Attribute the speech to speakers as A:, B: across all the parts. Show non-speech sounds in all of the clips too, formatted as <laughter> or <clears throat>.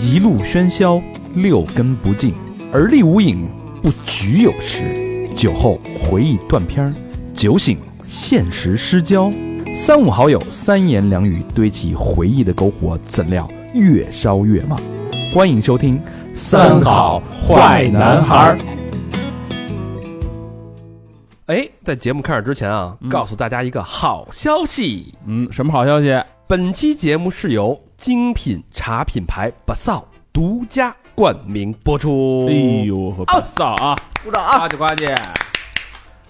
A: 一路喧嚣，六根不净，而立无影，不局有时。酒后回忆断片儿，酒醒现实失焦。三五好友，三言两语堆起回忆的篝火，怎料越烧越旺。欢迎收听《
B: 三好坏男孩》。
A: 哎，在节目开始之前啊，告诉大家一个好消息。
B: 嗯，什么好消息？
A: 本期节目是由精品茶品牌巴萨独家冠名播出。
B: 哎呦，我操啊！
C: 鼓掌啊！
B: 呱唧呱唧，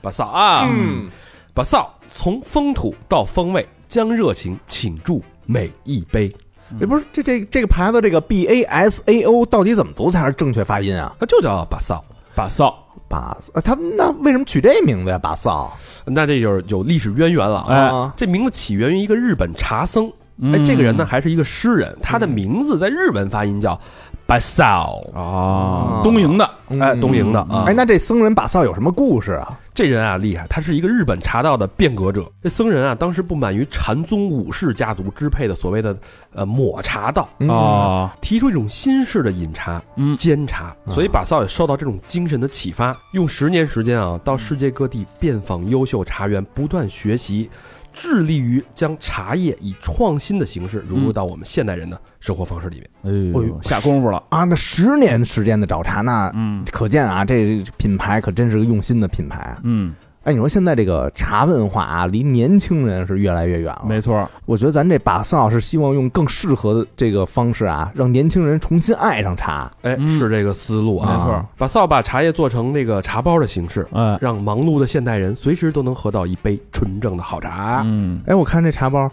A: 巴萨啊，嗯，巴萨从风土到风味，将热情倾注每一杯。
C: 哎，不是，这这这个牌子这个 B A S A O 到底怎么读才是正确发音啊？
A: 它就叫巴萨，
B: 把扫，
C: 把啊，他们那为什么取这名字呀？把扫
A: 那这就是有历史渊源了啊。
B: 哎，嗯
C: 啊，
A: 这名字起源于一个日本茶僧，哎，这个人呢还是一个诗人，他的名字在日文发音叫巴萨。
B: 啊
C: 啊，
B: 东营的，
A: 哎，东营的
B: 嗯
A: 啊，
C: 哎，那这僧人把扫有什么故事啊？
A: 这人啊厉害，他是一个日本茶道的变革者。这僧人啊，当时不满于禅宗武士家族支配的所谓的呃抹茶道，
C: 嗯
B: 啊，
A: 提出一种新式的饮茶，
B: 嗯
A: 煎茶。所以把扫也受到这种精神的启发，用十年时间啊，到
B: 嗯
A: 世界各地遍访优秀茶园，不断学习，致力于将茶叶以创新的形式融入到我们现代人的生活方式里面。
B: 哎
C: 哎
B: 呦，
C: 呦
B: 下功夫了，
C: 啊，那十年时间的找茶，那
B: 嗯
C: 可见啊，这品牌可真是个用心的品牌啊。
B: 嗯，
C: 哎，你说现在这个茶文化啊，离年轻人是越来越远了。
B: 没错，
C: 我觉得咱这把扫是希望用更适合的这个方式啊，让年轻人重新爱上茶。
A: 哎，
B: 嗯
A: 是这个思路
B: 没
A: 啊。
B: 错，
A: 把扫把茶叶做成那个茶包的形式，
B: 哎，
A: 啊让忙碌的现代人随时都能喝到一杯纯正的好茶。
B: 嗯
C: 哎，我看这茶包，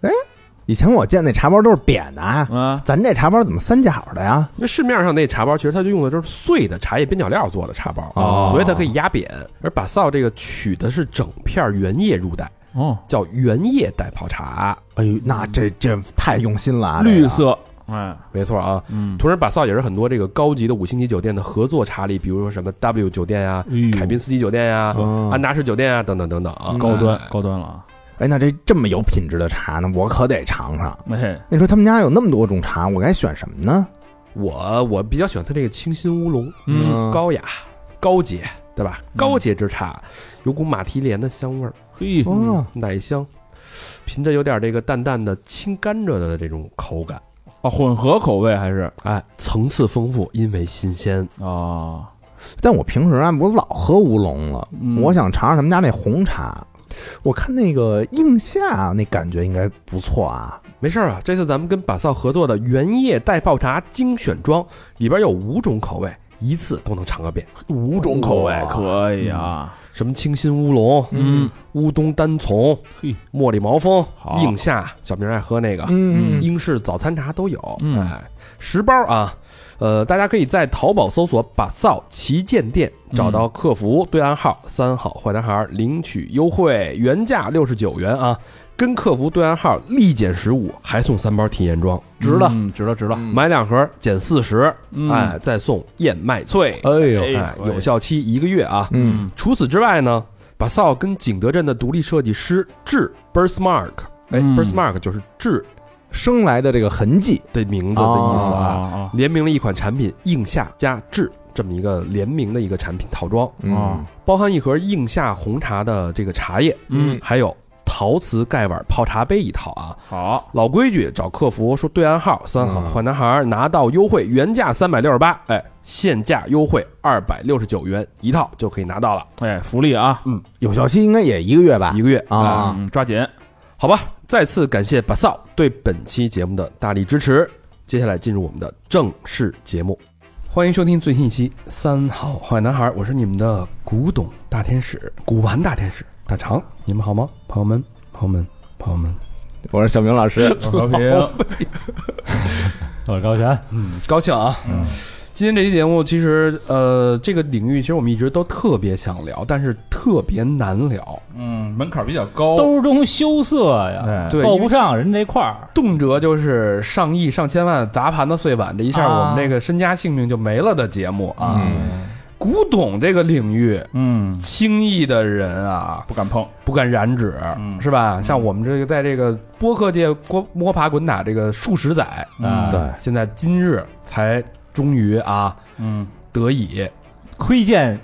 C: 哎，以前我见那茶包都是扁的啊，
B: 啊，
C: 咱这茶包怎么三角的呀？
A: 因为市面上那茶包，其实它就用的就是碎的茶叶边角料做的茶包，
B: 哦
A: 所以它可以压扁。而把扫这个取的是整片原叶入袋，
B: 哦，
A: 叫原叶袋泡茶。
C: 哎呦，那这这太用心了啊！这
B: 绿
C: 个
B: 色，哎，
A: 没错啊，
B: 嗯，
A: 同时把扫也是很多这个高级的五星级酒店的合作茶里，比如说什么 W 酒店呀、
B: 哎呦
A: 凯宾斯基酒店呀、
C: 哦
A: 安达仕酒店啊等等等等啊，
B: 嗯高端
A: 哎
B: 高端了啊，
C: 哎，那这这么有品质的茶呢，我可得尝尝。
B: 哎，
C: 你说他们家有那么多种茶，我该选什么呢？
A: 我我比较喜欢它这个清新乌龙，
B: 嗯
A: 高雅、高洁，对吧？高洁之茶，有股马蹄莲的香味儿，嗯
B: 嘿，
C: 哦，
A: 奶香，凭着有点这个淡淡的青甘蔗的这种口感，
B: 啊，混合口味还是
A: 哎，层次丰富，因为新鲜。
B: 啊，
C: 但我平时啊，我老喝乌龙了，
B: 嗯
C: 我想尝尝他们家那红茶。我看那个应夏那感觉应该不错啊。
A: 没事儿啊，这次咱们跟把扫合作的原叶袋泡茶精选装里边有五种口味，一次都能尝个遍。
B: 五种口味
C: 哇
B: 可以啊，
A: 什么清新乌龙、
B: 嗯，
A: 乌冬单丛
B: 嘿、
A: 茉莉毛峰
B: 好、
A: 应夏，小明爱喝那个，
B: 嗯
A: 英式早餐茶都有，
B: 嗯
A: 哎，十包啊，呃，大家可以在淘宝搜索“把扫旗舰店”，
B: 嗯
A: 找到客服对暗号“三好坏男孩”领取优惠，原价六十九元啊，跟客服对暗号立减十五，还送三包体验装，
C: 值了
B: 嗯，值了，值了，
A: 买两盒减四十，
B: 嗯
A: 哎，再送燕麦脆，
C: 哎呦，
A: 哎，有效期一个月啊。
C: 嗯，
A: 除此之外呢，把扫跟景德镇的独立设计师志 Birthmark，哎、
B: 嗯
A: b i r t h m a r k 就是志
C: 生来的这个痕迹，
A: 的名字的意思
B: 啊
A: 啊。
B: 啊
A: 联名了一款产品“应夏加制”这么一个联名的一个产品套装，
B: 啊，
C: 嗯
A: 包含一盒应夏红茶的这个茶叶，
B: 嗯，
A: 还有陶瓷盖碗泡茶杯一套啊。
B: 好，
A: 老规矩，找客服说对暗号“三好
C: 嗯
A: 坏男孩”，拿到优惠，原价三百六十八，哎，现价优惠二百六十九元一套就可以拿到了，
B: 哎，福利啊，
C: 有效期应该也一个月吧
A: 一？个月
C: 啊
B: 嗯，抓紧，
A: 好吧。再次感谢巴扫对本期节目的大力支持。接下来进入我们的正式节目，欢迎收听最新一期《三好坏男孩》，我是你们的古董大天使、古玩大天使大长，你们好吗？朋友们，朋友们，朋友们，
C: 我是小明老师。
B: 和
C: <laughs>
B: 平， <laughs>
D: 我是高泉，
A: 高兴啊！嗯，今天这期节目其实呃，这个领域其实我们一直都特别想聊，但是特别难聊，
B: 嗯，门槛比较高
D: 兜中羞涩呀，
B: 哎，
A: 对
D: 报不上人这块儿。
A: 动辄就是上亿、上千万砸盘的碎碗，这一下
D: 啊
A: 我们这个身家性命就没了的节目啊。
B: 嗯，
A: 古董这个领域，
E: 嗯，
A: 轻易的人啊，
E: 不敢碰，
A: 不敢染指，
E: 嗯
A: 是吧？像我们这个在这个播客界摸摸爬滚打这个数十载，嗯
B: 啊，
C: 嗯对，
A: 现在今日才终于啊
E: 嗯，
A: 得以
B: 窥见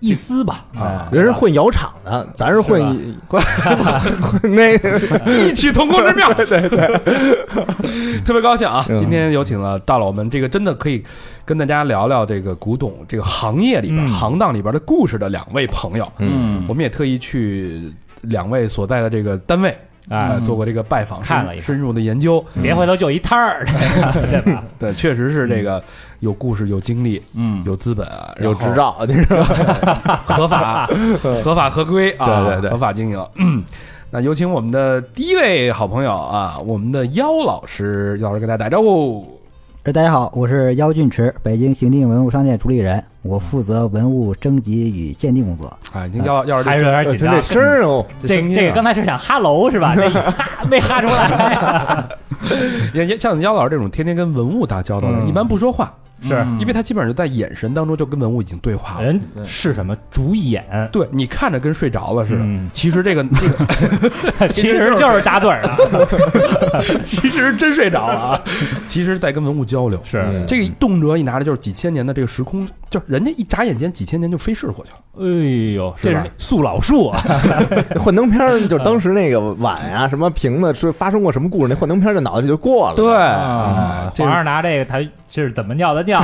B: 一丝吧，
A: 啊
B: 啊，
C: 人是混窑厂的，咱是混混 <laughs> 那个
A: <laughs> 异曲同工之妙，对对， <laughs> 特别高兴啊！今天有请了到了我们这个真的可以跟大家聊聊这个古董这个行业里边、
E: 嗯
A: 行当里边的故事的两位朋友，
E: 嗯
A: 我们也特意去两位所在的这个单位
B: 哎
E: 啊
A: 呃做过这个拜访，
B: 看了一
A: 深
B: 看
A: 深入的研究，
E: 嗯
B: 别回头就一摊儿， <laughs> 对吧？
A: 对，确实是这个有故事、有经历、
E: 嗯，
A: 有资本、啊然后
C: 有执照，你知道吗？
A: 合
C: <laughs>
A: 法、合法合规啊，
C: 对对对
A: 合法经营。嗯那有请我们的第一位好朋友啊，我们的妖老师，妖老师跟大家打招呼。
F: 哎，大家好，我是妖俊池，北京行定文物商店主理人，我负责文物征集与鉴定工作。
A: 啊，你
C: 哎
A: 妖妖老
B: 还
A: 师
B: 是有点
C: 就
B: 紧
C: 这
B: 张。
C: 声儿哦，
A: 这
B: 这
A: 声音啊
B: 这个刚才是想哈喽是 <laughs> 吧？这一哈没哈出
E: <laughs>
B: 来，
A: 也也像妖老师这种天天跟文物打交道的，人，
B: 嗯
A: 一般不说话，
B: 是哎
A: 因为他基本上就在眼神当中就跟文物已经对话了。
B: 人是什么主演？
A: 对你看着跟睡着了似的，
B: 嗯
A: 其实这个这
B: <laughs>
A: 个
B: 其实就是打盹儿的，
A: 其实真睡着了啊，其实在跟文物交流。
E: 嗯
B: <laughs> 是，
A: 这个动辄一拿着就是几千年的这个时空，就是人家一眨眼间几千年就飞逝过去了。
B: 哎呦，这
A: 是吧
B: 是素老树啊，
C: 幻灯片儿就当时那个碗啊，什么瓶子是发生过什么故事，那幻灯片儿就脑袋就过了。
E: 嗯
A: 啊这
B: 皇上拿这个他是怎么尿的 <laughs> 尿，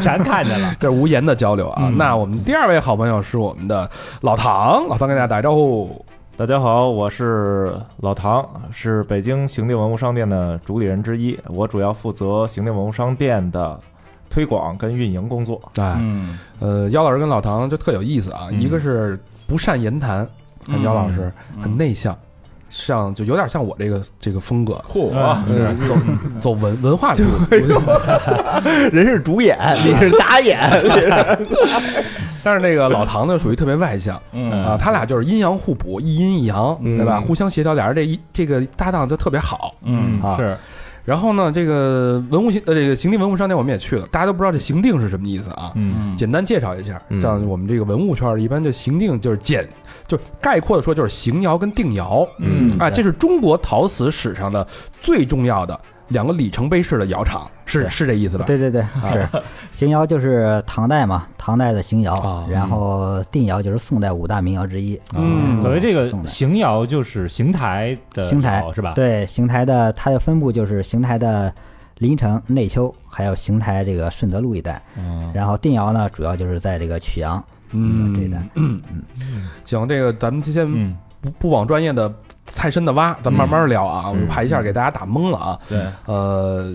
B: 全看见了。
A: 这是无言的交流啊。
B: 嗯
A: 那我们第二位好朋友是我们的老唐，老唐跟大家打招呼。
G: 大家好，我是老唐，是北京行定文物商店的主理人之一。我主要负责行定文物商店的推广跟运营工作。
A: 哎，
E: 嗯，
A: 呃，姚老师跟老唐就特有意思啊，
E: 嗯
A: 一个是不善言谈，
E: 嗯
A: 姚老师
E: 嗯
A: 很内向。像就有点像我这个这个风格，
E: 嚯
B: 啊
A: 就是走走文文化路。
C: 人是主演，
A: 嗯
C: 你是打演，
A: 但是那个老唐呢，属于特别外向啊，
E: 嗯，
A: 他俩就是阴阳互补，一阴一阳，
C: 嗯
A: 对吧？互相协调，俩人这一这个搭档就特别好。
E: 嗯，
A: 啊
B: 是
A: 然后呢，这个文物行呃这个行定文物商店我们也去了，大家都不知道这行定是什么意思啊？
E: 嗯，
A: 简单介绍一下，
C: 嗯
A: 像我们这个文物圈儿，一般就行定就是简，就是概括的说就是邢窑跟定窑，
C: 嗯
A: 啊，这是中国陶瓷史上的最重要的两个里程碑式的窑厂，是
F: 对
A: 是这意思吧？啊
F: 对对对，是邢窑就是唐代嘛，唐代的邢
A: 啊
F: 窑，然后定窑就是宋代五大名窑之一。
A: 嗯
B: 所谓这个
F: 宋代
B: 邢窑就是邢台的
F: 邢台
B: 窑是
A: 啊
B: 吧？
F: 对邢台的它的分布就是邢台的临城、内丘，还有邢台这个顺德路一带。
B: 嗯，
F: 然后定窑呢，主要就是在这个曲阳。
A: 嗯，
F: 这一代
A: 嗯，行，这个咱们先
B: 嗯，
A: 不不往专业的太深的挖，咱慢慢聊啊，我
C: 嗯
A: 怕一下给大家打懵了啊。
E: 对，
A: 呃，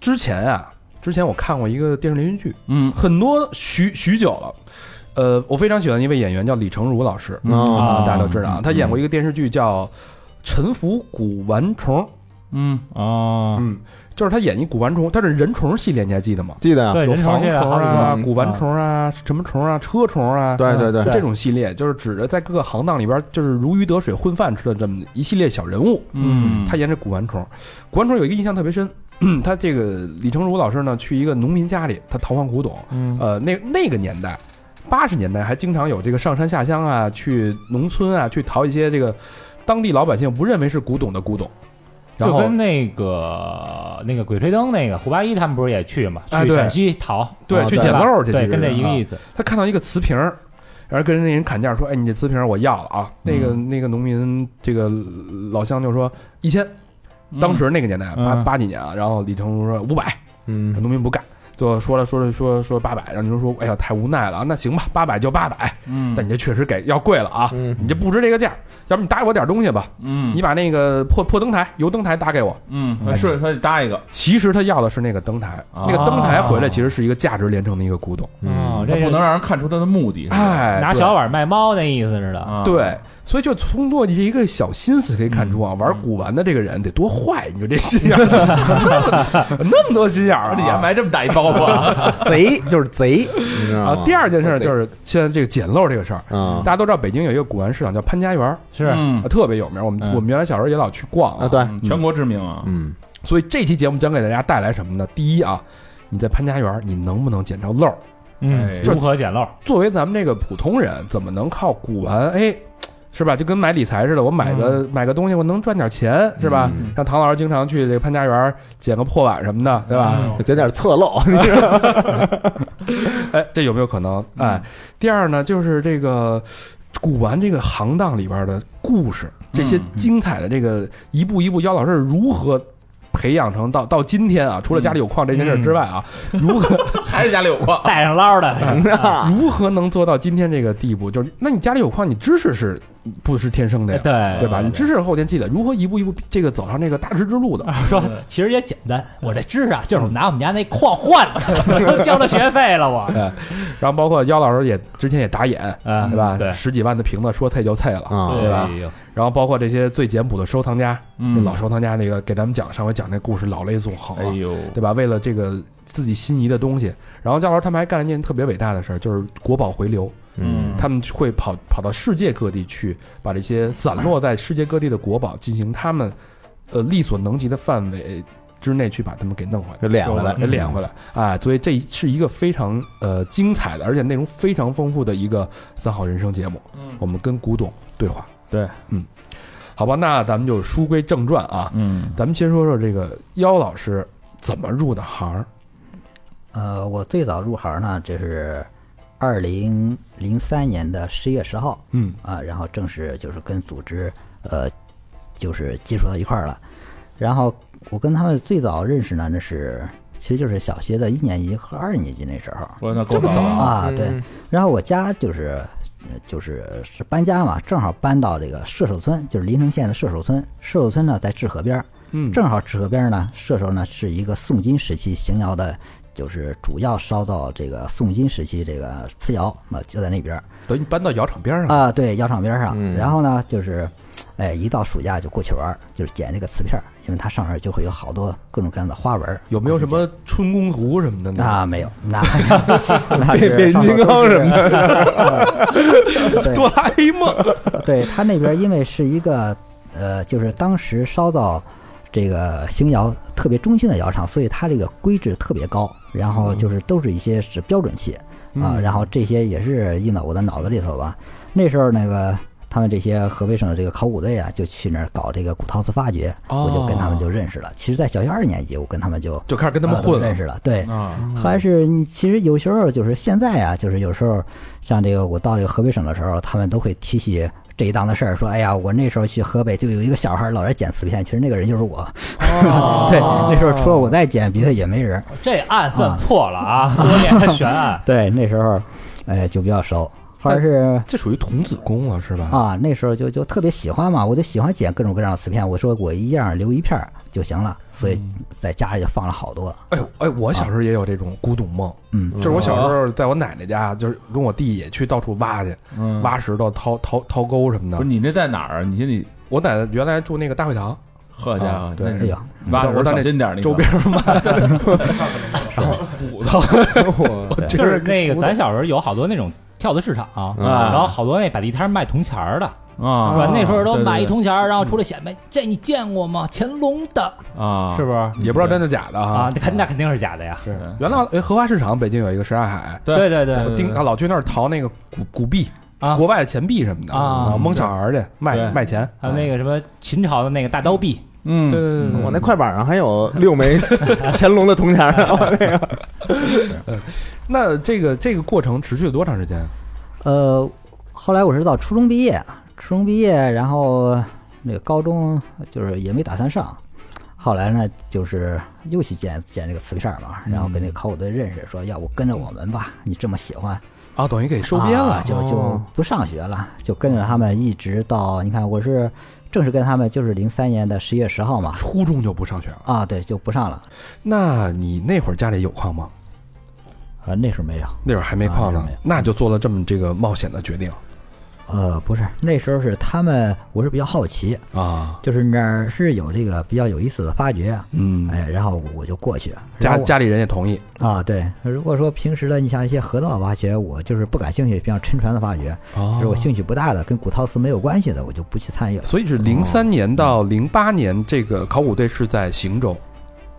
A: 之前啊，之前我看过一个电视连续剧，
E: 嗯，
A: 很多许许久了。呃，我非常喜欢一位演员叫李成儒老师，
C: 啊
A: 啊，
B: 啊
A: 大家都知道啊，他演过一个电视剧叫《沉浮古玩虫》，
E: 嗯，哦，
A: 嗯，就是他演一古玩虫，他是人虫系列，你还记得吗？
C: 记得啊
B: 对，
A: 有
B: 人潮
A: 房
B: 现
A: 虫
B: 在好几
A: 啊、
B: 种
A: 古玩虫啊、什么虫啊、车虫啊，
C: 对对对
A: 就这种系列，就是指着在各个行当里边就是如鱼得水、混饭吃的这么一系列小人物。
E: 嗯，
A: 他演这古玩虫，古玩虫有一个印象特别深，他这个李成儒老师呢，去一个农民家里，他淘换古董，
E: 嗯，
A: 呃，那那个年代，八十年代还经常有这个上山下乡啊，去农村啊，去淘一些这个当地老百姓不认为是古董的古董。然
B: 就
A: 后
B: 跟那个那个鬼吹灯那个胡八一他们不是也去嘛？
A: 啊
B: 去
A: 对
B: 陕西淘，
A: 对
C: 啊
A: 去
C: 对
A: 捡
B: 吧
A: 漏去，
B: 对，跟这一个
A: 思。
B: 意思。
A: 他看到一个瓷瓶儿，然后跟那人砍价说：“哎，你这瓷瓶儿我要了啊！”那个
B: 嗯
A: 那个农民这个老乡就说一千，当时那个年代八
B: 嗯
A: 八几年啊，然后李成儒说五百，
C: 嗯，
A: 农民不干。最后说了说了说说八百，然后您说哎呀太无奈了啊，那行吧，八百就八百，
E: 嗯，
A: 但你这确实给要贵了啊，
C: 嗯
A: 你这不值这个价，要不你搭给我点东西吧，
E: 嗯，
A: 你把那个破破灯台、油灯台搭给我。
E: 嗯，是他得搭一个，
A: 其实他要的是那个灯台，
E: 啊
A: 那个灯台回来其实是一个价值连城的一个古董。
B: 哦，
E: 他
B: 这
E: 不
B: 是
E: 能让人看出他的目的，是吧
A: 哎，
B: 拿
A: 对
B: 小碗卖猫那意思似的。
E: 啊，
A: 对，所以就通过你一个小心思可以看出
E: 嗯
A: 啊，玩古玩的这个人得多坏，你说这心眼儿，
E: <laughs>
A: 那么多心眼
B: <laughs>
A: 儿
E: 而且还
A: 啊！
E: 买这么大一包吧，
C: 贼就是贼
A: 啊，第二件事就是现在这个捡漏这个事儿，
C: 啊
A: 大家都知道北京有一个古玩市场叫潘家园儿，
B: 是，
A: 啊特别有名儿。我们
E: 嗯
A: 我们原来小时候也老去逛
C: 啊，对，
E: 嗯全国知名啊，
C: 嗯
A: 所以这期节目将给大家带来什么呢？第一啊，你在潘家园儿你能不能捡着漏儿？
H: 嗯，
B: 就是
H: 如何捡漏？
A: 作为咱们这个普通人，怎么能靠古玩？哎，是吧？就跟买理财似的，我买个、买个东西，我能赚点钱，是
C: 嗯
A: 吧？像唐老师经常去这个潘家园捡个破碗什么的，对吧？
B: 嗯
C: 捡点侧
A: <laughs>
C: 漏，
A: 哎，这有没有可能？哎，第二呢，就是这个古玩这个行当里边的故事，这些精彩的这个一步一步，姚老师如何培养成到到今天啊？除了家里有矿这件事儿之外啊，如何
B: 还是家里有矿。
H: 带上捞的，
A: 如何能做到今天这个地步？就是，那你家里有矿，你知识是不是天生的
B: 哎
A: 呀？
H: 对
A: 对吧？你知识是后天积累，如何一步一步这个走上这个大师之路的？
B: 啊
H: 说
B: 嗯
H: 其实也简单，我这知识啊，就是我拿我们家那矿换的，交了 <laughs> 学费了我。
A: 哎，然后包括姚老师也之前也打演，
H: 嗯
A: 对吧？
H: 对
A: 十几万的瓶子说碎就碎了，
C: 啊
A: 对吧
H: 哎呦？
A: 然后包括这些最简朴的收藏家，那
B: 嗯
A: 老收啊藏家那个给咱们讲上回讲那故事老泪纵横
B: 哎
A: 啊，
B: 呦，
A: 对吧？为了这个自己心仪的东西，然后姚老师他们还干了一件特别伟大的事儿，就是国宝回流。
B: 嗯
A: 他们会跑跑到世界各地去，把这些散落在世界各地的国宝进行他们呃力所能及的范围之内去把他们给弄回来。
C: 就脸回来
A: 给敛回来啊！所以这是一个非常呃精彩的，而且内容非常丰富的一个三好人生节目。
B: 嗯
A: 我们跟古董对话。
B: 对，
A: 嗯，好吧，那咱们就书归正传啊，
B: 嗯
A: 咱们先说说这个妖老师怎么入的行儿。
F: 呃，我最早入行呢，这是二零零三年的十一月十号
A: 嗯
F: 啊，然后正式就是跟组织呃，就是接触到一块儿了。然后我跟他们最早认识呢，那是其实就是小学的一年级和二年级那时候
B: 我那够
C: 这么早
B: 啊，
F: 啊，对。
G: 嗯
F: 然后我家就是呃就是是搬家嘛，正好搬到这个射手村，就是临城县的射手村。射手村呢在治河边儿，
A: 嗯
F: 正好治河边儿呢，射手呢是一个宋金时期邢窑的，就是主要烧造这个宋金时期这个瓷窑，那就在那边儿
A: 等于搬到窑厂边儿上
F: 啊，对，窑厂边儿上。
C: 嗯
F: 然后呢，就是，哎，一到暑假就过去玩儿，就是捡这个瓷片儿，因为它上面就会有好多各种各样的花纹儿。
A: 有没有什么春宫图什么的呢？
F: 那没 <laughs> 有，那嗯那是
C: 变形金刚什么
F: 的， <laughs> 对
A: 哆啦 A 梦，
F: 对他那边因为是一个呃，就是当时烧造这个邢窑特别中心的窑厂，所以它这个规制特别高，然后就是都是一些是标准器啊，然后这些也是印到我的脑子里头吧。那时候那个他们这些河北省的这个考古队啊，就去那儿搞这个古陶瓷发掘，
A: 哦
F: 我就跟他们就认识了。其实，在小学二年级，我跟他们就
A: 就开始跟他们
F: 啊都
A: 混
F: 认
A: 了。
F: 识了，对。
B: 啊
F: 后来是，你其实有时候就是现在啊，就是有时候像这个我到这个河北省的时候，他们都会提起这一档子事儿，说：“哎呀，我那时候去河北就有一个小孩儿老来捡瓷片，其实那个人就是我。哦
A: 啊
F: <laughs> 对，那时候除了我在捡，别的也没人。
H: 哦这案算破了啊，多年的
F: <laughs>
H: 悬案。
F: 对，那时候，哎，就比较熟。后来是
A: 这属于童子功了是吧？
F: 啊，那时候就就特别喜欢嘛，我就喜欢捡各种各样的瓷片。我说我一样留一片儿就行了，所以
A: 嗯
F: 在家里就放了好多。
A: 哎呦哎，我小时候也有这种古董梦，
F: 嗯
A: 就是我小时候在我奶奶家，就是跟我弟也去到处挖去，
B: 嗯，
A: 挖石头、掏掏掏沟什么
B: 不是
A: 的。
B: 你这在哪儿？你先你
A: 我奶奶原来住那个大会堂
B: 好家
A: 啊
B: 伙，
A: 对
B: 那
F: 哎
B: 你
F: 呀，
B: 挖的时候
A: 我到
B: 小
A: 那
B: 心点儿，那个
A: 周边儿挖
B: 骨头，
H: 就是那个咱小时候有好多那种跳蚤市场啊，
B: 嗯
H: 然后好多那摆地摊卖铜钱儿的，
B: 啊，
H: 是吧？那时候都
B: 对对
H: 买一
B: 对
H: 铜钱儿，然后出来显摆，这你见过吗？乾隆的，
B: 啊，
H: 是不是？
A: 也不知道真的假的
H: 啊
A: 啊，。
H: 那肯那肯定是假的呀。
A: 是原来哎荷花市场北京有一个什刹海，
H: 对对对，
A: 我定他啊老去那儿淘那个古古币
H: 啊
A: 国外的钱币什么的
H: 啊
A: 蒙小孩儿去卖
B: 对
A: 卖钱。啊
H: 还有那个什么秦朝的那个大刀币，
B: 嗯，
A: 对对对对，
C: 我那快板上还有六 <laughs> 枚乾隆的铜钱儿，我那个
A: 那这个这个过程持续了多长时间？
F: 呃，后来我是到初中毕业，初中毕业，然后那个高中就是也没打算上。后来呢，就是又去捡捡这个瓷片儿嘛，然后跟那个考古队认识，说要不跟着我们吧，你这么喜欢，
A: 啊，等于给收编
F: 啊
A: 了，
F: 就就不上学了，就跟着他们一直到你看我是正式跟他们就是零三年的十月十号嘛，
A: 初中就不上学了。
F: 啊对，就不上了，
A: 那你那会儿家里有矿吗？
F: 啊那时候没有，
A: 那会儿还没矿呢，
F: 啊那时候没有
A: 那就做了这么这个冒险的决定
F: 呃不是，那时候是他们，我是比较好奇，
A: 啊。
F: 就是哪儿是有这个比较有意思的发掘，
A: 嗯，
F: 哎，然后我我就过去。然
A: 家
F: 后我
A: 家里人也同意
F: 啊，对。如果说平时的，你像一些河道挖掘，我就是不感兴趣，比像沉船的挖掘，
A: 哦
F: 就是我兴趣不大的，跟古陶瓷没有关系的，我就不去参与了。
A: 所以是零三年到零八年，这个考古队是在邢州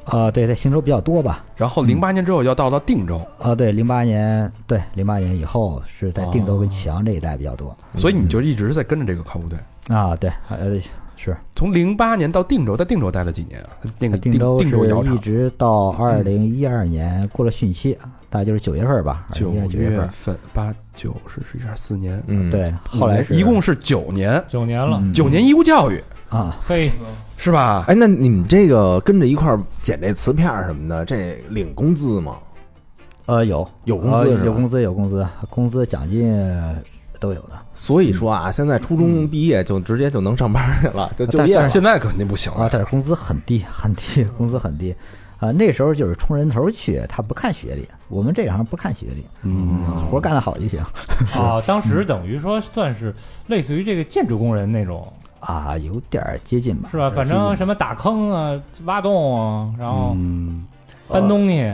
F: 呃，对，在行州比较多吧。
A: 然后零八年之后要到到定州，
F: 呃，对，零八年，对，零八年以后是在定州
A: 哦
F: 跟曲阳这一带比较多。
A: 所以你就一直是在跟着这个考古队。
F: 啊，对，呃，是
A: 从零八年到定州，在定州待了几年啊？那个定
F: 定州
A: 定州窑
F: 是一
A: 厂，
F: 直到
A: 嗯
F: 二零一二年过了汛期，大概就是九月份吧，
A: 九
F: 哎月九月份。
A: 份八九十十一十二四年，
G: 嗯，
F: 对，后来是
A: 一共是九年，
H: 九年了，
F: 嗯
A: 九年义务教育
F: 啊，
H: 嘿，
A: 是吧？
C: 哎，那你们这个跟着一块儿捡这瓷片儿什么的，这领工资吗？
F: 呃，有
C: 有工资
F: 呃
C: 是吧
F: 有工资，有工资，工资奖金都有的。
C: 所以说啊，现在初中毕业就直接就能上班去了，就就业
A: 但
C: 了
A: 是。现在肯定不行
F: 啊，
A: 了。
F: 但是工资很低，很低，工资很低。啊、那时候就是冲人头去，他不看学历，我们这行不看学历，
A: 嗯，
F: 活干得好就行
H: 啊，当时等于说算是类似于这个建筑工人那种，
F: 啊，有点儿接近吧，
H: 是吧？反正什么打坑啊、挖洞啊，然后
A: 嗯，
H: 搬东西，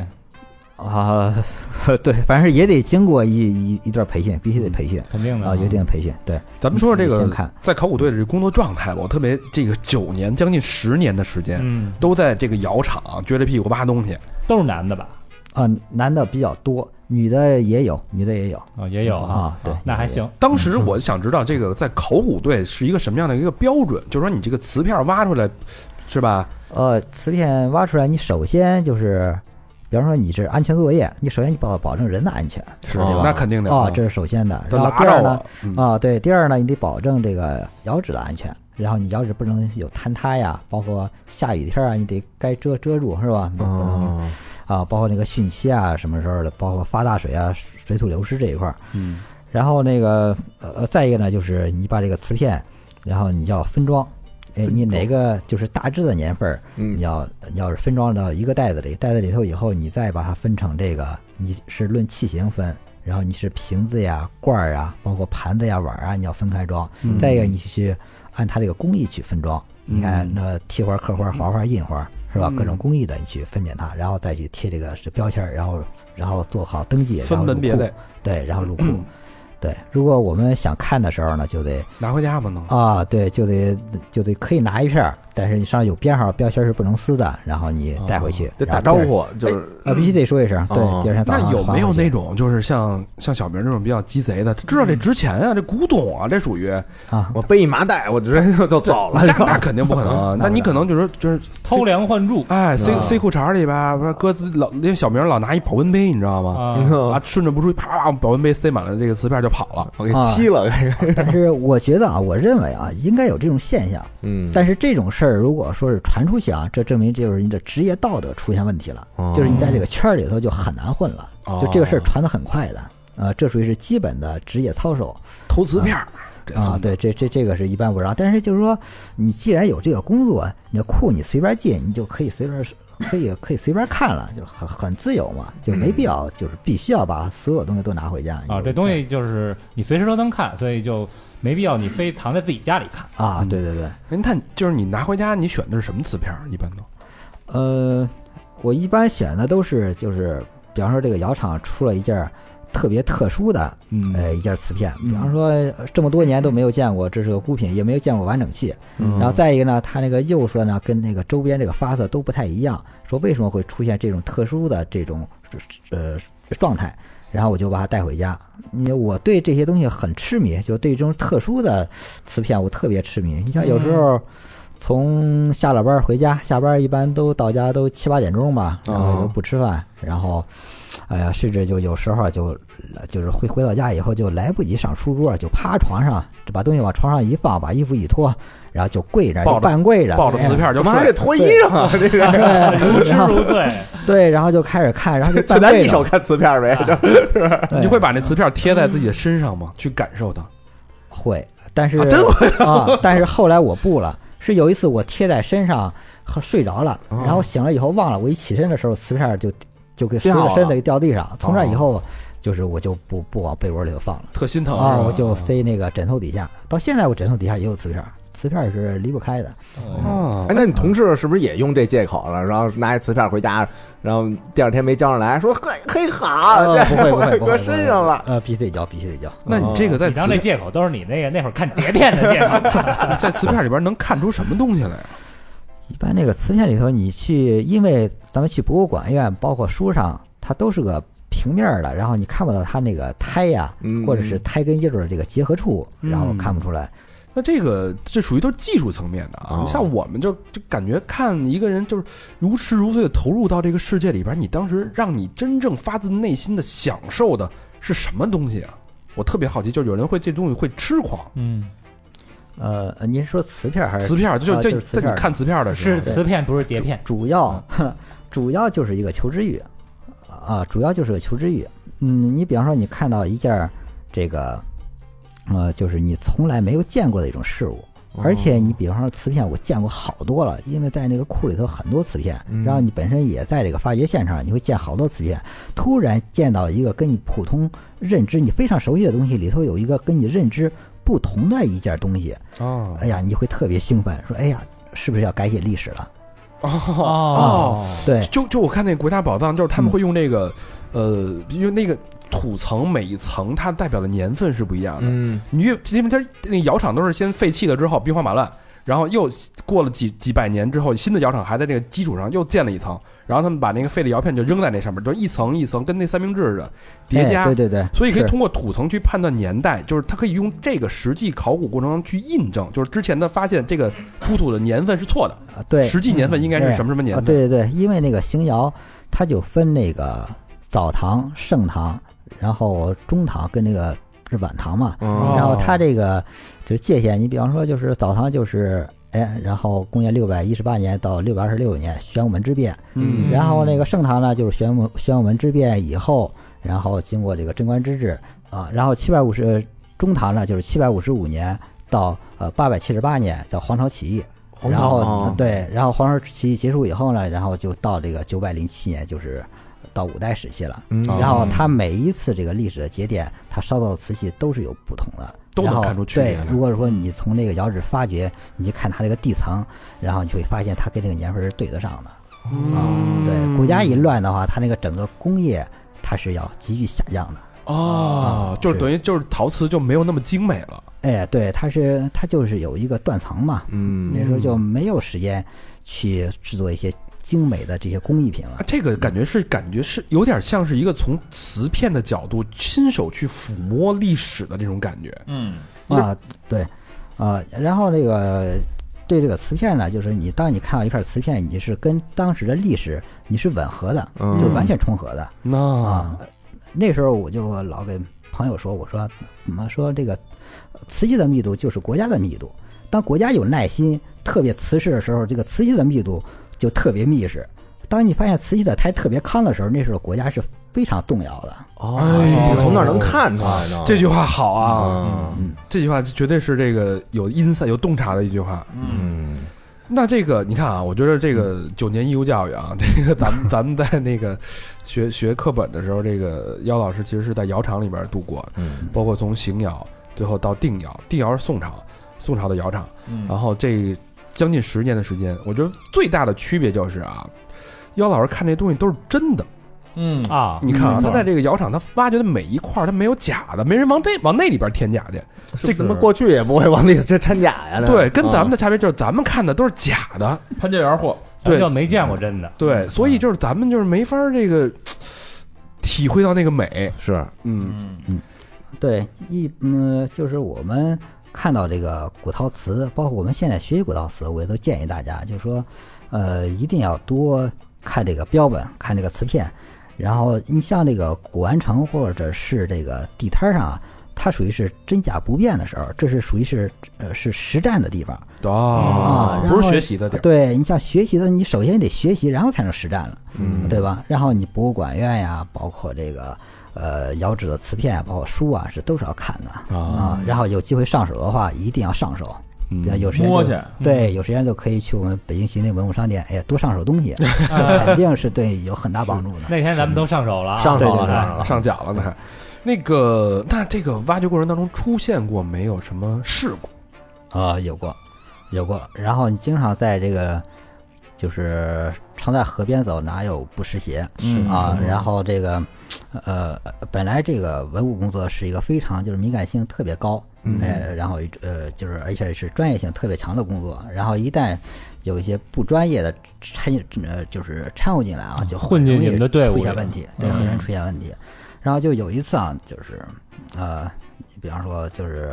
F: 啊， <laughs> 对，反正也得经过一一一段培训，必须得培训
H: 肯定的
F: 啊，有一定的培训，对。
A: 咱们说说这
F: 嗯你
A: 个
F: 先看
A: 在考古队的这个工作状态吧。我特别这个九年将近十年的时间，
H: 嗯，
A: 都在这个窑厂啊撅着屁股扒东西。
H: 都是男的吧？
F: 啊，男的比较多，女的也有，女的也有
H: 啊，也有哈，
F: 啊，对，
H: 那还行，
A: 当时我想知道这个在考古队是一个什么样的一个标准，就是说你这个瓷片挖出来，是吧？
F: 呃，瓷片挖出来，你首先就是，比方说你是安全作业，你首先你保保证人的安全
A: 是
H: 哦
A: 那肯定的嗯
F: 啊，这是首先的。
A: 都
F: 然后
A: 拉
F: 第
A: 着
F: 二呢
A: 我，，嗯
F: 啊，对，第二呢，你得保证这个窑址的安全，然后你窑址不能有坍塌呀，包括下雨天啊，你得该遮遮住是吧？你不能
C: 哦，
F: 啊，包括那个汛期啊，什么时候的，包括发大水啊、水水土流失这一块儿。
A: 嗯，
F: 然后那个呃，呃再一个呢，就是你把这个瓷片，然后你要分装，哎，你哪个就是大致的年份儿，你
C: 嗯，
F: 要你要是分装到一个袋子里，袋子里头以后，你再把它分成这个，你是论器型分，然后你是瓶子呀、罐儿啊，包括盘子呀、碗儿啊，你要分开装。
A: 嗯
F: 再一个，你去按它这个工艺去分装。你看
A: 嗯
F: 那贴花、刻花、划花、印花是吧？
A: 嗯
F: 各种工艺的你去分辨它，然后再去贴这个是标签儿，然后然后做好登记，然后
A: 分门
F: 入
A: 别
F: 库
A: 类，
F: 对，然后入库。对，如果我们想看的时候呢，就得
A: 拿回家吧能。
F: 啊，对，就得就得可以拿一片儿，但是你上有编号，标签是不能撕的，然后你带回去，
C: 得打
F: 然后
C: 招
F: 第二
C: 呼，就是
F: 啊，必须得说一声，对
C: 哦，
F: 第二天早
A: 那
F: 上
A: 有没有
F: 还回
A: 那
F: 去
A: 种就是像像小明这种比较鸡贼的，他知道这值钱啊，这古董啊，这属于
F: 啊？
C: 我背一麻袋，我直接就就走了
A: 那。
C: <laughs>
A: 那肯定不可能啊。那你可能就是就是
H: 偷梁换柱
A: 哎塞塞裤衩里吧，不是鸽子老因为小明老拿一保温杯，你知道吗？
H: 啊，
A: 啊
C: 我，
A: 顺着不出去，啪，保温杯塞满了这个瓷片就跑了。啊
C: 给漆了，给
F: <laughs> 但是我觉得啊，我认为啊，应该有这种现象，
C: <laughs> 嗯，
F: 但是这种事儿如果说是传出去啊，这证明就是你的职业道德出现问题了，就是你在这个圈儿里头就很难混了，就这个事儿传的很快的。啊，这属于是基本的职业操守
A: 投瓷片儿这
F: 啊，对，这这这个是一般不让。但是就是说，你既然有这个工作，你的库你随便进，你就可以随便可以可以随便看了，就是很很自由嘛，就没必要就是必须要把所有东西都拿回家
H: 啊，这东西就是你随时都能看，所以就没必要你非藏在自己家里看。
F: 啊，对对对，
A: 哎，那你就是你拿回家，你选的是什么瓷片儿？一般都
F: 呃，我一般选的都是就是，比方说这个窑厂出了一件儿特别特殊的
A: 嗯
F: 呃一件瓷片，比方说呃这么多年都没有见过，这是个孤品，也没有见过完整器。
A: 嗯
F: 然后再一个呢，它那个釉色呢跟那个周边这个发色都不太一样，说为什么会出现这种特殊的这种呃状态？然后我就把它带回家。因为我对这些东西很痴迷，就对这种特殊的瓷片我特别痴迷。你像有时
A: 嗯
F: 候从下了班回家，下班一般都到家都七八点钟吧，然后也
A: 哦
F: 都不吃饭，然后哎呀，甚至就有时候就就是回回到家以后就来不及上书桌，就趴床上，就把东西往床上一放，把衣服一脱，然后就跪着，
A: 抱着
F: 就半跪着，哎
A: 抱着瓷片儿就
C: 干嘛还得
A: 睡。
C: 脱衣裳啊？这 <laughs> 是
F: 对，
H: 如痴
F: 然后
H: 如醉，
F: <laughs> 对，然后就开始看，然后就
C: 就
F: 半
C: 咱
F: 跪
C: 一
F: 着
C: 手，看瓷片儿呗。这
F: 对
A: 你会把那瓷片儿贴在自己的身上吗？去感受它。
F: 会，但是
A: 啊真
F: 会啊！但是后来我不了，是有一次我贴在身上和睡着了，然后醒了以后忘了，我一起身的时候瓷片儿就就给随
C: 掉
F: 着
C: 了
F: 身子给掉地上，从那以后就是我就不不往被窝里头放了
A: 特心疼
F: 啊，
A: 是吧
F: 我就塞那个枕头底下，到现在我枕头底下也有瓷片儿，瓷片儿是离不开的。
A: 啊
C: 哎，，那你同事是不是也用这借口了？然后拿一瓷片儿回家，然后第二天没交上来，说嘿嘿好，
F: 呃不会不
C: 这
F: 会
C: 啊搁
F: 不会，
C: 身上了。
F: 呃，必须得交，必须得交。
A: 那你这个在
H: 你当这
A: 瓷
H: 借口都是你那个那会儿看碟片的借口。
A: 在瓷片里边能看出什么东西来？
F: 一般这个瓷片里头，你去，因为咱们去博物馆、院，包括书上，它都是个平面儿的，然后你看不到它那个胎呀、
C: 嗯
F: 或者是胎跟叶儿的这个结合处，然
A: 嗯
F: 后看不出来。
A: 那这个这属于都是技术层面的啊，
C: 哦
A: 像我们就就感觉看一个人就是如痴如醉的投入到这个世界里边，你当时让你真正发自内心的享受的是什么东西啊？我特别好奇，就是有人会对东西会痴狂，
H: <laughs> 嗯，
F: 呃，呃您说瓷片儿还是
A: 瓷片儿就
F: 啊
A: 就
F: 就
A: 在
F: 是瓷片
A: 你
F: 儿
A: 看瓷片儿的时候
H: 是瓷片不是碟片，
F: 主要主要就是一个求知欲啊，主要就是个求知欲。嗯，你比方说你看到一件儿这个呃，就是你从来没有见过的一种事物，而且你比方说瓷片，我见过好多了，因为在那个库里头很多瓷片，然后你本身也在这个发掘现场，你会见好多瓷片。突然见到一个跟你普通认知你非常熟悉的东西，里头有一个跟你认知不同的一件东西，
A: 啊
F: 哎呀，你会特别兴奋，说哎呀，是不是要改写历史了？
A: 哦
F: 对，
A: 就就我看那个国家宝藏，就是他们会用这个，呃，因为那个土层每一层它代表的年份是不一样的。
C: 嗯，
A: 你越因为它那窑厂都是先废弃了之后兵荒马乱，然后又过了几几百年之后，新的窑厂还在这个基础上又建了一层，然后他们把那个废的窑片就扔在那上面，就一层一层跟那三明治似的叠加。
F: 哎对对对，
A: 所以可以
F: 是
A: 通过土层去判断年代，就是它可以用这个实际考古过程中去印证，就是之前的发现这个出土的年份是错的，
F: 啊对
A: 实际年份应该是什么什么年
F: 啊，
A: 份。
F: 对对对，因为那个邢窑它就分那个澡堂、盛堂，然后中堂跟那个是晚堂嘛。
A: 哦
C: 嗯
F: 然后它这个就是界限，你比方说就是澡堂就是哎，然后公元六百一十八年到六百二十六年玄武门之变，
A: 嗯
F: 然后那个盛唐呢就是玄武玄武门之变以后，然后经过这个贞观之治啊，然后七百五十中唐呢就是七百五十五年到呃八百七十八年叫黄巢起义，然后、
C: 哦
F: 对，然后黄巢起义结束以后呢，然后就到这个九百零七年就是。到五代时期了，
C: 嗯
A: 哦
F: 然后它每一次这个历史的节点，它烧到的瓷器都是有不同的，
A: 都能
F: 然后
A: 看出区别来
F: 对，如果说你从这个窑址发掘，你去看它这个地层，然后你就会发现它跟这个年份是对得上的。啊
A: 嗯
F: 对，国家一乱的话，它那个整个工业它是要急剧下降的。
A: 哦，就是
F: 是
A: 等于就是陶瓷就没有那么精美了。
F: 哎，对，它是它就是有一个断层嘛，
C: 嗯
F: 那时候就没有时间去制作一些精美的这些工艺品了
A: 啊。这个感觉是感觉是有点像是一个从瓷片的角度亲手去抚摸历史的这种感觉。
G: 嗯，
A: 就是
F: 啊，对，啊，然后那个对这个瓷片呢，就是你当你看到一块瓷片，你是跟当时的历史你是吻合的，
C: 嗯
F: 就是完全重合的
A: 那
F: 啊。那时候我就老跟朋友说，我说怎么说这个瓷器的密度就是国家的密度，当国家有耐心特别瓷实的时候，这个瓷器的密度就特别密实。当你发现瓷器的胎特别康的时候，那时候国家是非常动摇的。
C: 哦
A: 哎呦
C: 从哪儿能看出来呢？
A: 这句话好啊，
C: 啊，
A: 这句话绝对是这个有阴散、有洞察的一句话。
C: 嗯，
A: 那这个你看啊，我觉得这
H: 嗯
A: 个九年义务教育啊，这个咱们咱们在那个学学课本的时候，这个姚老师其实是在窑厂里边度过的，
C: 嗯
A: 包括从邢窑最后到定窑，定窑是宋朝，宋朝的窑厂，
H: 嗯
A: 然后这将近十年的时间，我觉得最大的区别就是啊，姚老师看这东西都是真的，
G: 嗯
H: 啊，
A: 你看啊，
H: 没
A: 他
H: 错
A: 在这个窑厂，他挖掘的每一块儿，他没有假的，没人往这往那里边添假去。
C: 这他妈过去也不会往那个这掺假呀，那啊
A: 对，
H: 啊
A: 跟咱们的差别就是咱们看的都是假的，
B: 潘家园货，
A: 对
H: 咱就没见过真的，
A: 对，所以就是咱们就是没法儿这个体会到那个美，
C: 是
A: 嗯
F: 对，一嗯，就是我们看到这个古陶瓷，包括我们现在学习古陶瓷，我也都建议大家，就是说，呃，一定要多看这个标本，看这个瓷片。然后你像这个古玩城或者是这个地摊儿上啊，它属于是真假不辨的时候，这是属于是呃是实战的地方。
A: 哦
F: 啊然
A: 不是
F: 后
A: 学习的地儿，
F: 对你像学习的，你首先得学习，然后才能实战了，嗯，对吧？然后你博物馆院呀，包括这个呃窑址的瓷片啊，包括书啊，是都是要看的
C: 嗯
F: 啊。然后有机会上手的话，一定要上手。
A: 嗯
F: 比较有时间就
B: 摸去，
C: 嗯
F: 对，有时间就可以去我们北京行内文物商店，哎呀，多上
C: <laughs>
F: 手东西，肯定是对有很大帮助的。
H: 那天咱们都上手了啊，
C: 上手
H: 对
C: 了，
H: 对对
C: 上手了，
A: 上脚了呢
F: 嗯
A: 还。那个，那这个挖掘过程当中出现过没有什么事故？
F: 啊，有过，有过。然后你经常在这个，就是常在河边走，哪有不湿鞋？
G: 是
F: 啊，然后这个，呃，本来这个文物工作是一个非常就是敏感性特别高，
A: 嗯
F: 呃，然后呃，就是而且是专业性特别强的工作，然后一旦有一些不专业的掺呃，就是掺和进来啊，就
H: 混进你们的队伍
F: 出
H: 里
F: 现
H: 了嗯
F: 问题，对，很容易出现问题。然后就有一次啊，就是呃，比方说就是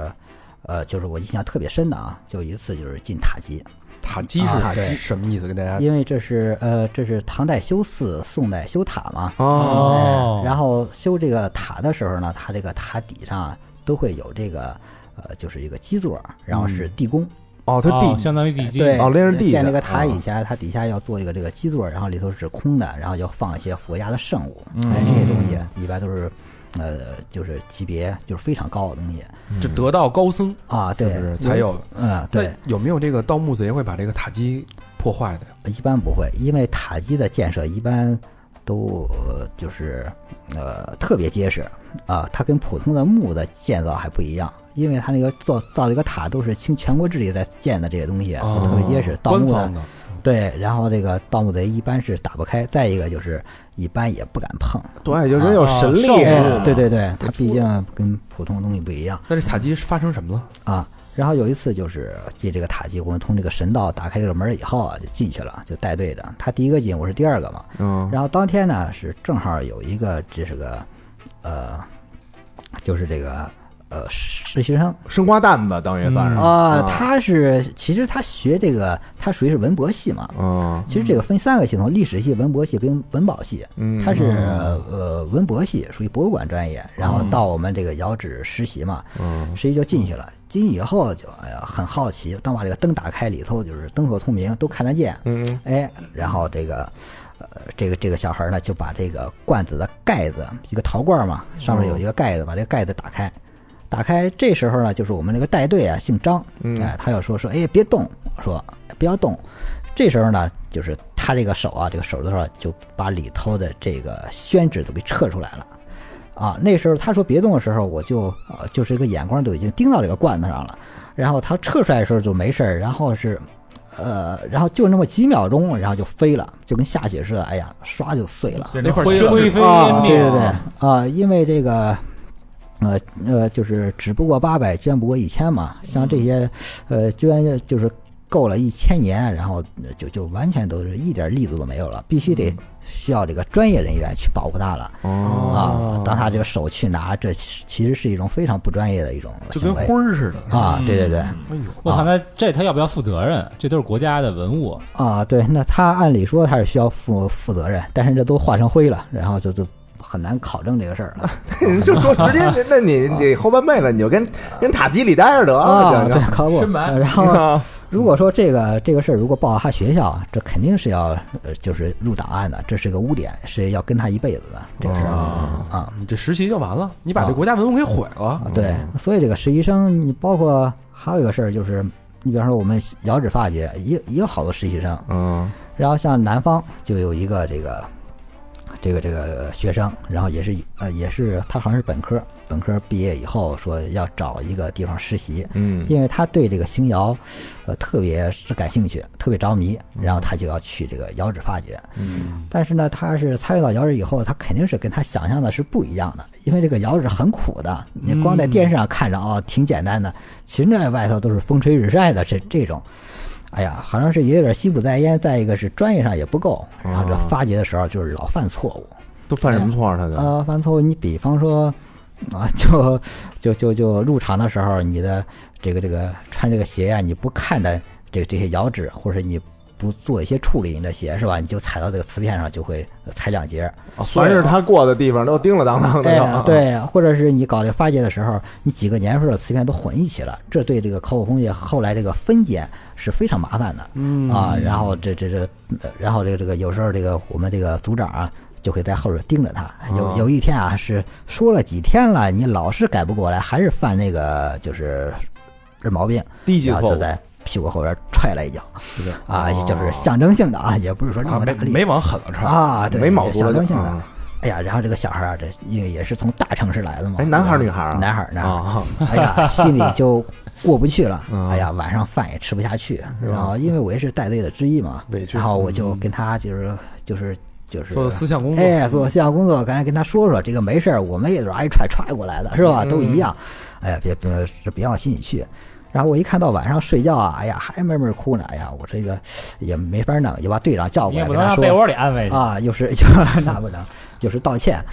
F: 呃，就是我印象特别深的啊，就有一次就是进塔基，
A: 塔基是
F: 啊
A: 塔基
F: 对
A: 什么意思？跟大家
F: 因为这是呃，这是唐代修寺，宋代修塔嘛，
C: 哦，
H: 哦
F: 然后修这个塔的时候呢，它这个塔底上啊都会有这个呃，就是一个基座，然后是地宫。
C: 哦，它
H: 哦
C: 地
H: 相当于地基，
F: 对，
C: 哦连着地
F: 建这
C: 的
F: 个塔
C: 啊
F: 以前，它底下要做一个这个基座，然后里头是空的，然后要放一些佛家的圣物，哎，这些东西一般都是呃，就是级别就是非常高的东西
A: 就得道高僧
F: 啊，
A: 是
F: 嗯对，
A: 不是才有的？
F: 嗯，对，
A: 那有没有这个盗墓贼会把这个塔基破坏的呀？
F: 一般不会，因为塔基的建设一般都、呃就是呃特别结实啊、它跟普通的木的建造还不一样，因为它那个造造这个塔都是倾全国之力在建的这些东西，
A: 哦
F: 啊都特别结实。盗
A: 官
F: 墓呢
A: 方，的
F: 对，然后这个盗墓贼一般是打不开，再一个就是一般也不敢碰。
C: 对，就人有神力
F: 嗯
H: 啊圣物
C: 是
A: 哦
H: 啊
C: 吧，
F: 对对对，它毕竟跟普通的东西不一样。
A: 那这塔基是发生什么了？
F: 啊。然后有一次就是进这个塔基，我们通这个神道打开这个门以后啊，就进去了，就带队的。他第一个进，我是第二个嘛。
C: 嗯，
F: 然后当天呢是正好有一个这是个，呃，就是这个呃实习生
C: 生瓜蛋吧，等于算是
F: 啊，他是其实他学这个他属于是文博系嘛。
C: 嗯
F: 其实这个分三个系统：历史系、文博系跟文保系。
C: 嗯，
F: 他是呃文博系，属于博物馆专业，然后到我们这个窑址实习嘛，
C: 嗯
F: 实习就进去了。进去以后就哎呀很好奇，当把这个灯打开，里头就是灯火通明，都看得见。
C: 嗯
F: 哎，然后这个，呃，这个这个小孩呢，就把这个罐子的盖子，一个陶罐嘛，上
C: 哦
F: 面有一个盖子，把这个盖子打开，打开。这时候呢，就是我们这个带队啊，姓张，哎，他要说说，哎，别动，说不要动。这时候呢，就是他这个手啊，这个手指头啊就把里头的这个宣纸都给撤出来了。啊，那时候他说别动的时候，我就呃就是一个眼光都已经盯到这个罐子上了，然后他撤出来的时候就没事儿，然后是呃，然后就那么几秒钟，然后就飞了，就跟下雪似的，哎呀，唰就碎了。
B: 那块
H: 灰
B: 儿
H: 灰
B: 灰
H: 飞
F: 啊，
H: 烟
F: 对
H: 灭
F: 对对，啊，因为这个。呃呃，就是只不过八百，捐不过一千嘛。像这些，呃，捐就是够了一千年，然后就就完全都是一点力度都没有了，必须得需要这个专业人员去保护它了。
A: 哦
F: 啊，当他这个手去拿，这其实是一种非常不专业的一种
A: 就跟
F: 行
A: 灰
F: 为
A: 儿似的。
F: 啊。对对对，
A: 哎呦，
H: 我操，那这他要不要负责任？这都是国家的文物，
F: 啊，对，那他按理说他是需要负负责任，但是这都化成灰了，然后就就很难考证这个事儿了。
C: 你 <laughs> 就说直接，那你你后半辈子你就跟跟塔基里待着得了，
F: 啊对
C: 就，啊
F: 可不。
B: 深埋
F: 呃然后，如果说这个这个事儿如果报到他学校，这肯定是要呃就是入档案的，这是个污点，是要跟他一辈子的这个事儿
C: 哦
F: 啊。
A: 你这实习就完了，你把
F: 啊
A: 这国家文物给毁了
F: 啊，对，
C: 嗯
F: 所以这个实习生，你包括还有一个事儿就是，你比方说我们遥指发掘也也有好多实习生，
C: 嗯
F: 然后像南方就有一个这个这个这个学生，然后也是呃也是他好像是本科，本科毕业以后说要找一个地方实习，
C: 嗯
F: 因为他对这个邢窑呃特别是感兴趣，特别着迷，然后他就要去这个窑址发掘。
C: 嗯
F: 但是呢，他是参与到窑址以后，他肯定是跟他想象的是不一样的，因为这个窑址很苦的，你光在电视上看着哦，挺简单的，其实那外头都是风吹日晒的这这种。哎呀，好像是也有点心不在焉，再一个是专业上也不够，然后这
C: 哦
F: 发掘的时候就是老犯错误，
C: 都犯什么错啊？他就
F: 呃，犯错误，你比方说，啊，就就就就入场的时候，你的这个这个穿这个鞋呀、你不看着这个这些窑址，或者你不做一些处理，你的鞋是吧？你就踩到这个瓷片上就会呃踩两截儿。
C: 哦凡是他过的地方都叮了当当
F: 对
C: 的，，
F: 哎对，啊或者是你搞这发掘的时候，你几个年份的瓷片都混一起了，这对这个考古工业后来这个分拣是非常麻烦的。
A: 嗯
F: 啊，然后这这这，呃然后这个这个有时候这个我们这个组长啊，就会在后边盯着他。有有一天啊，是说了几天了，你老是改不过来，还是犯那个就是这毛病，
C: 低级
F: 然后
C: 错
F: 就
C: 误，
F: 在屁股后边踹了一脚
A: 对，
F: 啊，
C: 哦
F: 就是象征性的啊，也不是说那
A: 啊，
F: 么大
A: 没
F: 力
A: 没往狠了穿。
F: 啊，对，
C: 没卯足
F: 象
C: 了
F: 征性
C: 就。
F: 的
C: 啊。
F: 哎呀，然后这个小孩啊，这因为也是从大城市来的嘛，
C: 哎，男孩儿女孩儿啊？
F: 男孩儿，男孩儿，
C: 啊，
F: 哎呀，心里就过不去了
C: 嗯。
F: 哎呀，晚上饭也吃不下去。然后因为我也是带队的之一嘛
A: 委，屈
F: 然后我就跟他就是就是就是
A: 做思想工作，
F: 哎，做思想工作，赶紧跟他说说，这个没事儿，我们也是挨踹踹过来的，是吧？
A: 嗯
F: 都一样，哎呀，别别是别往心里去。然后我一看到晚上睡觉啊，哎呀，还闷闷哭呢，哎呀，我这个也没法弄，就把队长叫过
H: 你也
F: 来
H: 不
F: 跟他
H: 能让
F: 说
H: 被窝里安慰去。
F: 啊，又是又 <laughs> 那不能，又是道歉。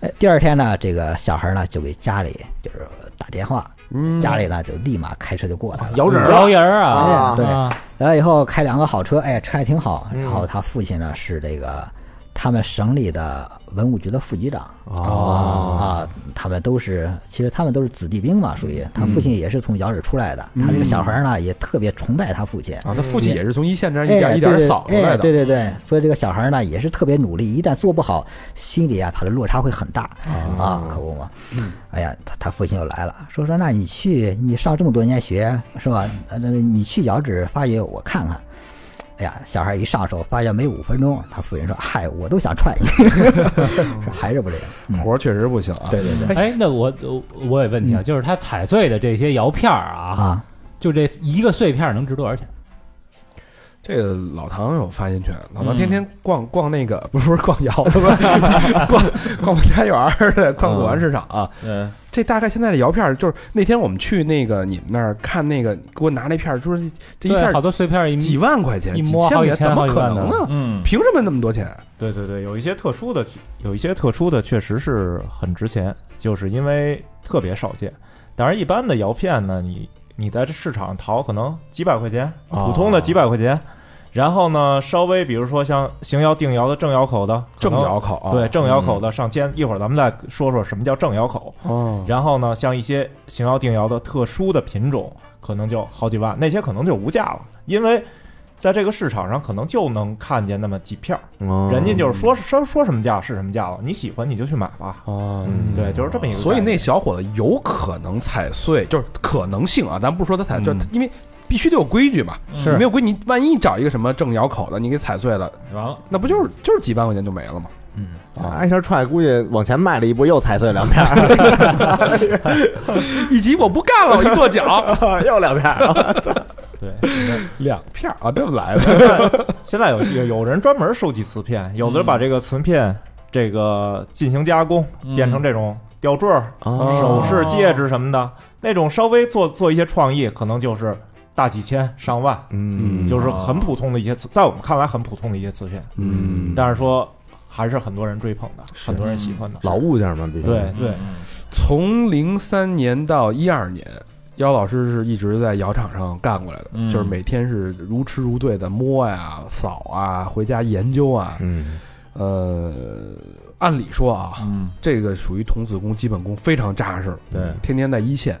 F: 哎，第二天呢，这个小孩呢就给家里就是打电话，
A: 嗯
F: 家里呢就立马开车就过来了，
C: 摇人儿
H: 摇
C: 了，
H: 人儿啊，
C: 啊
F: 对
H: 啊
F: 来了以后开两个好车，哎，车还挺好。
C: 嗯
F: 然后他父亲呢是这个他们省里的文物局的副局长
A: 哦
F: 啊，他们都是其实他们都是子弟兵嘛，属于他父亲也是从窑址出来的。他这个小孩呢也特别崇拜他父亲。
A: 啊，他父亲也是从一线这样
F: 哎
A: 一点一点扫出来
F: 哎对
A: 的，
F: 对对，所以这个小孩呢也是特别努力，一旦做不好，心里啊他的落差会很大啊，可不嘛。
A: 嗯
F: 哎呀，他他父亲又来了，说说那你去，你上这么多年学是吧？呃，那你去窑址发掘我看看。哎呀，小孩一上手发掘没五分钟，他父亲说：“嗨，我都想踹你， <laughs> 说还是不灵。
H: 嗯
A: 活儿确实不行啊。
F: 对对对，
H: 哎，那我我我有问题啊，就是他踩碎的这些窑片儿啊，
F: 啊，
H: 就这一个碎片儿能值多少钱？
A: 这个老唐有发言权，老唐
H: 嗯
A: 天天逛逛那个，不是不是逛窑子，不是 <laughs> 逛逛我家园儿的，逛古玩市场啊。
G: 嗯，
A: 这大概现在的窑片儿，就是那天我们去那个你们那儿看那个，给我拿那片儿，就是这一片
H: 对，好
A: 儿
H: 多碎片儿一
A: 几万块钱，
H: 一
A: 几
H: 摸好
A: 块
H: 几
A: 钱，
H: 千
A: 怎么
H: 好几
A: 可
H: 万
A: 能
H: 的
A: 呢？
G: 嗯，
A: 凭什么那么多钱？啊
G: 对对对，有一些特殊的，有一些特殊的确实是很值钱，就是因为特别少见。当然，一般的窑片呢，你你在这市场淘可能几百块钱，
A: 哦
G: 普通的几百块钱。然后呢，稍微比如说像邢窑、定窑的正窑口的，可
A: 正
G: 能
A: 窑口啊，
G: 对正窑口的上千。一会儿咱们再说说什么叫正窑口。
A: 哦，
G: 然后呢，像一些邢窑、定窑的特殊的品种，可能就好几万，那些可能就无价了，因为在这个市场上可能就能看见那么几片儿。
C: 嗯
G: 人家就是说说说什么价是什么价了，你喜欢你就去买吧。
A: 哦
G: 嗯，对，就是这么一个概念。
A: 所以那小伙子有可能踩碎，就是可能性啊，咱不是说他踩，
G: 嗯
A: 就是他因为必须得有规矩嘛。
G: 是
A: 你没有规矩，你万一找一个什么正窑口的，你给踩碎了，
G: 完了，
A: 那不就是就是几万块钱就没了吗？啊，
C: 挨一下踹，估计往前迈了一步，又踩碎两片儿，
A: 以及我不干了，我一
G: <laughs>
A: 跺脚，
C: 又两片儿。
G: 对，
A: 两片儿啊，这么
G: <laughs>
A: 来的。
G: 现在有有有人专门收集瓷片，有的把这个瓷片这个进行加工，变成这种吊坠儿、首饰、戒指什么的，那种稍微做做一些创意，可能就是大几千、上万，
C: <laughs> 嗯
G: 就是很普通的一些瓷，在我们看来很普通的一些瓷片，
A: 嗯
G: 但是说还是很多人追捧的，很多人喜欢的。
C: 老物件嘛，毕竟
G: 对
H: 嗯
G: 对，
B: 嗯
A: 从零三年到一二年，姚老师是一直在窑厂上干过来的，
B: 嗯
A: 就是每天是如痴如醉的摸呀、扫啊、回家研究啊。
C: 嗯，
A: 呃，按理说啊，
B: 嗯
A: 这个属于童子功基本功非常扎实，
G: 对，
A: 天天在一线。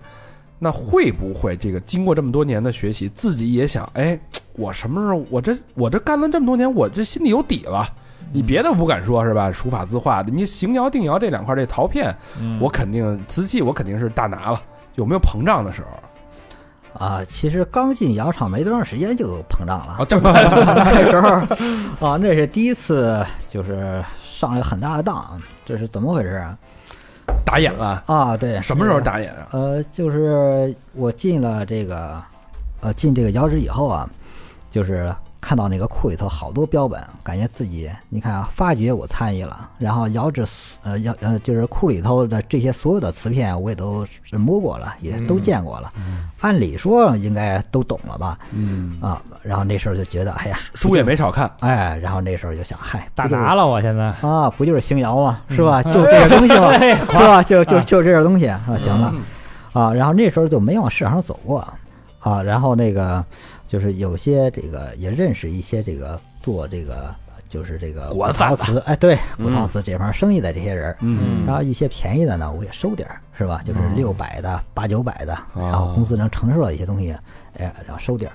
A: 那会不会这个经过这么多年的学习，自己也想，哎，我什么时候我这我这干了这么多年，我这心里有底了。你别的不敢说是吧？书法字画，你邢窑定窑这两块这陶片，
B: 嗯
A: 我肯定瓷器我肯定是大拿了。有没有膨胀的时候
F: 啊，其实刚进窑厂没多长时间就膨胀了
A: 啊？这 <laughs> 么
F: <laughs> 那时候啊，那是第一次，就是上了很大的当，这是怎么回事啊？
A: 打眼了？
F: 啊，对，
A: 什么时候？打眼啊？
F: 呃，就是我进了这个，呃，进这个窑址以后啊，就是看到那个库里头好多标本，感觉自己你看啊，发掘我参与了，然后窑址呃窑呃就是库里头的这些所有的瓷片我也都是摸过了，也
A: 嗯
F: 都见过了，按理说应该都懂了吧？
A: 嗯，
F: 啊，然后那时候就觉得，哎呀，
A: 书也没少看，
F: 哎，然后那时候就想，嗨，
H: 打
F: 不就是
H: 拿了，我现在
F: 啊，不就是邢窑嘛，是吧？就这点东西嘛，是吧？就就就这点东西啊，行了，啊，然后那时候就没往市场上走过，啊，然后那个就是有些这个也认识一些这个做这个就是这个
A: 古玩贩
F: 陶
A: 子
F: 瓷，哎，对，古陶瓷这方生意的这些人儿，
A: 嗯
F: 然后一些便宜的呢，我也收点儿，是吧？就是六百的、八九百的，然后
A: 哦
F: 公司能承受的一些东西，哎，然后收点儿。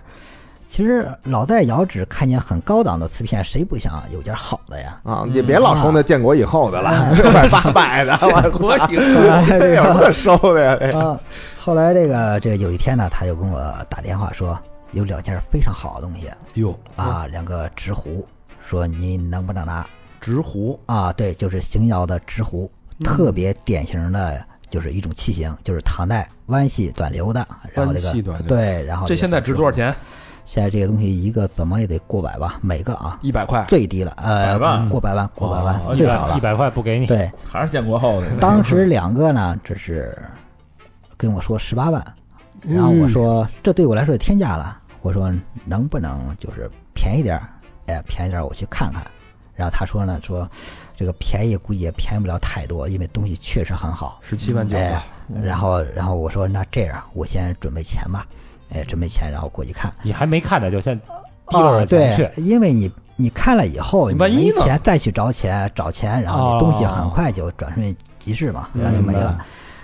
F: 其实老在窑址看见很高档的瓷片，谁不想有点好的呀？
C: 啊，
A: 嗯
C: 也别老说那建国以后的了，六百八百的，建国以后 <laughs> 这有什么收的呀？这
F: <laughs> 啊，后来这个这个有一天呢，他就跟我打电话说，有两件非常好的东西
A: 哟，
F: 啊，两个直壶，说你能不能拿
A: 直壶
F: 啊？对，就是邢窑的直壶，
A: 嗯
F: 特别典型的就是一种器型，就是唐代弯系短流的，然
A: 弯
F: 后哎这个
A: 系短流
F: 对，然后
A: 这现在值多少
F: 钱？
A: 钱？
F: 现在这个东西一个怎么也得过百吧，每个啊
A: 一百块，
F: 最低了，
B: 百
F: 呃
B: 万，
F: 过百万，过百万、
B: 哦
F: 最少了
H: 一。百块不给你，
F: 对，
B: 还是建国后的。
F: 当时两个呢，这是跟我说十八万，然后我说这对我来说也天价了，我说能不能就是便宜点儿？哎，便宜点儿我去看看。然后他说呢，说这个便宜估计也便宜不了太多，因为东西确实很好。
A: 十七万九
F: 哎
A: 吧，，
H: 嗯
F: 然后然后我说那这样，我先准备钱吧，哎，准备钱，然后过去看。
H: 你还没看呢，就先提溜
F: 啊，
H: 着钱去
F: 对，，因为你你看了以后，你
A: 万一
F: 没
A: 呢
F: 钱再去找钱找钱，然后
H: 哦
F: 你东西很快就转瞬即逝嘛，然后就没
A: 明
F: 了。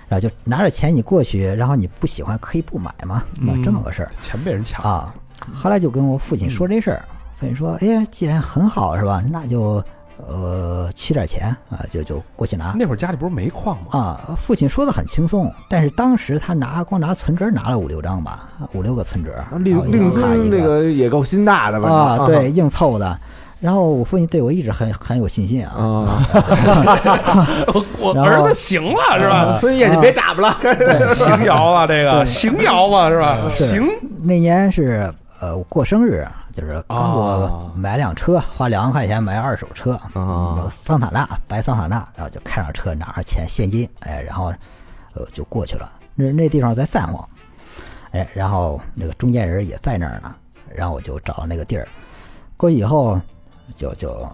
F: 然后就拿着钱你过去，然后你不喜欢可以不买嘛，
A: 嗯
F: 这么个事儿
A: 钱被人抢了，
F: 啊。后来就跟我父亲
H: 嗯
F: 说这事儿，父亲说：“哎呀，既然很好是吧，那就呃取点钱啊，就就过去拿。”
A: 那会儿家里不是煤矿吗？
F: 啊，父亲说的很轻松，但是当时他拿光拿存折儿拿了五六张吧，五六个啊存折儿，然后
C: 啊令
F: 一
C: 令
F: 张卡一
C: 尊这个也够心大的吧？
F: 啊，对，硬凑的。然后我父亲对我一直很很有信心啊，
C: 啊，
A: 我
F: 然后
A: 儿子行了是
F: 啊
C: <laughs>
A: 吧？
C: 所以眼睛别眨巴了， <laughs>
A: 行摇啊，这个行摇嘛是吧？
F: 是
A: 行，
F: 那年是呃我过生日，就是给
A: 哦
F: 我买辆车，花两万块钱买二手车，
C: 哦
F: 有桑塔纳白桑塔纳，然后就开上车，拿着钱现金，哎，然后呃就过去了。那那地方在散晃，哎，然后那个中间人也在那儿呢，然后我就找那个地儿，过去以后就就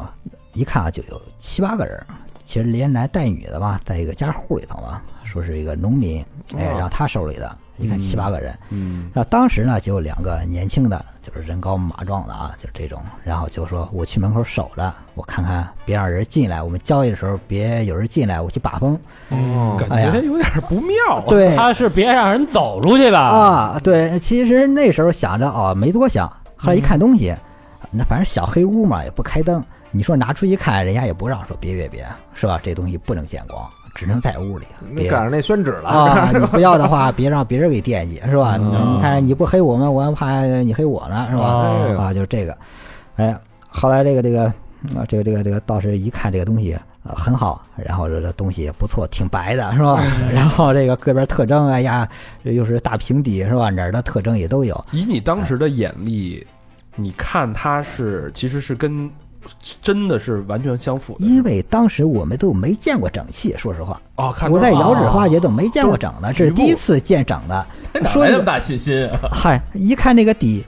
F: 一看啊，就有七八个人，其实连男带女的吧，在一个家户里头嘛，说是一个农民，哎，然后他手里的，一看七八个人，
B: 嗯，
F: 然后当时呢，就有两个年轻的，就是人高马壮的啊，就这种，然后就说我去门口守着，我看看别让人进来，我们交易的时候别有人进来，我去把风。
A: 感
F: 哎呀
A: 觉有点不妙啊。
F: 对
H: 他是别让人走出去吧？，
F: 啊，对，其实那时候想着哦，没多想，后来一看东西，那反正小黑屋嘛，也不开灯，你说拿出一看，人家也不让，说别别别，是吧？这东西不能见光，只能在屋里，
C: 你
F: 别
C: 赶上那宣纸嗯了，
F: 啊，你不要的话，别让别人给惦记，是吧？你看你不黑我们，我还怕你黑我呢，是吧？
C: 哦
F: 啊，就是这个，哎，后来这个这个啊，这个这个这个道士一看这个东西。呃很好，然后这这东西也不错，挺白的是吧？ <laughs> 然后这个个别特征，哎呀，这又是大平底是吧？哪儿的特征也都有。
A: <laughs> 以你当时的眼力，你看他是其实是跟真的是完全相符的。
F: 因为当时我们都没见过整器，说实话，
A: 哦，看
F: 我在窑址化
A: 啊
F: 学都没见过整的，这是第一次见整的。
B: 哪
F: 说
B: 来那
F: 这个
B: 么大信心啊？
F: <laughs> 嗨，一看那个底，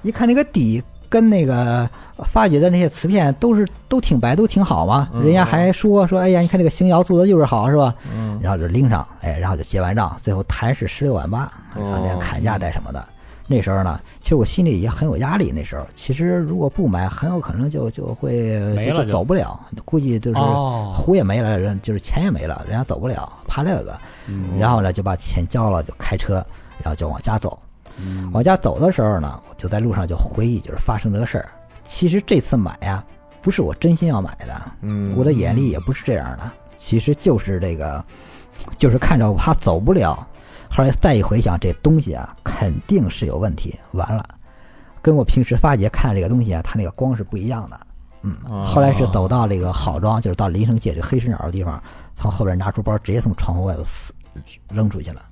F: 一看那个底跟那个发掘的那些瓷片都是都挺白，都挺好嘛。
H: 嗯
F: 人家还说说，哎呀，你看这个邢窑做的就是好，是吧？
B: 嗯，
F: 然后就拎上，哎，然后就结完账，最后谈是十六万八，然后
H: 哦
F: 连砍价带什么的。那时候呢，其实我心里也很有压力。那时候，其实如果不买，很有可能就就会
H: 没
F: 就
H: 了
F: 就
H: 就
F: 走不了，估计就是
H: 哦，
F: 壶也没了，人就是钱也没了，人家走不了，怕这个。然后呢，就把钱交了，就开车，然后就往家走。往家走的时候呢，我就在路上就回忆，就是发生这个事儿。其实这次买呀，不是我真心要买的，
C: 嗯
F: 我的眼力也不是这样的，其实就是这个，就是看着我怕走不了。后来再一回想，这东西啊，肯定是有问题。完了，跟我平时发掘看这个东西啊，它那个光是不一样的。嗯，后来是走到这个郝庄，就是到林生界这个黑石鸟的地方，从后边拿出包，直接从窗户外头撕扔出去了，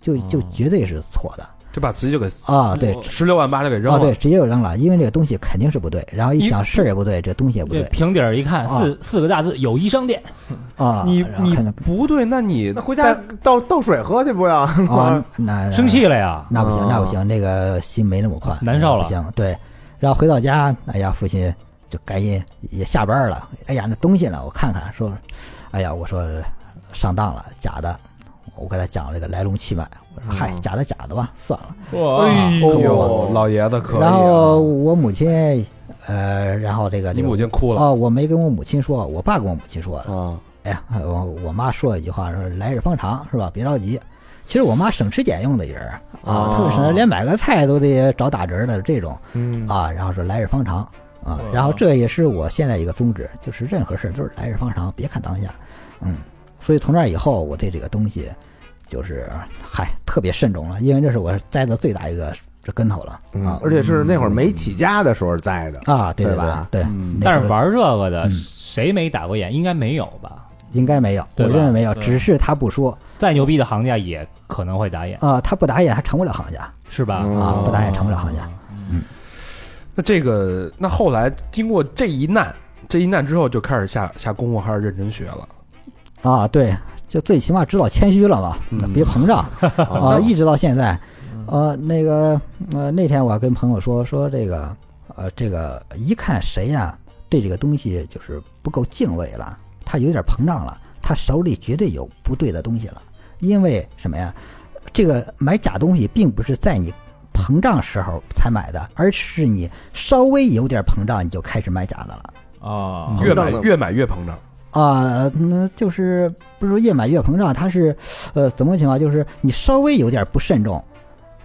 F: 就就绝对是错的
A: 就把自己就给
F: 啊！对，
A: 十六万八就给扔
F: 啊
A: 了。
F: 对，直接就扔了，因为这个东西肯定是不对。然后一想事儿也不对，这东西也不
H: 这
F: 对
H: 平底儿一看，
F: 嗯啊
H: 四四个大字“友谊商店
F: 啊！
A: 你
F: 然后
A: 你
F: 看到
A: 不对，那你
C: 那回家倒倒水喝去不要？ <laughs>
F: 啊，那”，
H: 生气了呀？
F: 那不行，
C: 嗯
A: 哦
F: 那不行，那个心没那么快，
H: 难受了
F: 不行，对。然后回到家，哎呀，父亲就赶紧也下班了。哎呀，那东西呢？我看看，说，哎呀，我说上当了，假的。我给他讲这个来龙去脉，我
A: 嗯
F: 说嗨，假的假的吧，算了。
B: 哇，
A: 哎
H: 哦
A: 呦，老爷子可以啊。
F: 然后我母亲，呃，然后这个
A: 你
F: 这个
A: 母亲哭了
F: 哦，我没跟我母亲说，我爸跟我母亲说的。
A: 啊，
F: 哎呀，我我妈说了一句话，说来日方长，是吧？别着急。其实我妈省吃俭用的人儿啊，特别省，连买个菜都得找打折儿的这种
C: 嗯
F: 啊。然后说来日方长啊，然后这也是我现在一个宗旨，就是任何事儿都是来日方长，别看当下。嗯，所以从那以后，我对这个东西就是嗨特别慎重了，因为这是我栽的最大一个这跟头了啊
C: 而且是那会儿没起家的时候栽的，
F: 啊，对
C: 对
F: 对
C: 吧
F: 对，那
H: 但
F: 时
H: 是
F: 候
H: 玩这个的
F: 嗯
H: 谁没打过眼？应该没有吧？
F: 应该没有，我
H: 对吧
F: 认为没有，
B: 对
F: 只是他不说
H: 再牛逼的行家也可能会打眼，
F: 啊，他不打眼还成不了行家。
H: 是吧？
F: 啊，不打也成不了行家。嗯，
A: 那这个，那后来经过这一难，这一难之后，就开始下下功夫，开始认真学了。
F: 啊，对，就最起码知道谦虚了嘛，
A: 嗯
F: 别膨胀啊，
C: 啊
F: 一直到现在。呃，那个呃，那天我还跟朋友说说这个，呃，这个一看谁呀、对这个东西就是不够敬畏了，他有点膨胀了，他手里绝对有不对的东西了。因为什么呀？这个买假东西并不是在你膨胀时候才买的，而是你稍微有点膨胀你就开始买假的了。
B: 啊
A: 越
C: 膨胀
A: 买
C: 了
A: 越买越膨胀，
F: 啊，那就是不是说越买越膨胀，它是，呃，怎么个情况？就是你稍微有点不慎重，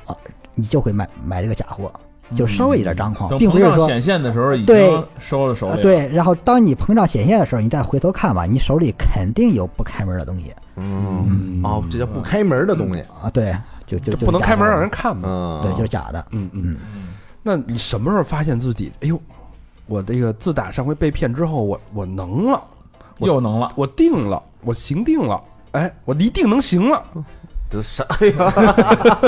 F: 啊，你就会买买这个假货，就稍微有点张狂，
B: 等
F: 并不
B: 膨
F: 是
B: 胀
F: 说、
B: 显现的时候已
F: 对
B: 经收了手
F: 啊
B: 里了，
F: 对。然后当你膨胀显现的时候，你再回头看吧，你手里肯定有不开门的东西
C: 嗯，哦，这叫不开门的东西，
F: 啊，对，就
A: 这
F: 就就
A: 不能
F: 是假
A: 开门
F: 的
A: 让人看嘛。
C: 嗯，
F: 对，就是假的。
A: 嗯嗯
F: 嗯。
A: 那你什么时候发现自己？哎呦，我这个自打上回被骗之后，我我能了，
B: 又能了，
A: 我定了，我行定了，哎，我一定能行了。
C: 这 <laughs> 啥呀？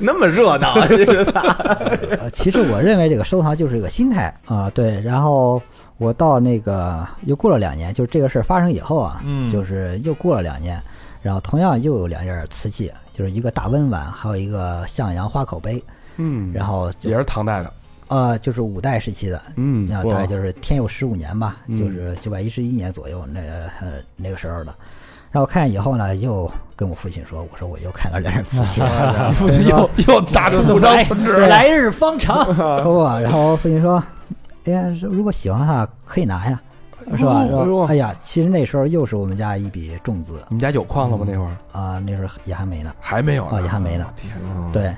C: 那么热 <laughs> 闹，这个
F: 呃，其实我认为这个收藏就是一个心态啊、对。然后我到那个又过了两年，就是这个事儿发生以后啊，
B: 嗯
F: 就是又过了两年，然后同样又有两件瓷器，就是一个大温碗，还有一个向阳花口杯，
A: 嗯
F: 然后就
A: 也是唐代的，
F: 呃就是五代时期的，
A: 嗯
F: 啊，大概就是天佑十五年吧，
A: 嗯
F: 就是九百一十一年左右那呃那个时候的。然后看见以后呢，又跟我父亲说，我说我又看到两件瓷器了，
A: 你父亲又又打出五张存折，
H: 来日方长，
F: 不，然后父亲说：“哎呀，如果喜欢的话，可以拿呀，是吧？”然后哎呀，其实那时候又是我们家一笔重资
A: 你们家有矿了吗？那会儿哦
F: 啊、那时候也还没呢，
A: 嗯还没有
F: 啊、也还没呢。
A: 天
F: 对，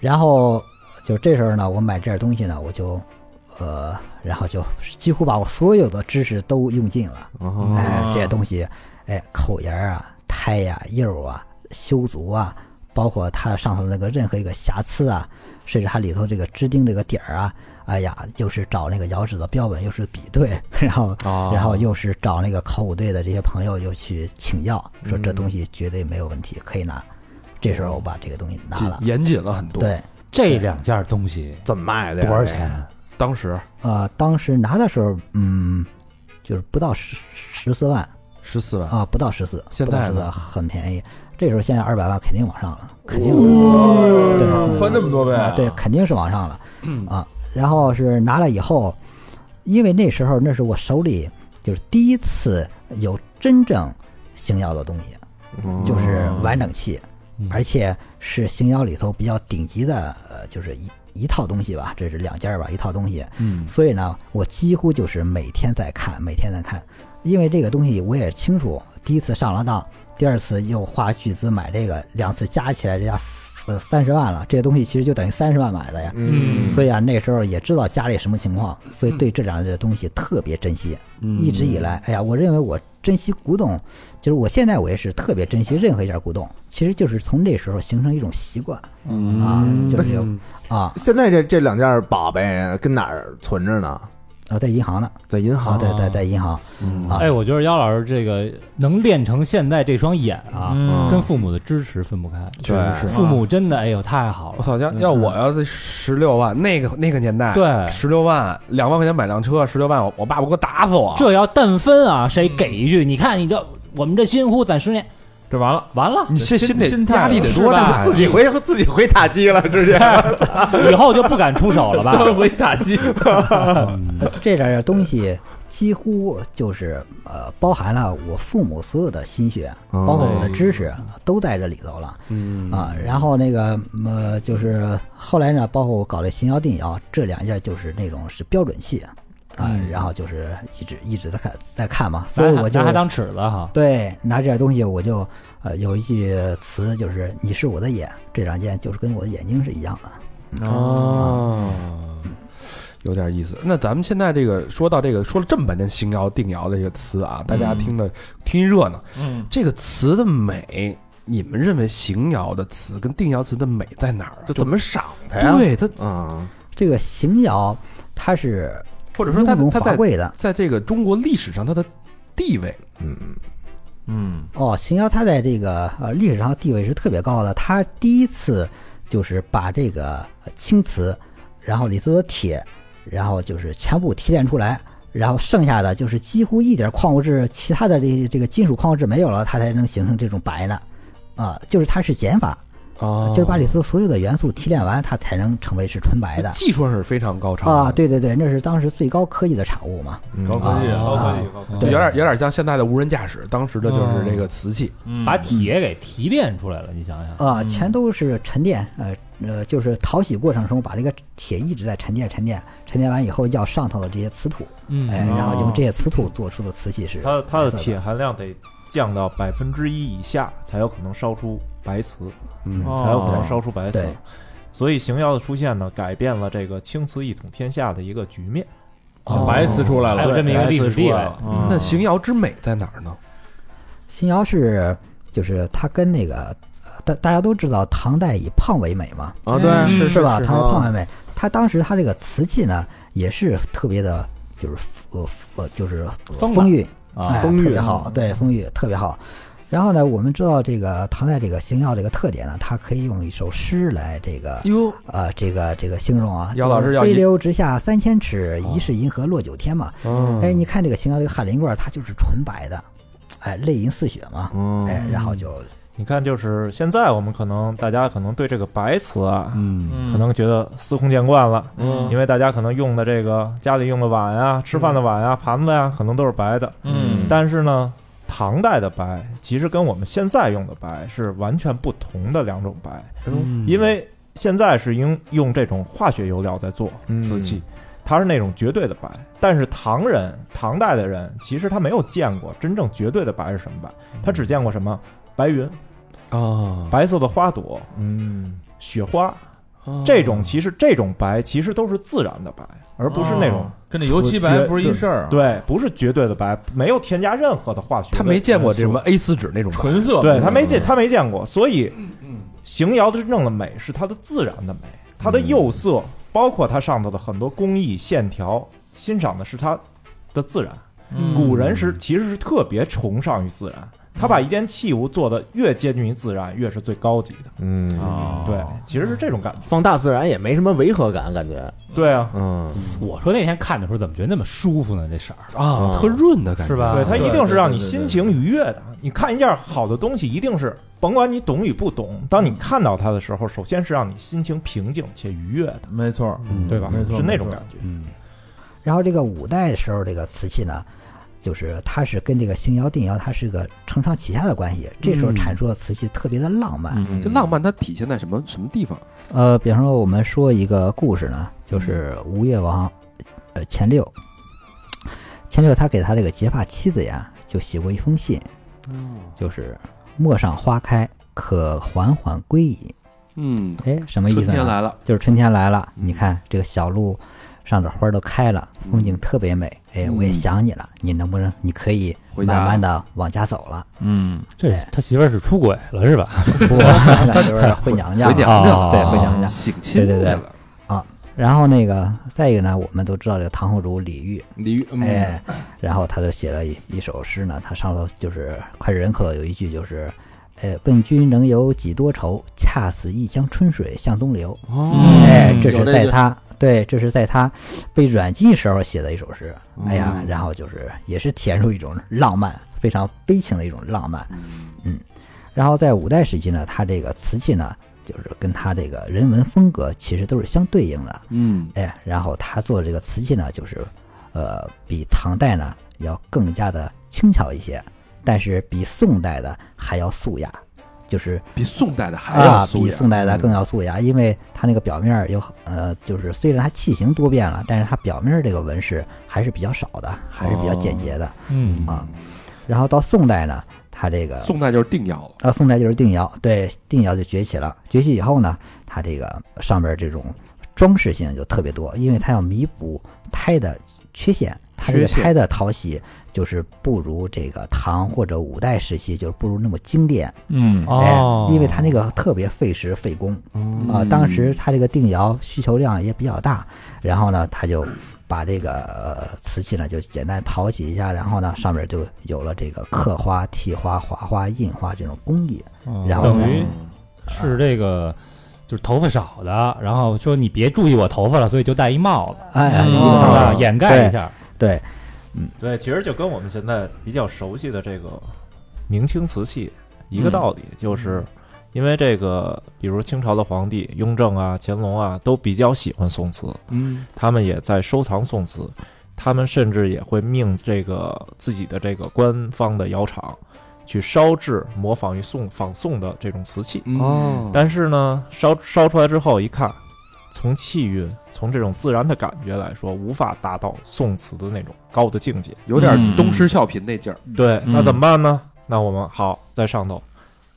F: 然后就这时候呢，我买这点东西呢，我就呃，然后就几乎把我所有的知识都用尽了。哎，这些东西，哎，口沿儿啊、胎呀、釉啊、修足啊，包括它上头那个任何一个瑕疵啊，甚至它里头这个支钉这个底儿啊，哎呀，又是找那个窑址的标本，又是比对， <laughs> 然后
A: 啊，
F: 然后又是找那个考古队的这些朋友又去请教，
A: 嗯
F: 说这东西绝对没有问题，可以拿。这时候我把这个东西拿
A: 紧
F: 了，
A: 严谨了很多。，
F: 对，
H: 这两件东西
C: 怎么卖的呀？
H: 多少钱？
A: 当时
F: 呃，当时拿的时候，嗯，就是不到十十四万，
A: 十四万，
F: 啊，不到十四，
A: 现
F: 不到
A: 在
F: 14
A: 呢
F: 很便宜。这时候现在二百万肯定往上了，肯定对
B: 翻这么多倍
A: 嗯
F: 啊，
B: 啊，
F: 对，肯定是往上了啊。然后是拿了以后，因为那时候那是我手里就是第一次有真正邢窑的东西，
C: 嗯
F: 就是完整器，
H: 嗯
F: 而且是邢窑里头比较顶级的，呃，就是一一套东西吧，这是两件儿吧，一套东西。
A: 嗯，
F: 所以呢，我几乎就是每天在看，每天在看，因为这个东西我也清楚，第一次上了当，第二次又花巨资买这个，两次加起来这要四三十万了，这个东西其实就等于三十万买的呀。
C: 嗯，
F: 所以啊，那时候也知道家里什么情况，所以对这两件东西特别珍惜。
B: 嗯
F: 一直以来，哎呀，我认为我珍惜古董，就是我现在我也是特别珍惜任何一件古董，其实就是从这时候形成一种习惯
A: 嗯
F: 啊，就是啊
C: 现在这这两件宝贝跟哪儿存着呢？
F: 啊，在银行呢，
C: 在银
F: 啊，
C: 行。
F: 在在在银行
A: 嗯
F: 啊
H: 哎，，我觉得姚老师这个能练成现在这双眼啊，
B: 嗯
H: 跟父母的支持分不开。
F: 嗯
A: 确实是。嗯
H: 父母真的，哎呦，太好
A: 我操！
H: 了。
A: 要要我要这十六万，那个那个年代，
H: 对
A: 十六万，两万块钱买辆车，十六万，我我爸不给我打死我，
H: 这要但分啊，谁给一句？你看你这，我们这辛苦攒十年，
B: 这完了，
H: 完了，
A: 你这嗯心
B: 心
A: 得
B: 态
A: 压力得
B: 是
A: 多大
B: 吧
A: 呀？
C: 自己回自己回打击了，直接
H: 以后就不敢出
F: <laughs>
H: 手了吧？
B: 回打击，
F: 呃这点儿东西几乎就是呃，包含了我父母所有的心血，
C: 哦
F: 嗯包括我的知识都在这里头了
A: 嗯
F: 啊。然后那个嗯呃，就是后来呢，包括我搞了邢窑定窑，这两件就是那种是标准器啊，
A: 嗯
F: 然后就是一直一直在看在看嘛，所以
H: 拿
F: 我就
H: 拿它当尺子哈。
F: 对拿这点东西我就呃有一句词就是“你是我的眼”，这两件就是跟我的眼睛是一样的。
A: 哦，啊有点意思。那咱们现在这个说到这个，说了这么半天“邢窑”“定窑”这个词啊，大家听的、听一热闹。
B: 嗯，
A: 这个词的美，你们认为邢窑的词跟定窑词的美在哪儿啊？
C: 这怎么赏他呀？
A: 对它，
C: 啊，
F: 这个邢窑它是
A: 或者说它
F: 雍容
A: 它
F: 华
A: 在
F: 贵的。
A: 在这个中国历史上它的地位，
C: 嗯，
B: 嗯，
F: 哦，邢窑它在这个呃历史上地位是特别高的，它第一次就是把这个呃青瓷，然后里头的铁然后就是全部提炼出来，然后剩下的就是几乎一点矿物质，其他的这这个金属矿物质没有了，它才能形成这种白呢。啊，就是它是减法，
A: 啊
F: 就是把里头所有的元素提炼完，它才能成为是纯白的。
A: 技术上是非常高超
F: 啊，
A: 的，
F: 对对对，那是当时最高科技的产物嘛。
G: 嗯
B: 高科技，
F: 啊
B: 高科技，
F: 啊
B: 高科技，
A: 就有点有点像现在的无人驾驶，当时的就是这个瓷器，
B: 嗯
H: 把铁给提炼出来了，你想想，
F: 啊，
B: 嗯
F: 全都是沉淀，呃呃，就是淘洗过程中把这个铁一直在沉淀沉淀，沉淀完以后要上头的这些瓷土，
H: 嗯
F: 哎，然后用这些瓷土做出的瓷器是
G: 它它的
F: 白色的
G: 铁含量得降到百分之一以下，才有可能烧出白瓷，
A: 嗯
B: 哦
G: 才有可能烧出白瓷
F: 对。
G: 所以邢窑的出现呢，改变了这个青瓷一统天下的一个局面。
B: 小白瓷出来
H: 哦还
B: 了，
H: 有这么一个历史地位，
B: 嗯
A: 那邢窑之美在哪儿呢？
F: 新窑是就是它跟那个呃大大家都知道唐代以胖为美嘛，
C: 啊，
A: 嗯
C: 对，
F: 是是吧？
A: 是
F: 唐代
C: 啊
F: 胖为美，它当时它这个瓷器呢也是特别的，就是呃呃就是
H: 丰满
F: 丰裕，
H: 啊
F: 哎，
C: 丰裕
F: 特别好，对，丰裕特别好。然后呢，我们知道这个唐代这个邢窑这个特点呢，它可以用一首诗来这个
A: 哟，
F: 呃，这个这个形容啊，
A: 姚老师要
F: 飞
A: 一哦
F: 流直下三千尺，疑是银河落九天嘛。哎，你看这个邢窑这个翰林罐儿，它就是纯白的，哎，泪盈似血嘛。
A: 哦
F: 哎，然后就
G: 你看，就是现在我们可能大家可能对这个白瓷啊，
A: 嗯，
B: 嗯
G: 可能觉得司空见惯了，
B: 嗯
G: 因为大家可能用的这个家里用的碗啊、吃饭的碗啊、盘子呀，可能都是白的。
B: 嗯
G: 但是呢，唐代的白其实跟我们现在用的白是完全不同的两种白，
C: 嗯
G: 因为现在是用用这种化学油料在做
C: 嗯
G: 瓷器，它是那种绝对的白。但是唐人、唐代的人其实他没有见过真正绝对的白是什么白，他只见过什么白云、
A: 啊，
G: 白色的花朵、
C: 嗯，
G: 雪花
A: 哦
G: 这种，其实这种白其实都是自然的白，而不是那种
B: 哦跟这油漆白不是一事儿啊，
G: 对，不是绝对的白，没有添加任何的化学的元素。
A: 他没见过这嗯什么 A 四纸那种白
B: 纯色，
G: 对他没见，他没见过，所以
A: 嗯
G: 邢窑的真正的美是它的自然的美，它的釉
A: 嗯
G: 色，包括它上头的很多工艺线条，欣赏的是它的自然。
B: 嗯
G: 古人是其实是特别崇尚于自然，
A: 嗯
G: 他把一件器物做的越接近于自然，越是最高级的。
C: 嗯，
B: 哦
G: 对，其实是这种
A: 嗯
G: 感觉。
C: 放大自然也没什么违和感，感觉，
G: 对啊，
C: 嗯，
H: 我说那天看的时候，怎么觉得那么舒服呢？这色儿
A: 啊，
C: 嗯
A: 特润的感觉
H: 是吧
G: 对，它一定是让
B: 对
G: 你
B: 对对
G: 心情愉悦的。你看一件好的东西，一定是甭管你懂与不懂，当你看到它的时候，首先是让你心情平静且愉悦的，
B: 没错，
F: 嗯
G: 对吧？
B: 没错
G: 是那
B: 没
G: 种
B: 错
G: 感觉。
F: 嗯。然后这个五代时候这个瓷器呢，就是它是跟这个邢窑定窑它是个承上启下的关系。这时候
A: 嗯
F: 阐述的瓷器特别的浪漫。
B: 嗯
A: 这浪漫它体现在什么什么地方？
F: 呃，比方说我们说一个故事呢，就是
A: 嗯
F: 吴越王，呃，钱六，钱六他给他这个结发妻子呀，就写过一封信，
A: 哦
F: 就是“陌上花开，可缓缓归矣
A: 嗯”。，
F: 哎，什么意
A: 春
F: 思
A: 天
F: 呢？
A: 来了，嗯
F: 就是春天来了，你看这个小路上的花儿都开了，风景特别美。哎，我也
A: 嗯
F: 想你了，你能不能，你可以
A: 回家
F: 慢慢的往家走
A: <laughs>
F: 了，
B: 嗯，
H: 这
F: 哎
H: 他媳妇儿是出轨了是吧？
F: <laughs> 我就是回娘家
A: 回娘
F: 了。
A: 家
H: 啊
A: 了，
F: 对回娘家
A: 省亲去
F: 对对对
A: 了，
F: 然后那个再一个呢，我们都知道这个唐后主李煜，
C: 鲤鱼，嗯
F: 哎，然后他就写了一一首诗呢，他上头就是脍炙人口的有一句就是，呃，问君能有几多愁，恰似一江春水向东流。
C: 哦
F: 哎，这
C: 有
F: 是
C: 这
F: 在
C: 句
F: 他对，这是在他被软禁时候写的一首诗。哎呀
C: 嗯，
F: 然后就是也是体现出一种浪漫，非常悲情的一种浪漫。嗯，然后在五代时期呢，他这个瓷器呢，就是跟他这个人文风格其实都是相对应的。
A: 嗯，
F: 哎，然后他做这个瓷器呢，就是，呃，比唐代呢要更加的轻巧一些，但是比宋代的还要素雅，就是
A: 比宋代的还要
F: 啊，
A: 素
F: 比
A: 雅嗯
F: 宋代的更要素雅，因为它那个表面儿有呃，就是虽然它器型多变了，但是它表面儿这个纹饰还是比较少的，还是比较简洁
A: 哦
F: 的。
H: 嗯
F: 啊然后到宋代呢，它这个
A: 宋代就是定窑了，
F: 呃，宋代就是定窑，对，定窑就崛起了。崛起以后呢，它这个上边这种装饰性就特别多，因为它要弥补胎的呃缺陷。它这个
A: 缺陷
F: 胎的淘洗就是不如这个唐或者五代时期，就是不如那么经典，
B: 嗯
H: 哦
F: 哎，因为它那个特别费时费工啊、
A: 嗯
F: 当时它这个定窑需求量也比较大，然后呢，它就把这个、呃、瓷器呢就简单淘洗一下，然后呢上面就有了这个刻花、
H: 哦
F: 剔花、划花、印花这种工艺。然后
H: 等于
F: 呢
H: 是这个就是头发少的，然后说你别注意我头发了，所以就戴一帽子，
C: 嗯
F: 哎，
H: 是
C: 啊
H: 吧？掩盖一下。
F: 对，
G: 对，其实就跟我们现在比较熟悉的这个嗯明清瓷器一个道理，就是因为这个，比如清朝的皇帝雍正啊、乾隆啊，都比较喜欢宋瓷，
I: 嗯，
G: 他们也在收藏宋瓷，他们甚至也会命这个自己的这个官方的窑厂去烧制模仿于宋仿宋的这种瓷器。
A: 哦，
G: 但是呢，烧烧出来之后一看，从气韵、从这种自然的感觉来说，无法达到宋瓷的那种高的境界。
A: 有点东施效颦那劲儿，
G: 对，那怎么办呢？那我们好在上头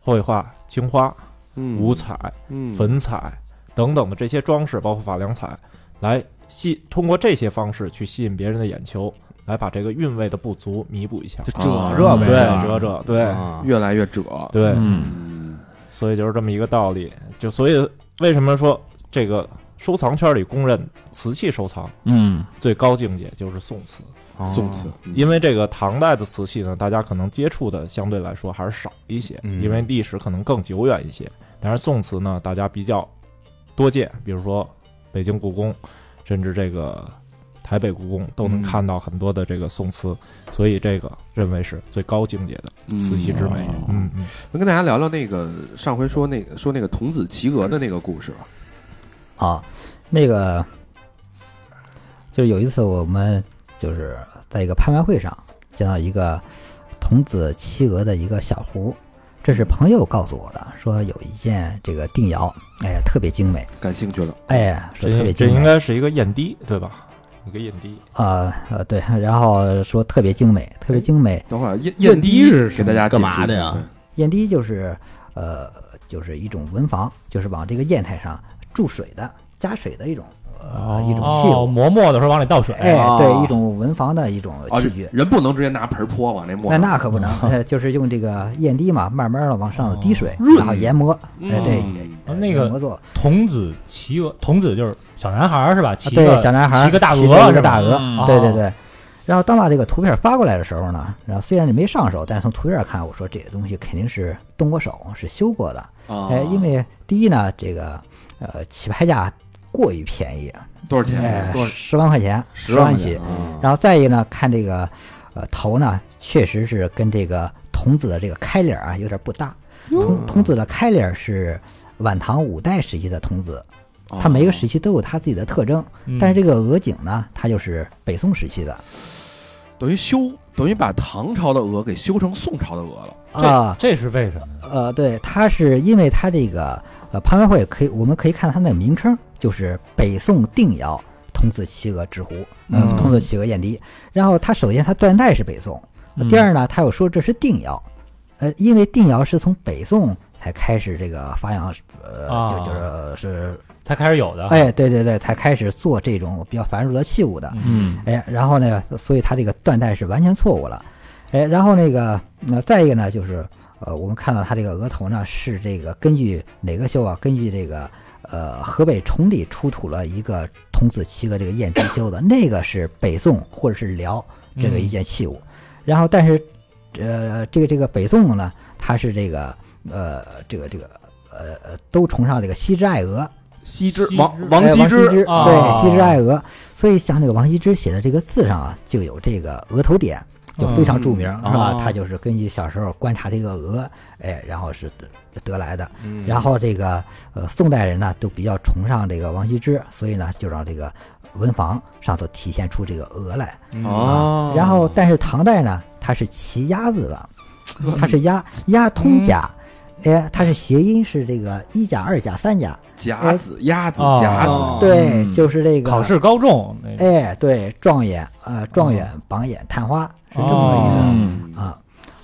G: 绘画青花、
A: 嗯
G: 五彩、
A: 嗯
G: 粉彩等等的这些装饰，包括法梁彩，来吸通过这些方式去吸引别人的眼球，来把这个韵味的不足弥补一下。
A: 就
B: 啊
A: 褶
B: 热
A: 热
B: 呗
A: 呗，
G: 对，折折，对
C: 啊
A: 越来越褶，
G: 对，
B: 嗯，
G: 所以就是这么一个道理。就所以为什么说这个收藏圈里公认瓷器收藏
B: 嗯，
G: 最高境界就是宋瓷，
C: 啊
A: 宋词，
G: 因为这个唐代的瓷器呢，大家可能接触的相对来说还是少一些，
C: 嗯
G: 因为历史可能更久远一些。但是宋瓷呢，大家比较多见，比如说北京故宫，甚至这个台北故宫都能看到很多的这个宋瓷，所以这个认为是最高境界的瓷器之美。嗯嗯，
A: 能跟大家聊聊那个上回说那个说那个童子骑鹅的那个故事吧？
F: 啊，那个就是有一次我们就是在一个拍卖会上见到一个童子七鹅的一个小壶，这是朋友告诉我的，说有一件这个定窑，哎呀特别精美，
A: 感兴趣了，
F: 哎呀说特
G: 这
F: 别
G: 这
F: 精
G: 应
F: 美
G: 该是一个燕滴，对吧？一个燕滴，
F: 啊呃对，然后说特别精美，特别精美，
A: 等会儿燕
C: 燕滴
A: 滴是
C: 是
A: 给大家
B: 干嘛
A: 解释
B: 的
A: 一
B: 呀
A: 下？
F: 砚滴就是呃就是一种文房，就是往这个砚台上注水的加水的一种呃一种器
H: 哦，
F: 物。
H: 磨墨的时候往里倒水，
F: 哎
A: 哦，
F: 对，一种文房的一种
A: 对
H: 哦
A: 啊
F: 器具，，
A: 人不能直接拿盆泼往那墨
F: 那
A: 上，
F: 那可不能，
H: 嗯
F: 呃就是用这个砚滴嘛，慢慢的往
H: 哦
F: 上滴水，
A: 润
F: 然后研磨，哎
A: 嗯
F: 对
A: 嗯，
F: 呃
H: 那个
F: 研磨做，
H: 童子骑鹅，童子就是小男孩儿是吧？骑
F: 啊对
H: 个
F: 小男孩
H: 骑个大
F: 骑
H: 鹅
F: 着
H: 是
F: 一个
H: 吧哦
F: 大鹅
B: 嗯，
F: 对对对。然后当把这个图片发过来的时候呢，然后虽然你没上手，但是从图片看，我说这个东西肯定是动过手，是修过的。
A: 啊
H: 哦
F: 哎，因为第一呢，这个呃起拍价过于便宜，
A: 多少钱啊
F: 哎？
A: 多，少
F: 十万块钱，
A: 十
F: 万
A: 万
F: 起。
A: 啊
F: 然后再一个呢，看这个呃头呢，确实是跟这个童子的这个开脸儿啊有点不搭。童童子的开脸儿是晚唐五代时期的童子，
A: 啊
B: 哦
F: 它每个时期都有它自己的特征。
H: 嗯
F: 但是这个鹅颈呢，它就是北宋时期的
A: 等于修，等于把唐朝的鹅给修成宋朝的鹅了。
F: 啊，
H: 这是为什么？
F: 呃，对，它是因为它这个呃拍卖会可以，我们可以看它那个名称，就是北宋定窑童子骑鹅之壶，呃，
H: 嗯
F: 童子骑鹅燕低。然后它首先它断代是北宋，
H: 嗯
F: 呃第二呢，它又说这是定窑，呃，因为定窑是从北宋才开始这个发扬，呃，
H: 啊
F: 就就是是，
H: 才开始有的，
F: 哎，对对对，才开始做这种比较繁缛的器物的。
B: 嗯，
F: 哎，然后呢，所以它这个断代是完全错误了。哎，然后那个，那、再一个呢，就是呃，我们看到它这个额头呢是这个根据哪个修啊？根据这个呃河北崇礼出土了一个童子七个这个燕皮修的，那个是北宋或者是辽这
H: 嗯
F: 个一件器物。然后，但是呃，这个这个北宋呢，它是这个呃这个这个呃呃都崇尚这个羲之爱鹅，
C: 羲之
B: 羲
C: 王
B: 之
C: 王
F: 哎
C: 羲
F: 之，
C: 之，
H: 啊
F: 对，羲之爱鹅。所以像这个王羲之写的这个字上啊，就有这个鹅头点，就非常著名，是吧？他就是根据小时候观察这个鹅，哎，然后是得得来的。然后这个呃，宋代人呢都比较崇尚这个王羲之，所以呢就让这个文房上头体现出这个鹅来
A: 嗯
H: 哦
F: 啊。然后，但是唐代呢，它是骑鸭子的，
H: 嗯
F: 它是鸭鸭通甲。哎，它是谐音是这个一甲、二甲、三甲，
A: 夹子、鸭子、
H: 哦
A: 夹
B: 哦
A: 子，
F: 哎对，
B: 嗯
F: 就是这个
H: 考试高中那个
F: 哎，对，状元，呃，状元、榜眼、探花是这
A: 哦
F: 么
B: 嗯，
F: 个意思啊。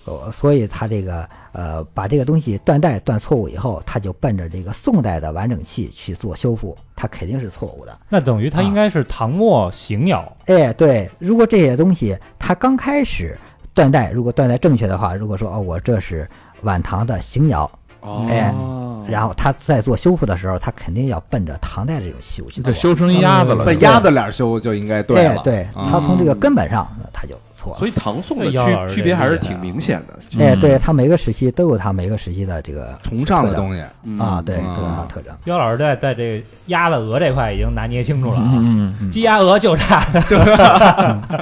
H: 哦
F: 呃所以他这个呃，把这个东西断代断错误以后，他就奔着这个宋代的完整器去做修复，它肯定是错误的。
H: 那等于它应该是唐末邢窑，
F: 哎，对，如果这些东西它刚开始断代，如果断代正确的话，如果说哦，我这是晚唐的邢窑，哎
A: 哦，
F: 然后他在做修复的时候，他肯定要奔着唐代这种器物去
B: 这
F: 做。
B: 修成一鸭子了，
C: 被鸭子脸修就应该对
F: 哎
C: 了，
F: 对，他从这个根本上，那他就错错。
C: 所以唐宋的
H: 这妖儿
C: 区区别
H: 这
C: 还是
H: 厉害
C: 挺明显的。
F: 哎，对，它每个时期都有它每个时期的这个
C: 崇尚的
F: 特征
C: 东西嗯
F: 啊，对，
C: 嗯
F: 各种特征。
H: 彪老师在在这个鸭子鹅这块已经拿捏清楚了啊，
J: 嗯嗯
H: 鸡鸭鹅就差
G: 嗯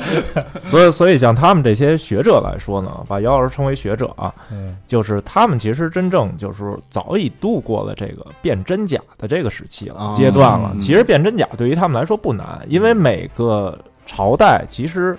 G: 所以，所以像他们这些学者来说呢，把姚老师称为学者啊，
H: 嗯
G: 就是他们其实真正就是早已度过了这个辨真假的这个时期了、
C: 哦
G: 阶段了
C: 嗯。
G: 其实辨真假对于他们来说不难，因为每个朝代其实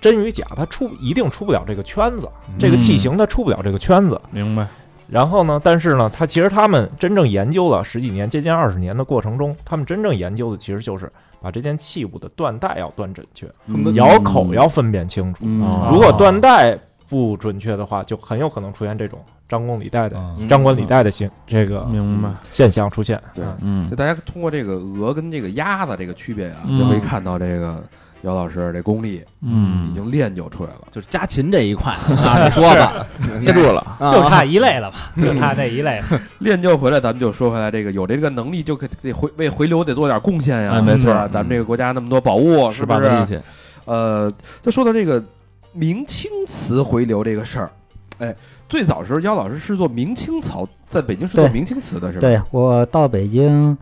G: 真与假它出一定出不了这个圈子，这
C: 嗯
G: 个器型它出不了这个圈子。
A: 明白？
G: 然后呢，但是呢，他其实他们真正研究了十几年，接近二十年的过程中，他们真正研究的其实就是把这件器物的断代要断准确，
C: 嗯
G: 咬口要分辨清楚。
C: 嗯
J: 啊
H: 哦
G: 如果断代不准确的话，就很有可能出现这种张冠李戴的、
H: 嗯
C: 嗯
G: 张冠李戴的现这个
A: 明白
G: 现象出现。
C: 对
G: 嗯
J: 嗯
B: 就大家通过这个鹅跟这个鸭子这个区别啊，就可以看到这个姚老师这功力已
J: 嗯，
B: 经练就出来了。
C: 就是家禽这一块啊，你说吧，
K: 憋住了，
C: 啊
H: 就差一类了吧，就差那一
F: <laughs>
H: 类了。
B: 练就回来，咱们就说回来，这个有这个能力就可得回为回流得做点贡献呀。
J: 哎没错嗯
B: 是吧咱们这个国家那么多宝物，是
J: 是
B: 不
J: 吧？力
B: 是？
J: 气，
B: 呃，就说到这个明清词回流这个事儿，哎，最早时候姚老师是做明清词，在北京是做
F: 对
B: 明清词的，是吧？
F: 对我到北京，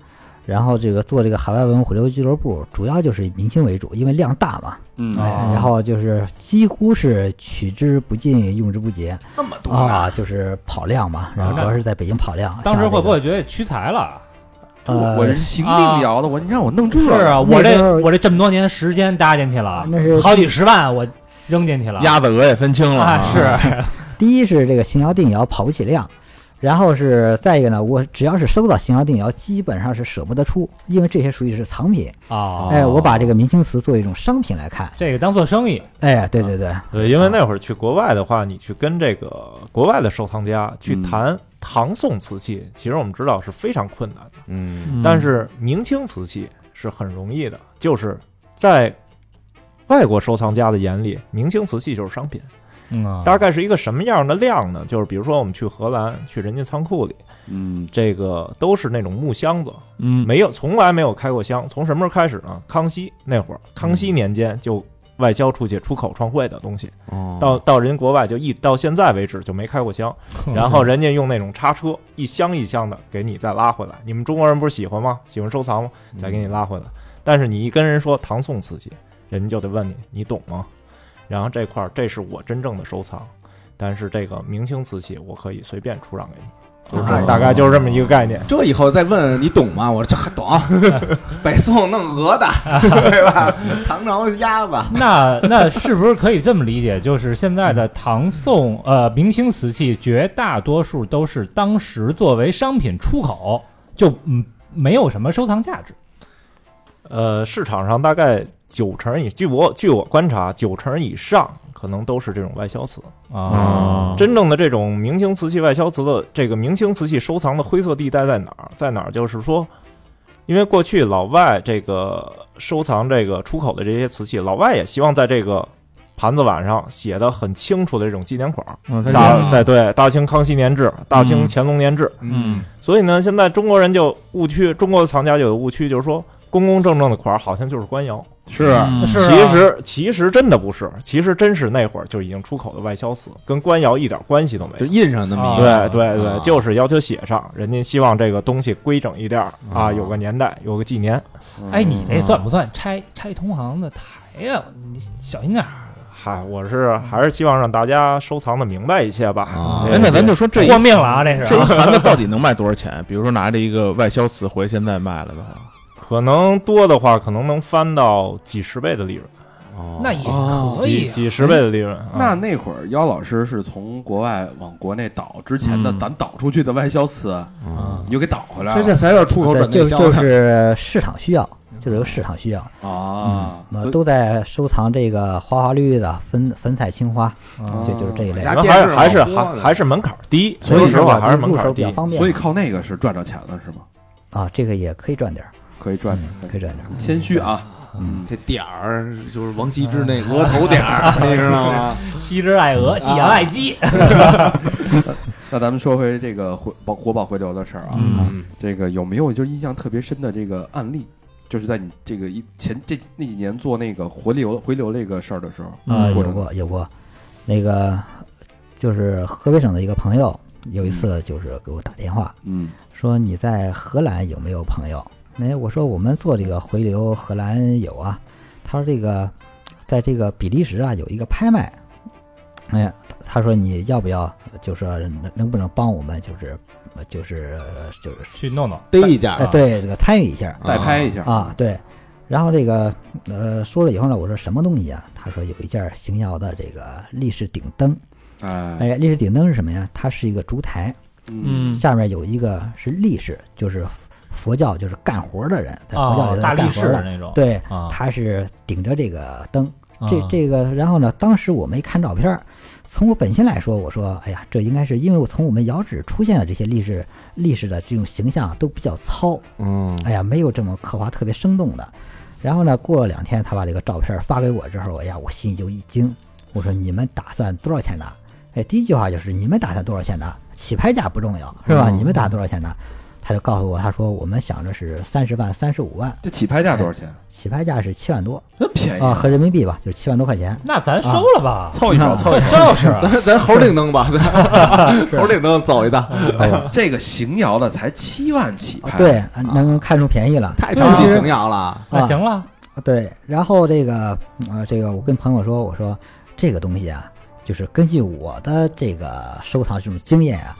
F: 然后这个做这个海外文物回流俱乐部，主要就是以明清为主，因为量大嘛。
B: 嗯
F: 哎然后就是几乎是取之不尽，用之不竭
C: 那么多
F: 啊，就是跑量嘛。然后
H: 啊
F: 主要是在北京跑量。
H: 当时
F: 像这
H: 会
F: 个
H: 不会觉得屈才了？
B: 我
F: 呃
B: 我这行
H: 啊
B: 定摇的，我你让我弄这
H: 是
B: 个
H: 啊，
F: 那
H: 我
F: 时候啊
H: 这我这这么多年时间搭进去了
F: 那是，
H: 好几十万我扔进去了。
J: 鸭子鹅也分清了
H: 啊，
J: 啊，
H: 是
F: 第一是这个邢窑定窑跑不起量，然后是再一个呢，我只要是收到邢窑定窑，基本上是舍不得出，因为这些属于是藏品。
H: 啊，
F: 哎，我把这个明清瓷作为一种商品来看。
H: 这个当做生意，
F: 哎，对对对，
G: 对，因为那会儿去国外的话，你去跟这个国外的收藏家去谈唐宋瓷器，其实我们知道是非常困难的，
K: 嗯
G: 但是明清瓷器是很容易的，就是在外国收藏家的眼里，明清瓷器就是商品。
H: 嗯
G: 大概是一个什么样的量呢？就是比如说我们去荷兰，去人家仓库里，
C: 嗯
G: 这个都是那种木箱子，
J: 嗯，
G: 没有从来没有开过箱。从什么时候开始呢？康熙那会儿，康熙年间就外销出去出口创汇的东西，
B: 哦
G: 到到人国外就一到现在为止就没开过箱。
H: 哦嗯
G: 然后人家用那种叉车一箱一箱的给你再拉回来。你们中国人不是喜欢吗？喜欢收藏吗？
B: 嗯
G: 再给你拉回来。但是你一跟人说唐宋瓷器，人家就得问你，你懂吗？然后这块儿这是我真正的收藏，但是这个明清瓷器我可以随便出让给
B: 嗯
G: 你，就是
C: 哦
G: 大概就是这么一个概念。
C: 这以后再问你懂吗？我说这懂， <laughs> 北宋弄鹅的，对吧？唐朝鸭子，
H: 那那是不是可以这么理解？就是现在的唐宋呃明清瓷器，绝大多数都是当时作为商品出口，就嗯没有什么收藏价值。
G: 呃，市场上大概九成以，据我据我观察，九成以上可能都是这种外销瓷。
J: 啊，
G: 真正的这种明清瓷器外销瓷的这个明清瓷器收藏的灰色地带在哪儿？在哪儿？就是说，因为过去老外这个收藏这个出口的这些瓷器，老外也希望在这个盘子碗上写的很清楚的这种纪念款儿，
J: 嗯它
G: 大
J: 就
G: 对对，大清康熙年制，大清
J: 嗯
G: 乾隆年制。
J: 嗯
G: 所以呢，现在中国人就误区，中国的藏家有个误区，就是说公公正正的款儿好像就是官窑。
C: 是
J: 嗯
H: 是
G: 其
H: 啊
G: 实其实真的不是，其实真是那会儿就已经出口的外销瓷，跟官窑一点关系都没
C: 就
G: 有。
C: 印上那
F: 啊
C: 么一个，
G: 对对对，就是要求写上，人家希望这个东西规整一点儿啊，
F: 嗯
G: 有个年代，有个纪年。
H: 哎，你这算不算拆拆同行的台呀、你小心点儿。
G: 嗨，我是还是希望让大家收藏的明白一些吧
C: 啊。
G: 对
J: 哎，那咱就说这一
H: 豁命了啊，这是
J: 这一
H: 啊
J: 盘子到底能卖多少钱？比如说拿着一个外销瓷回现在卖了的话，
G: 可能多的话，可能能翻到几十倍的利润，
H: 那也可
G: 几
H: 以啊。
G: 几十倍的利润。
B: 那
G: 啊
B: 那会儿，姚老师是从国外往国内倒之前的，
J: 嗯
B: 咱倒出去的外销瓷，
G: 啊
B: 你就给倒回来
C: 这
B: 了
C: 这才叫出口
F: 对，
C: 转
F: 就
C: 内
B: 哦
C: 销
F: 就
C: 呢。
F: 是市场需要，就是有市场需要，
B: 啊！
J: 嗯
F: 那
B: 所以
F: 都在收藏这个花花绿绿的粉粉彩青花，
B: 哦
J: 嗯
F: 就就是这一类
C: 家。
G: 那
C: 电
G: 还
C: 视
G: 还是
C: 老播
G: 还
C: 呢
G: 还是门槛儿低，
F: 所以
G: 说实
F: 说
G: 话
F: 吧
G: 还是门
F: 入
G: 槛儿
F: 手比较
G: 低。
F: 方便，
B: 所以靠那个是赚着钱了，是吗？
F: 啊，这个也可以赚点儿，嗯
B: 可以赚
G: 嗯
B: 着，
F: 可以赚点儿。
B: 谦虚啊！
C: 这点儿就是王羲之那额头点儿，你知道吗？
H: 西之爱鹅，既养爱鸡。
B: 那咱们说回这个回宝国宝回流的事儿啊，
J: 嗯
C: 嗯，
B: 这个有没有就是印象特别深的这个案例？
A: 就是在你这个一前这那几年做那个回流回流这个事儿的时候，
F: 啊，
B: 嗯
A: 过
F: 有
A: 程中
F: 过有过，那个就是河北省的一个朋友，有一次就是给我打电话
A: 嗯
F: 说你在荷兰有没有朋友？哎，我说我们做这个回流荷兰有啊，他说这个在这个比利时啊有一个拍卖，哎，他说你要不要就是能能不能帮我们就是就是就是
H: 去弄弄，
L: 逮一
C: 啊
L: 下
F: 哎对这个参与一下，
A: 代拍一下
F: 啊，对。然后这个呃说了以后呢，我说什么东西啊？他说有一件邢窑的这个立式顶灯。
A: 哎
F: 哎，立式顶灯是什么呀？它是一个烛台，
A: 嗯
F: 下面有一个是力士，就是佛教就是干活的人，在佛教
H: 啊
F: 里，头
H: 大力
F: 干活
H: 士
F: 的。
H: 那种，
F: 对，
H: 啊，
F: 他是顶着这个灯，这
H: 啊
F: 这个，然后呢，当时我没看照片儿，从我本心来说，我说，哎呀，这应该是因为我从我们窑址出现的这些历史历史的这种形象啊都比较糙，
C: 嗯，
F: 哎呀，没有这么刻画特别生动的。然后呢，过了两天，他把这个照片发给我之后，哎呀，我心里就一惊，我说你们打算多少钱拿？哎，第一句话就是你们打算多少钱拿？起拍价不重要，是吧？你们打算多少钱拿？他就告诉我，他说我们想着是三十万、三十五万，
A: 这起拍价多少钱？
F: 起拍价是七万多
A: 真
B: 哎
A: 便宜
F: 啊，合人民币吧，就是七万多块钱。
H: 那咱收了吧，
L: 凑一手，凑一手。
H: 就是
F: <laughs>
L: 咱咱猴顶灯吧，咱猴顶灯走一趟，
B: 这个邢窑的才七万起
F: 啊
B: 拍，
F: 对，啊能看出便宜了。
L: 太瞧不起邢窑了。
H: 那
F: 啊
H: 行了，
F: 对，然后这个呃，这个我跟朋友说，我说这个东西啊，就是根据我的这个收藏这种经验啊，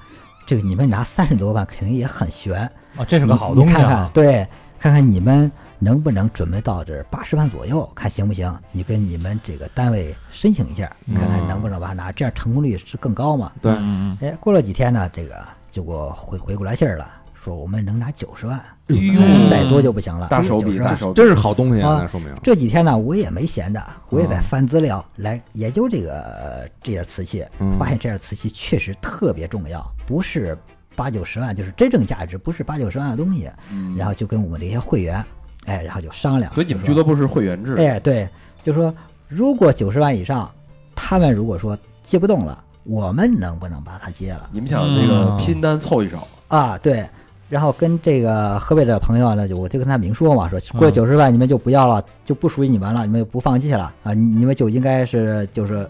F: 这个你们拿三十多万肯定也很悬，
H: 啊，这是
F: 是
H: 个好东西
F: 看看
H: 啊，，
F: 对，看看你们能不能准备到这八十万左右，看行不行？你跟你们这个单位申请一下，看看能不能把它拿，这样成功率是更高嘛？
C: 对
F: 嗯。哎，过了几天呢，这个就给我回回过来信儿了，说我们能拿九十万，
B: 嗯
F: 再多就不行了，
A: 大手笔，
F: 90万
A: 大手笔，
C: 真是好东西啊，
F: 啊
C: 那说明
F: 这几天呢，我也没闲着，我也在翻资料来研究这个呃这件瓷器，
L: 嗯
C: 嗯
F: 发现这件瓷器确实特别重要，不是八九十万，就是真正价值，不是八九十万的东西。
B: 嗯
F: 然后就跟我们这些会员，哎，然后就商量，
A: 所以你们
F: 就
A: 俱
F: 说
A: 乐部是会员制，
F: 哎，对，就说如果九十万以上，他们如果说接不动了，我们能不能把它接了
B: 你们想这
F: 嗯
B: 个拼单凑一手，
F: 啊？对。然后跟这个河北的朋友呢，就我就跟他明说嘛，说过
H: 嗯
F: 九十万你们就不要了，就不属于你们了，你们就不放弃了啊，你你们就应该是就是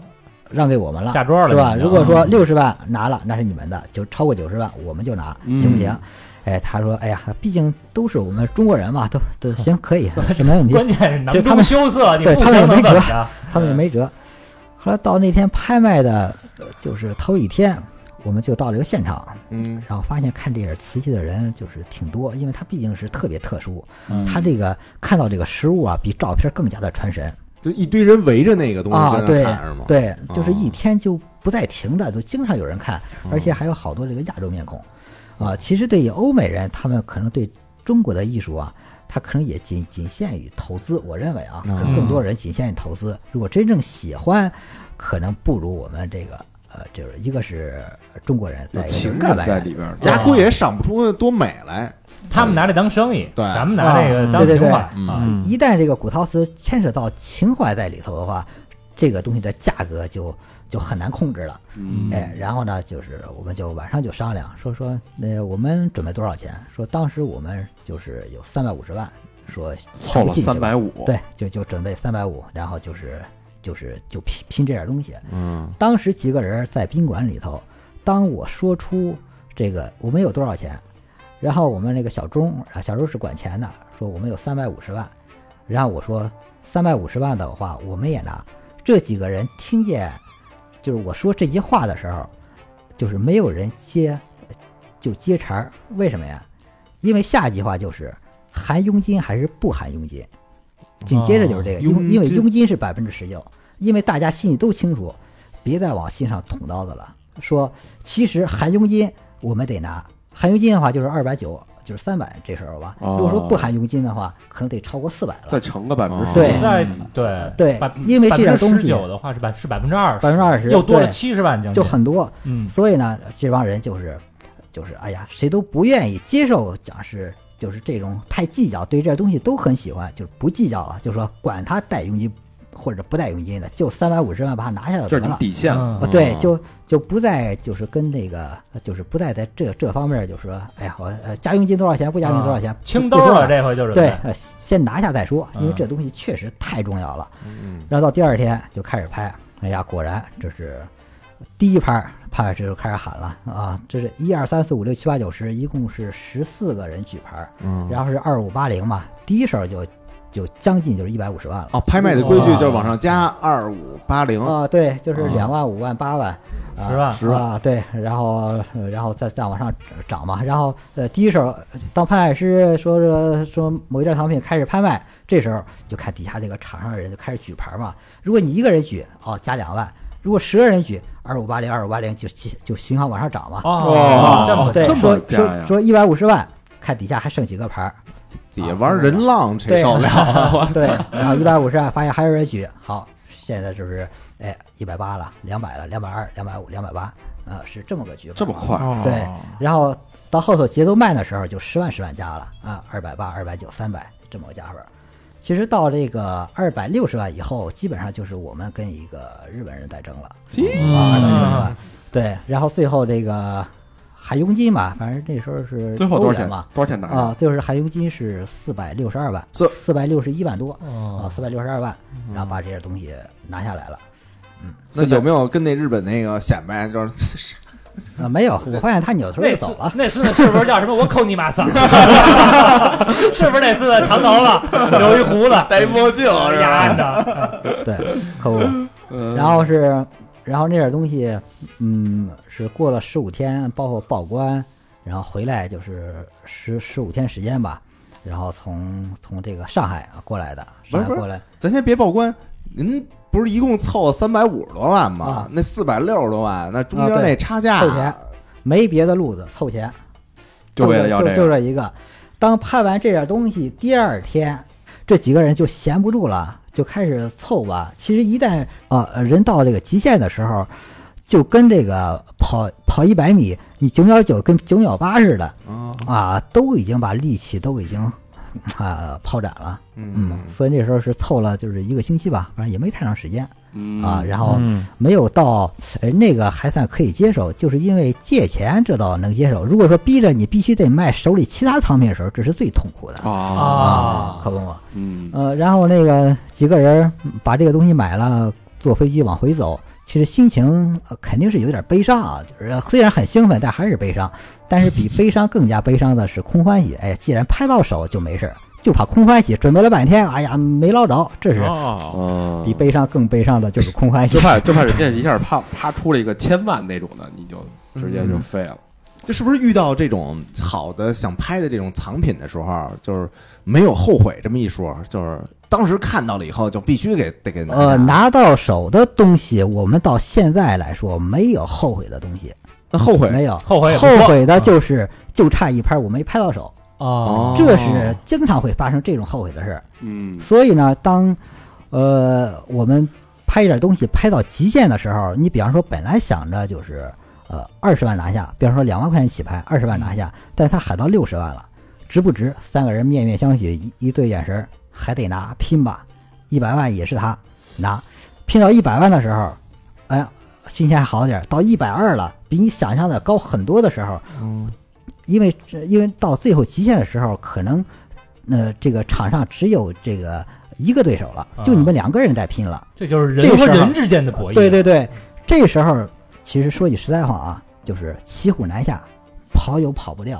F: 让给我们了，
H: 下桌了啊嗯
F: 是吧？
H: 你们就
F: 如果说六十万拿了，那是你们的，就超过九十万我们就拿，
H: 嗯
F: 行不行？哎，他说，哎呀，毕竟都是我们中国人嘛，都都行，可
H: <laughs>
F: 以，是没问题。
H: 关键是
F: 其
H: 囊
F: 实他们
H: 中羞涩，你
F: 对
H: 不
F: 他们
H: 行
F: 也
H: 能
F: 没
H: 怎么啊
F: 辙
H: 着？
F: 他们也没辙。后来到那天拍卖的，呃就是头一天，我们就到这个现场，
C: 嗯，
F: 然后发现看这件瓷器的人就是挺多，因为它毕竟是特别特殊，
H: 嗯
F: 它这个看到这个实物啊，比照片更加的传神
C: 就一堆人围着那个东西
F: 啊！
C: 在
F: 对
C: 那看是吗？，
F: 对，
B: 啊
F: 就是
C: 哦
F: 一天就不再停的，就经常有人看，而且还有好多这个亚洲面孔，啊，其实对于欧美人，他们可能对中国的艺术啊。他可能也仅仅限于投资，我认为啊，可能更多人仅限于投资。如果真正喜欢，可能不如我们这个呃，就是一个是中国人，
B: 有
F: 在
B: 情感在里边儿。
C: 压估计也赏不出多美来。
H: 他们拿这当生意，
C: 对
H: 咱们拿这个当
F: 对对
H: 情
F: 对
H: 怀
F: 啊
H: 啊，，
F: 一旦这个古陶瓷牵扯到情怀在里头的话，这个东西的价格就就很难控制了。
B: 嗯
F: 哎，然后呢，就是我们就晚上就商量，说说那我们准备多少钱？说当时我们就是有三百五十万，说
B: 凑了
F: 进去吧
B: 三百五，
F: 对，就就准备三百五，然后就是就是就拼拼这点东西。
C: 嗯，
F: 当时几个人在宾馆里头，当我说出这个我们有多少钱，然后我们那个小钟啊，小钟是管钱的，说我们有三百五十万，然后我说三百五十万的话我们也拿。这几个人听见就是我说这句话的时候，就是没有人接就接茬儿，为什么呀？因为下一句话就是含佣金还是不含佣金，紧接着就是这个，因为因为啊佣金是百分之十九，因为大家心里都清楚，别再往心上捅刀子了。说其实含佣金我们得拿，含佣金的话就是二百九，就是三百这时候吧。如果说不含佣金的话，可能得超过四啊百
B: 再
F: 了。
B: 乘个百分之十，
F: 对嗯
H: 在对
F: 对
H: 百
F: 因为这点东西
H: 十九的话是百是百分之二十，
F: 百分之二十
H: 又多了
F: 对
H: 七十万将近，
F: 就很多，
H: 嗯
F: 所以呢，这帮人就是，就是哎呀，谁都不愿意接受，讲是就是这种太计较，对这东西都很喜欢，就是不计较了，就说管他带佣金或者不带永金的，就三百五十万把它拿下就
B: 这
F: 得
B: 是你
F: 了。
B: 底线
H: 嗯
B: 了。
F: 啊，对，就就不再就是跟那个，就是不再在这这方面，就是说，哎呀，我呃加佣金多少钱，不加佣金多少钱，
H: 清
F: 不
H: 兜
F: 不说
H: 了，
F: 了
H: 这回就是
F: 对，呃先拿下再说，因为
H: 嗯
F: 这东西确实太重要了。
L: 嗯，
F: 然后到第二天就开始拍，哎呀，果然这是第一拍，潘老师就开始喊了啊，这是一二三四五六七八九十，一共是十四个人举牌，
L: 嗯
F: 然后是二五八零嘛，第一手就就将近就是一百五十万了。
L: 哦，拍卖的规矩就是往上加二五八零，
F: 啊，对，就是
L: 啊
F: 两万、五万、八万、啊
H: 10万
F: 10啊，对，然后呃然后再再往上涨嘛，然后呃，第一手当拍卖师说说说某一件藏品开始拍卖，这时候就看底下这个场上的人就开始举牌嘛。如果你一个人举，哦，加两万；如果十个人举，二五八零、二五八零就起就循环往上涨嘛。
H: 哦，这么
F: 对，
B: 这么
F: 说
B: 加呀
F: 说说一百五十万，看底下还剩几个牌儿，
L: 底下玩人浪谁
F: 对
L: 受得了？
F: <laughs> 对，然后一百五十万，发现还有人举，好，现在就是哎一百八了，两百了，两百二，两百五，两百八，啊，是这么个举法。
B: 这么快，
F: 对，然后到后头节奏慢的时候，就十万十万加了啊，二百八、二百九、三百这么个加法。其实到这个二百六十万以后，基本上就是我们跟一个日本人在争了，啊，二百六十万。对，然后最后这个海佣金嘛，反正那时候是
B: 最后多少钱？嗯
F: 欧元嘛？
B: 多少钱拿
F: 啊
B: 下？，
F: 最后是海佣金是四百六十二万，
L: 这
F: 四百六十一万多。啊，
H: 哦
F: 四百六十二万，
B: 嗯
F: 然后把这些东西拿下来了。
L: 那有没有跟那日本那个显摆？就是 <laughs>
F: 啊，没有，我发现他扭头
H: 那
F: 就
H: 次
F: 走了。
H: 那次是不是叫什么？我扣你
F: <laughs>
H: 马嗓，是不是那次的长头发，留一胡子，
L: 戴墨镜
H: 压着，
F: 对，可恶。然后是，然后那点东西，嗯，是过了十五天，包括报关，然后回来就是十十五天时间吧。然后从从这个上海啊过来的，
L: 不
F: 上
L: 是
F: 海
L: 不是
F: 过来，
L: 咱先别报关，您不是一共凑三百五十多万吗
F: 啊？
L: 那四百六十多万，那中
F: 啊
L: 间
F: 对
L: 那差价
F: 凑钱没别的路子，凑钱，
B: 就为了要
F: 就
B: 这
F: 就
B: 个，
F: 这一个。当拍完这点东西，第二天这几个人就闲不住了，就开始凑吧。其实一旦啊、呃人到这个极限的时候，就跟这个跑跑一百米，你九秒九跟九秒八似的
B: 哦
L: 啊，
F: 啊，都已经把力气都已经啊抛展了。嗯，所以那时候是凑了就是一个星期吧，反正也没太长时间
B: 嗯
F: 啊。然后没有到，哎，那个还算可以接受，就是因为借钱这倒能接受。如果说逼着你必须得卖手里其他藏品的时候，这是最痛苦的
B: 啊，
F: 啊，可不嘛。
B: 嗯，
F: 呃，然后那个几个人把这个东西买了，坐飞机往回走，其实心情、呃肯定是有点悲伤啊。就是虽然很兴奋，但还是悲伤。但是比悲伤更加悲伤的是空欢喜。哎呀，既然拍到手就没事儿，就怕空欢喜，准备了半天，哎呀没捞着，这是
G: 哦，
B: 哦
F: 比悲伤更悲伤的就是空
B: <laughs>
F: 欢喜
B: 就。怕就怕人家一下怕他出了一个千万那种的，你就直接就废了。
L: 这是不是遇到这种好的想拍的这种藏品的时候，啊就是没有后悔这么一说？就是当时看到了以后，就必须给得给拿下
F: 呃，拿到手的东西，我们到现在来说没有后悔的东西，
L: 那后悔
F: 没有
H: 后悔也不
F: 后
H: 错
F: 悔的就是就差一拍我没拍到手，
L: 哦
H: 哦，
F: 这是经常会发生这种后悔的事儿。
B: 嗯，
F: 所以呢，当呃我们拍一点东西拍到极限的时候，你比方说本来想着就是呃二十万拿下，比方说两万块钱起拍，二十万拿下，
H: 嗯
F: 但是他喊到六十万了，值不值？三个人面面相觑，一一对眼神儿，还得拿，拼吧！一百万也是他拿，拼到一百万的时候，哎呀，心情还好点儿；到一百二了，比你想象的高很多的时候，因为这因为到最后极限的时候，可能呃这个场上只有这个一个对手了，就你们两个人在拼了。
H: 这就是
F: 这
H: 人
F: 个
H: 和
F: 时候
H: 人之间的博弈，
F: 对对对，这时候其实说句实在话啊，就是骑虎难下，跑也跑不掉，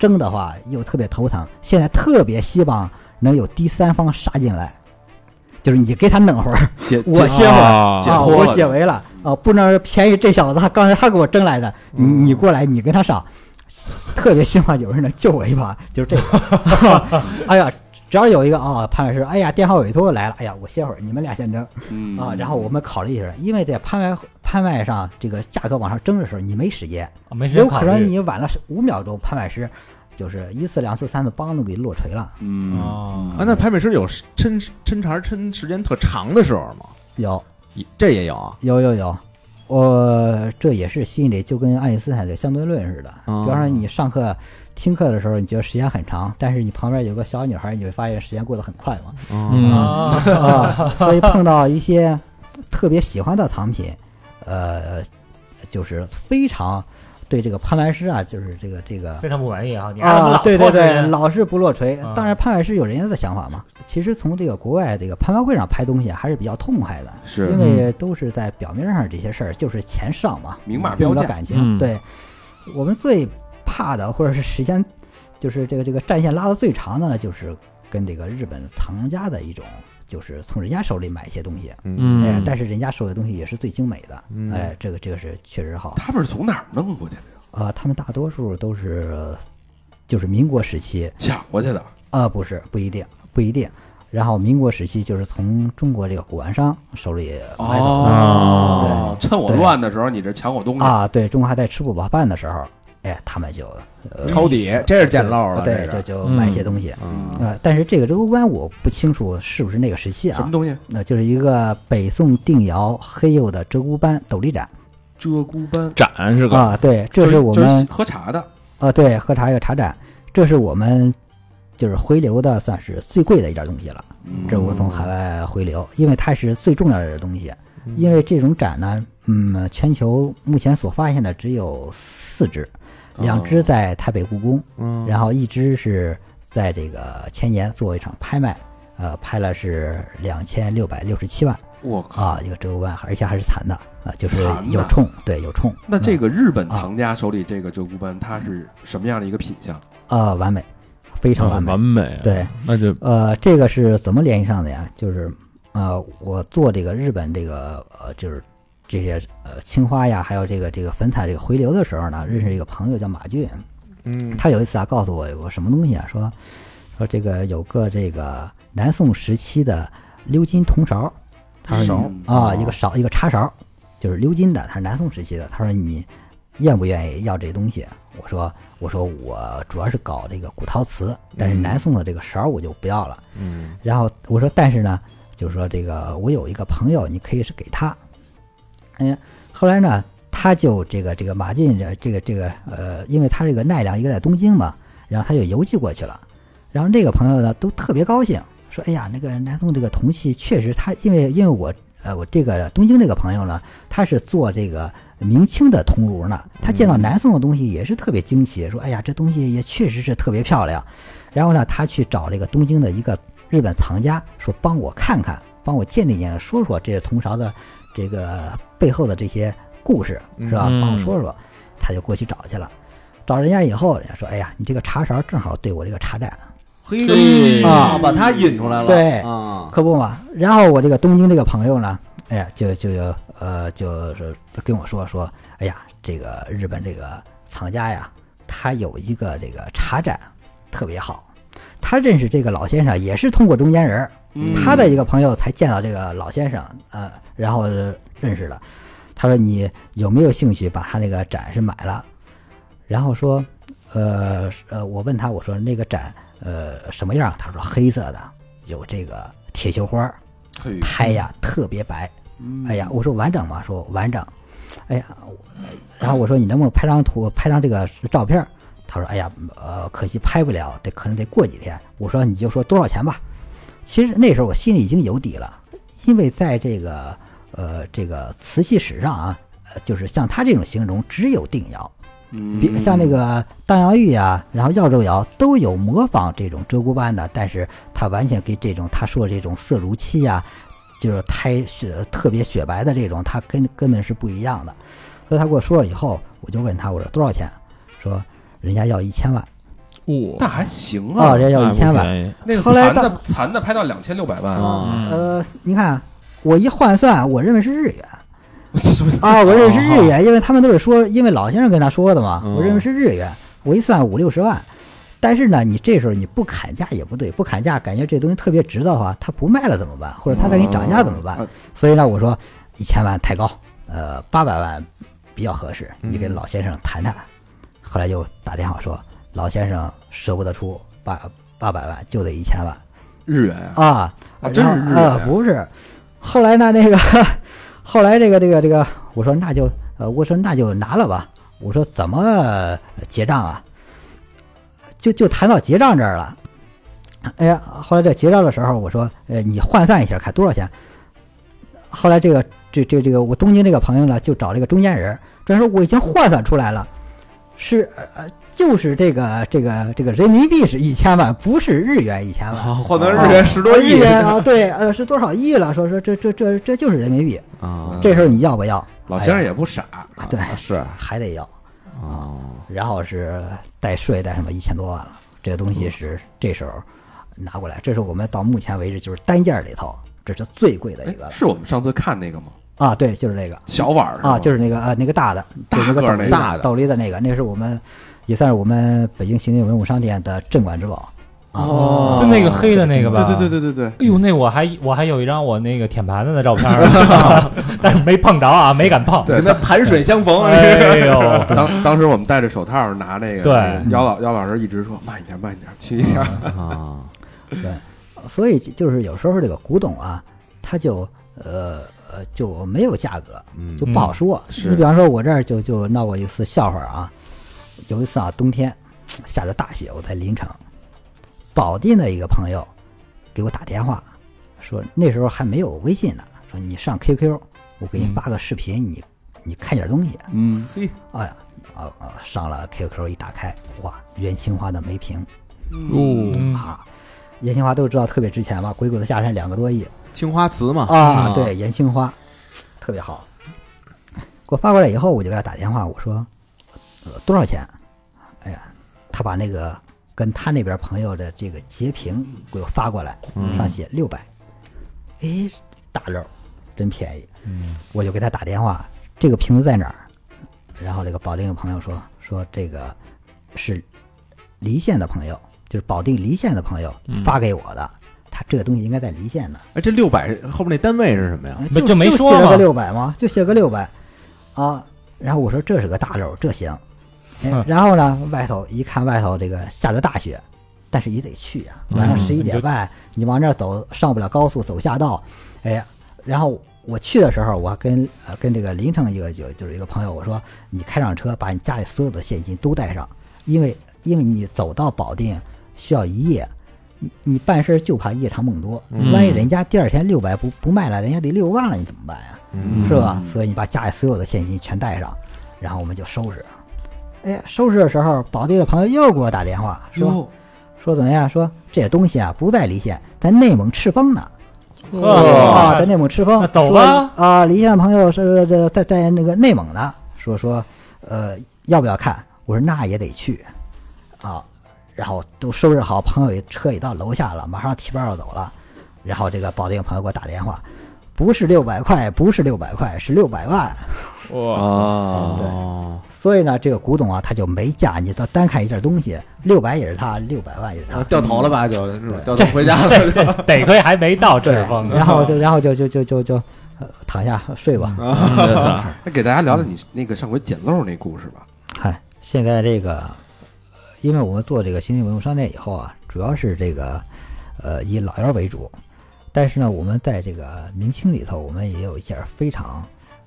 F: 争的话又特别头疼。现在特别希望能有第三方杀进来，就是你给他弄会儿，
B: 解
F: 我歇会儿。
B: 解
F: 啊，
B: 脱
F: 我
B: 了
F: 解围了啊！不能便宜这小子，他刚才他给我争来着，你你过来，你跟他上，特别希望有人能救我一把，就是这个。 <laughs> 哎呀，只要有一个啊，潘老师，哎呀，电话委托来了，哎呀，我歇会儿，你们俩先争，
B: 嗯
F: 啊，然后我们考虑一下，因为在拍卖拍卖上这个价格往上争的时候，你没时间，
H: 哦没时
F: 有
H: 间考
F: 可能
H: 虑。
F: 你晚了五秒钟，拍卖师就是一次、两次、三次，梆都给落锤了。
B: 嗯，
H: 哦
L: 啊？那拍美师有抻抻茬儿抻时间特长的时候吗？
F: 有
L: 也这也有啊，
F: 有有有，呃，这也是吸引力，就跟爱因斯坦的相对论似的。
L: 哦
F: 比方说，你上课听课的时候，你觉得时间很长，但是你旁边有个小女孩，你会发现时间过得很快嘛。
H: <laughs>
L: 嗯
H: 啊，
F: 啊，所以碰到一些特别喜欢的藏品，呃，就是非常对这个潘完师啊，就是这个这个
H: 非常不满意啊！你 <laughs>
F: 啊，对对对，
H: 老
F: 老是不落锤
H: 啊。
F: 当然，潘海是有人家的想法嘛。其实从这个国外这个拍卖会上拍东西还是比较痛快的，
B: 是
F: 因为都是在表面上这些事儿，就是钱上嘛，
B: 明码
F: 用
B: 标
F: 不了
B: 价，
F: 感
I: 嗯
F: 情。对，我们最怕的或者是时间，就是这个这个战线拉得最长的，就是跟这个日本藏家的一种，就是从人家手里买一些东西。
I: 嗯
F: 哎，但是人家手里的东西也是最精美的
L: 嗯，
F: 哎，这个这个是确实好。
B: 他们是从哪儿弄过去的？
F: 呃，他们大多数都是，就是民国时期，
B: 抢过去的？
F: 呃，不是，不一定，不一定。然后民国时期就是从中国这个古玩商手里买走的、
B: 哦，趁我
F: 啊对
B: 乱的时候，你这抢我东西，
F: 啊，对中国还在吃不饱饭的时候，哎，他们就呃
L: 抄底，这是捡漏了，
F: 对，
L: 这
F: 就是就买一些东西。
L: 嗯
F: 呃，但是这个周关我不清楚是不是那个时期
B: 什么
F: 啊，
B: 东西？
F: 那、就是一个北宋定窑黑釉的鹧鸪斑斗笠盏
B: 鹧鸪斑，
I: 展是个
F: 啊，对，这
B: 就是
F: 我
B: 就
F: 们
B: 喝茶的，
F: 呃，对，喝茶一个茶盏，这是我们就是回流的，算是最贵的一件东西了。
B: 嗯
F: 这我从海外回流，因为它是最重要的东西。因为这种展呢，嗯，全球目前所发现的只有四只，
B: 哦
F: 两只在台北故宫，
L: 嗯
F: 然后一只是在这个前年做一场拍卖，呃，拍了是两千六百六十七万
B: 我靠！
F: 啊，一个折扣万，而且还是残的啊，就是
B: 残的
F: 有冲，对，有冲。
B: 那这
F: 嗯
B: 个日本藏家手里这个鹧鸪斑，它是什么样的一个品相？
F: 呃完美，非常完美
C: 啊
I: 完，美，，
F: 对。
I: 那就
F: 呃，这个是怎么联系上的呀？就是呃，我做这个日本这个呃，就是这些呃青花呀，还有这个这个粉彩这个回流的时候呢，认识一个朋友叫马俊，
L: 嗯
F: 他有一次啊告诉我有个什么东西啊，说说这个有个这个南宋时期的鎏金铜勺，他说
B: 勺
F: 你啊、一个勺一个茶勺，就是鎏金的，它是南宋时期的，他说你愿不愿意要这东西？我说我说我主要是搞这个古陶瓷，但是南宋的这个勺我就不要了。
L: 嗯
F: 然后我说，但是呢，就是说这个我有一个朋友，你可以是给他。嗯，后来呢，他就这个这个马俊这这个这个呃，因为他这个奈良一个在东京嘛，然后他就邮寄过去了。然后这个朋友呢都特别高兴，说：“哎呀，那个南宋这个铜器确实他，因为因为我呃我这个东京这个朋友呢，他是做这个明清的铜炉呢，他见到南宋的东西也是特别惊奇，说：哎呀，这东西也确实是特别漂亮。然后呢，他去找这个东京的一个日本藏家，说帮我看看，帮我鉴定鉴定，说说这铜勺的这个背后的这些故事，是吧？
I: 嗯
F: 帮我说说。他就过去找去了，找人家以后，人家说：“哎呀，你这个茶勺正好对我这个茶盏，
L: 嘿
F: 啊
L: 把它引出来了，
F: 对
L: 啊，
F: 可不嘛。”然后我这个东京这个朋友呢，哎呀，就就呃，就是跟我说说：“哎呀，这个日本这个藏家呀，他有一个这个茶盏特别好。”他认识这个老先生也是通过中间人儿，
B: 嗯
F: 他的一个朋友才见到这个老先生，呃，然后认识的。他说：“你有没有兴趣把他那个展是买了？”然后说：“呃呃，我问他，我说那个展呃什么样？”他说：“黑色的，有这个铁锈花儿，
B: 嘿
F: 胎呀特别白。”哎呀，我说完整吗？说完整。哎呀，我然后我说你能不能拍张图，拍张这个照片儿？他说：“哎呀，呃，可惜拍不了，得可能得过几天。”我说：“你就说多少钱吧。”其实那时候我心里已经有底了，因为在这个呃这个瓷器史上啊，呃，就是像他这种形容只有定窑，
C: 嗯
L: 嗯
F: 比像那个荡阳玉啊，然后耀州窑都有模仿这种鹧鸪斑的，但是他完全跟这种他说的这种色如漆啊，就是胎雪特别雪白的这种，它根根本是不一样的。所以他跟我说了以后，我就问他我说多少钱，说人家要一千万
B: 那还行
F: 啊、
B: 啊，
F: 人家要一千万，
G: 哎
I: 万，
B: 那个
F: 后来
B: 残
F: 到
B: 的残的拍到两千六百万，
L: 啊
F: 呃，你看我一换算，我认为是日元。啊，我认为是日元，因为他们都是说，因为老先生跟他说的嘛，
L: 嗯
F: 我认为是日元。我一算五六十万，但是呢，你这时候你不砍价也不对，不砍价感觉这东西特别值的话，他不卖了怎么办？或者他再给你涨价怎么办
B: 嗯？
F: 所以呢，我说一千万太高，呃，八百万比较合适，你跟老先生谈谈。后来就打电话说，老先生舍不得出八八百万，就得一千万。
B: 日元啊，
F: 啊，
B: 啊真是
F: 然后
B: 日语
F: 呃，不是。后来呢，那个后来这个这个这个我说那就呃，我说那就拿了吧。我说怎么呃结账啊？就就谈到结账这儿了。哎呀，后来这结账的时候，我说，呃，你换算一下，看多少钱。后来这个这这这个我东京这个朋友呢，就找这个中间人，中间人说我已经换算出来了，是呃就是这个这个这个人民币是一千万，不是日元一千万。
L: 啊，换算日元十多
F: 日
L: 亿
F: 元啊，对，呃，是多少亿了？说说这这这这就是人民币，
B: 嗯
L: 啊，
F: 这时候你要不要？
B: 老先生也不傻，
F: 啊，对，
L: 是
F: 还得要。
L: 哦，
F: 然后是带税带什么一千多万了，这个东
B: 嗯
F: 西是这时候拿过来，这是我们到目前为止就是单件里头，这是最贵的
B: 哎
F: 一个了
B: 是我们上次看那个吗？
F: 啊，对，就是那个
B: 小碗儿是吧
F: 啊，就是那个呃那个大的，
B: 哦大
F: 就是
B: 个
F: 那个
B: 儿
F: 斗
B: 那个
F: 笠
L: 大的
F: 斗笠的那个，那是我们也算是我们北京行进文物商店的镇馆之宝。啊
B: 哦
H: 就那个黑的那个吧。
B: 对对对对对对，
H: 哎呦，那我还我还有一张我那个舔盘子的照
F: <laughs>
H: 片儿， <laughs> 但是没碰着啊，没敢碰。
L: 跟他盘水相逢，
H: 哎呦，
B: 当当时我们戴着手套拿那个，
H: 对
B: 姚老姚老师一直说慢一点，慢一点，轻一点。
L: <laughs> 啊，
F: 所以就就是有时候这个古董啊，它就呃呃就没有价格，
L: 嗯
F: 就不好说。
B: 是
F: 你比方说，我这儿就就闹过一次笑话啊，有一次啊，冬天下着大雪，我在临城，保定的一个朋友给我打电话，说那时候还没有微信呢，说你上 QQ，我给你
H: 嗯
F: 发个视频，你你看点东西。
B: 嗯，
F: 哎呀，啊啊，上了 QQ 一打开，哇，袁清华的梅瓶 <laughs>
H: 嗯
F: 啊，袁清华都知道特别值钱吧？鬼谷子下山两个多亿。
L: 青花瓷嘛
F: 啊，对，严青花，特别好。给我发过来以后，我就给他打电话，我说、呃、多少钱？哎呀，他把那个跟他那边朋友的这个截屏给我发过来，上写六百、哎，大漏，真便宜。
H: 嗯，
F: 我就给他打电话，这个瓶子在哪儿？然后这个保定的朋友说说这个是离县的朋友，就是保定离县的朋友发给我的，他这个东西应该在离县呢。
L: 哎，这六百后面那单位是什么呀？
H: 不
F: 就
H: 就没说
F: 就写
H: 吗
F: 个六百吗？就写个六百，啊，然后我说这是个大漏，这行。哎
H: 嗯，
F: 然后呢，外头一看外头这个下着大雪，但是也得去啊，晚上
H: 嗯
F: 十一点半，你往那儿走上不了高速，走下道，哎呀，然后我去的时候，我还跟呃跟这个临城一个就就是一个朋友，我说你开上车，把你家里所有的现金都带上，因为因为你走到保定需要一夜，你你办事儿就怕夜长梦多，
G: 嗯
F: 万一人家第二天六百不不卖了，人家得六万了，你怎么办呀？
L: 嗯
F: 是吧？所以你把家里所有的现金全带上，然后我们就收拾。哎呀，收拾的时候，保定的朋友又给我打电话说
A: 嗯
B: 哟，
F: 说怎么样？说这东西啊不在离县，在内蒙赤峰呢。
L: 哦
H: <laughs>
F: 啊，在
H: 呵，
F: 内蒙赤峰
H: 那，走吧
F: 说啊！离县的朋友是这在在那个内蒙呢，说说呃要不要看？我说那也得去啊，然后都收拾好，朋友也车也到楼下了，马上提包要走了，然后这个保定朋友给我打电话，不是六百块，不是六百块，是六百万。
B: 嗯啊，
L: 哦，
F: 所以呢，这个古董啊，它就没价，你到单看一件东西，六百也是它，六百万也是它。
L: 啊掉头了吧？就是吧掉
F: 对
L: 头回家了。 <laughs>
H: 这这得亏还没到
F: 对
H: 赤峰，啊呢。
F: 然后就然后就就就就就、呃躺下睡吧。
L: 嗯
B: 那哎给大家聊聊你那个上回捡漏那故事吧。
F: 嗨，现在这个，呃因为我们做这个新兴文物商店以后啊，主要是这个，呃，以老窑为主。但是呢，我们在这个明清里头，我们也有一件非常，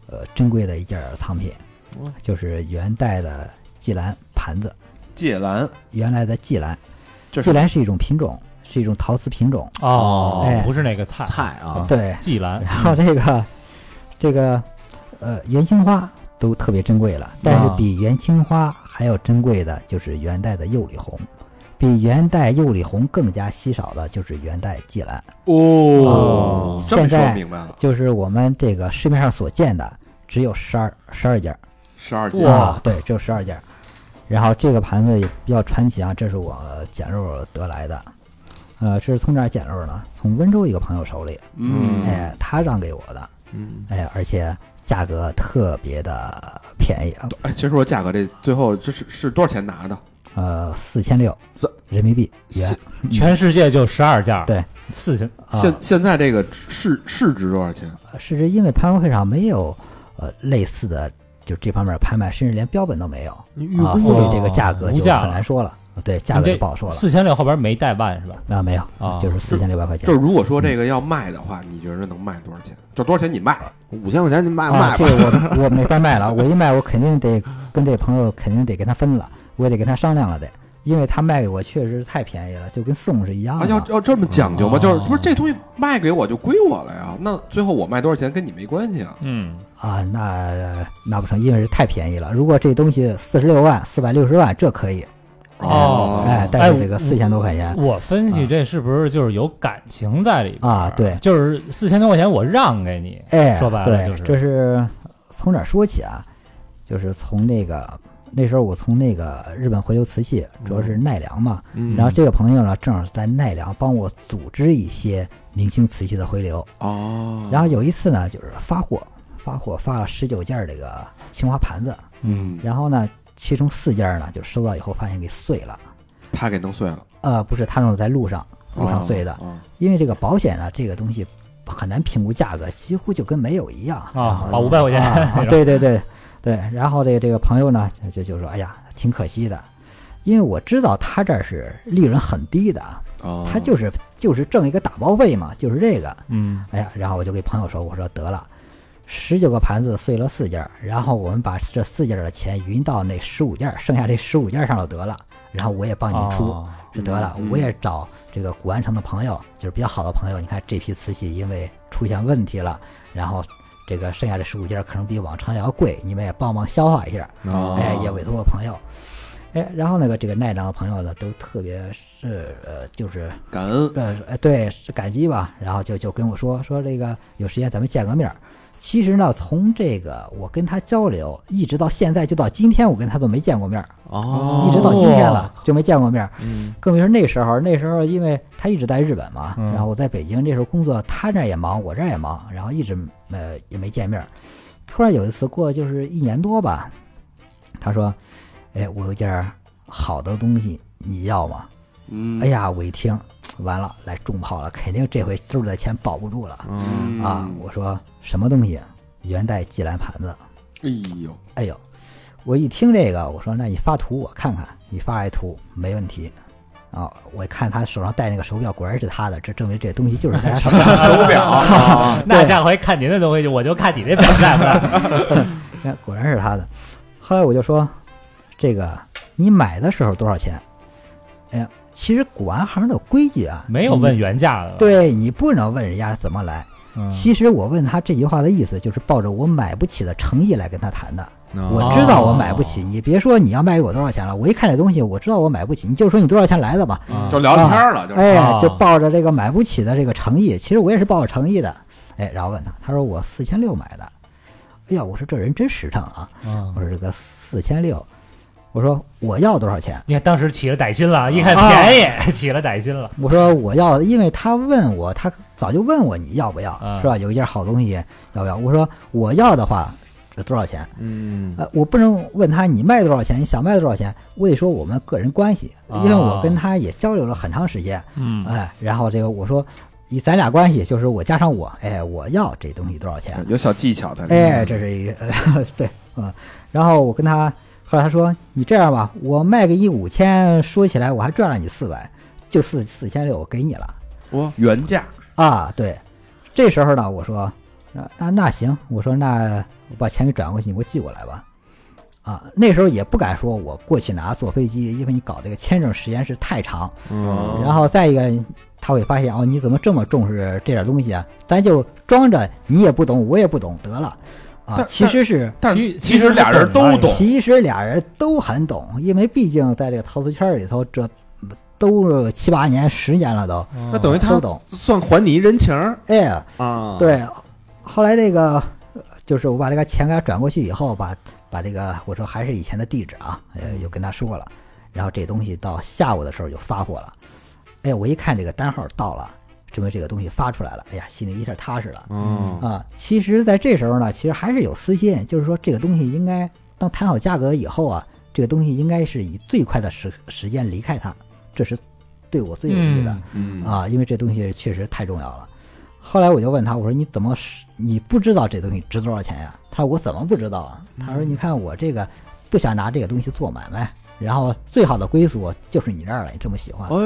F: 呃，珍贵的一件藏品，嗯就是元代的祭兰盘子。
B: 芥兰，
F: 原来的祭兰，
B: 这
F: 祭兰是一种品种，是一种陶瓷品种。
H: 哦
F: 哎，
H: 不是那个菜，
L: 菜啊，
F: 对，
H: 季兰
F: 然后 <laughs> 这个，这个，呃，元青花都特别珍贵了，但是
H: 啊
F: 比元青花还要珍贵的就是元代的釉里红，比元代釉里红更加稀少的就是元代季兰，啊
B: 哦这么
F: 现
B: 说
F: 在
B: 明白了，
F: 就是我们这个市面上所见的只有十二十二件，
B: 十二
F: 儿
B: 斤，
F: 啊，对，只有十二件儿。然后这个盘子也比较传奇啊，这是我捡漏得来的，呃，这是从哪儿捡漏呢？从温州一个朋友手里，
B: 嗯，
F: 哎，他让给我的，
L: 嗯，
F: 哎，而且价格特别的便宜，啊
B: 哎，其实说价格这最后这是是多少钱拿的？
F: 呃，四千六
L: 这
F: 人民币元
H: 全世界就十二件儿，
F: 对，
H: 四千
F: 啊，
B: 现现在这个市市值多少钱？
F: 是指因为拍卖会上没有呃类似的就这方面拍卖，甚至连标本都没有
L: 预
F: 啊，所以这个价格
H: 无
F: 就
H: 价
F: 很
H: 了
F: 难说了。对，价格就不好说了。
H: 四千六后边没带万是吧？
F: 啊，没有，
H: 啊
F: 就是四千六百块钱
B: 就是。如果说这个要卖的话，你觉得能卖多少钱？就多少钱你卖？
L: 五千块钱你卖
F: 啊
L: 卖，
F: 这
L: 吧，
F: 个我我没法卖了，我一卖我肯定得跟这朋友肯定得跟他分了，我也得跟他商量了得，因为他卖给我确实太便宜了，就跟送是一样
B: 啊，
F: 的。
B: 要要这么讲究吗？
H: 哦
B: 就是不是这东西卖给我就归我了呀？那最后我卖多少钱跟你没关系啊？
G: 嗯，
F: 啊，那那不成，因为是太便宜了。如果这东西四十六万、四百六十万，这可以，
H: 哦
F: 哎，但是这个四千多块钱
H: 我分析这是不是就是有感情在里边
F: 啊，对，
H: 就是四千多块钱我让给你，
F: 哎，
H: 说白
F: 对，
H: 了就是
F: 这是从哪儿说起啊？就是从那个那时候我从那个日本回流瓷器，主要是奈良嘛，
B: 嗯
F: 然后这个朋友呢正好在奈良帮我组织一些明清瓷器的回流，
B: 哦，
F: 然后有一次呢就是发货，发货发了十九件儿这个青花盘子，
B: 嗯，
F: 然后呢其中四件儿呢就收到以后发现给碎了。
B: 他给弄碎了，
F: 呃，不是，他弄在路上路上碎的，
B: 哦
F: 因为这个保险啊，这个东西很难评估价格，几乎就跟没有一样
H: 啊，把五百块钱 <laughs>
F: 啊，对对对对。然后这这个朋友呢，就就就说，哎呀，挺可惜的，因为我知道他这儿是利润很低的，
B: 哦，
F: 他就是就是挣一个打包费嘛，就是这个。
H: 嗯，
F: 哎呀，然后我就给朋友说，我说得了。十九个盘子碎了四件儿，然后我们把这四件儿的钱匀到那十五件儿，剩下这十五件儿上头得了，然后我也帮你们出。
H: 啊
F: 是得了
B: 嗯，
F: 我也找这个古玩城的朋友，就是比较好的朋友。你看这批瓷器因为出现问题了，然后这个剩下这十五件儿可能比往常要贵，你们也帮忙消化一下。
B: 哦
F: 哎，也委托我朋友。哎，然后那个这个奈良的朋友呢，都特别是呃，就是
B: 感恩
F: 呃，哎对，是感激吧。然后就就跟我说说这个有时间咱们见个面儿。其实呢，从这个我跟他交流，一直到现在，就到今天，我跟他都没见过面儿。
L: 哦
F: 一直到今天了就没见过面儿，
G: 嗯
F: 更别说那时候，那时候因为他一直在日本嘛，
H: 嗯
F: 然后我在北京，这时候工作他那儿也忙，我这儿也忙，然后一直呃也没见面儿。突然有一次过就是一年多吧，他说：“哎，我有件儿好的东西，你要吗？”
B: 嗯，
F: 哎呀，我一听，完了，来重炮了，肯定这回兜里的钱保不住了、
B: 嗯
F: 啊！我说什么东西？啊元代祭兰盘子。
B: 哎呦，
F: 哎呦，我一听这个，我说那你发图我看看，你发一图没问题。啊、我看他手上戴那个手表，果然是他的，这证明这东西就是在他手上。
H: <laughs>
G: 手表
H: 那下回看您的东西，我就看你那表在不在。
F: 哎果然是他的。后来我就说，这个你买的时候多少钱？哎呀，其实古玩行的规矩啊，
H: 没有问原价的，
F: 你，对你不能问人家怎么来。
H: 嗯
F: 其实我问他这句话的意思，就是抱着我买不起的诚意来跟他谈的。
L: 我
F: 我知道我买不起，你别说你要卖给我多少钱了，我一看这东西，我知道我买不起，你就说你多少钱来的吧。
B: 就聊聊天儿了，就是
F: 哎
H: 啊，
F: 就抱着这个买不起的这个诚意，其实我也是抱着诚意的。哎，然后问他，他说我四千六买的。哎呀，我说这人真实诚啊！
H: 嗯
F: 我说这个四千六，我说我要多少钱？
H: 你看当时起了歹心了，一看便宜，起了歹心了。
F: 我说我要，因为他问我，他早就问我你要不要
H: 啊，
F: 是吧？有一件好东西要不要？我说我要的话，这多少钱？
L: 嗯
F: 呃，我不能问他你卖多少钱，你想卖多少钱，我得说我们个人关系，因为我跟他也交流了很长时间，
G: 嗯
F: 哎，然后这个我说，以咱俩关系就是我加上我，哎，我要这东西多少钱？
B: 有小技巧的，
F: <laughs> 哎，这是一个、呃、对嗯，然后我跟他后来他说你这样吧，我卖给你五千，说起来我还赚了你四百，就四四千六我给你了
B: 我原价
F: 啊。对，这时候呢，我说那那那行，我说那我把钱给转过去，你给我寄过来吧。啊，那时候也不敢说我过去拿坐飞机，因为你搞这个签证时间是太长，
B: 哦
L: 嗯
F: 然后再一个，他会发现哦，你怎么这么重视这点东西啊？咱就装着你也不懂，我也不懂得了，啊，
B: 但
F: 其实是
B: 但
H: 其
B: 其实俩人都懂
F: 其实俩人都很懂，因为毕竟在这个陶瓷圈里头，这都七八年、十年了都，
L: 那等于他
F: 都懂。
L: 算还你一人情儿
F: 哎，
L: 啊，，
F: 对，后来这个呃就是我把这个钱给他转过去以后，把把这个我说还是以前的地址啊，呃，又跟他说了，然后这东西到下午的时候就发货了。哎，我一看这个单号到了，证明这个东西发出来了，哎呀，心里一下踏实了
L: 嗯
F: 啊。其实，在这时候呢，其实还是有私心，就是说这个东西应该当谈好价格以后啊，这个东西应该是以最快的时时间离开它，这是对我最有利的。
H: 嗯
B: 嗯
F: 啊，因为这东西确实太重要了。后来我就问他，我说你怎么是你不知道这东西值多少钱呀、他说我怎么不知道啊？他说你看我这个不想拿这个东西做买卖，然后最好的归宿就是你这儿了，你这么喜欢，
C: 哦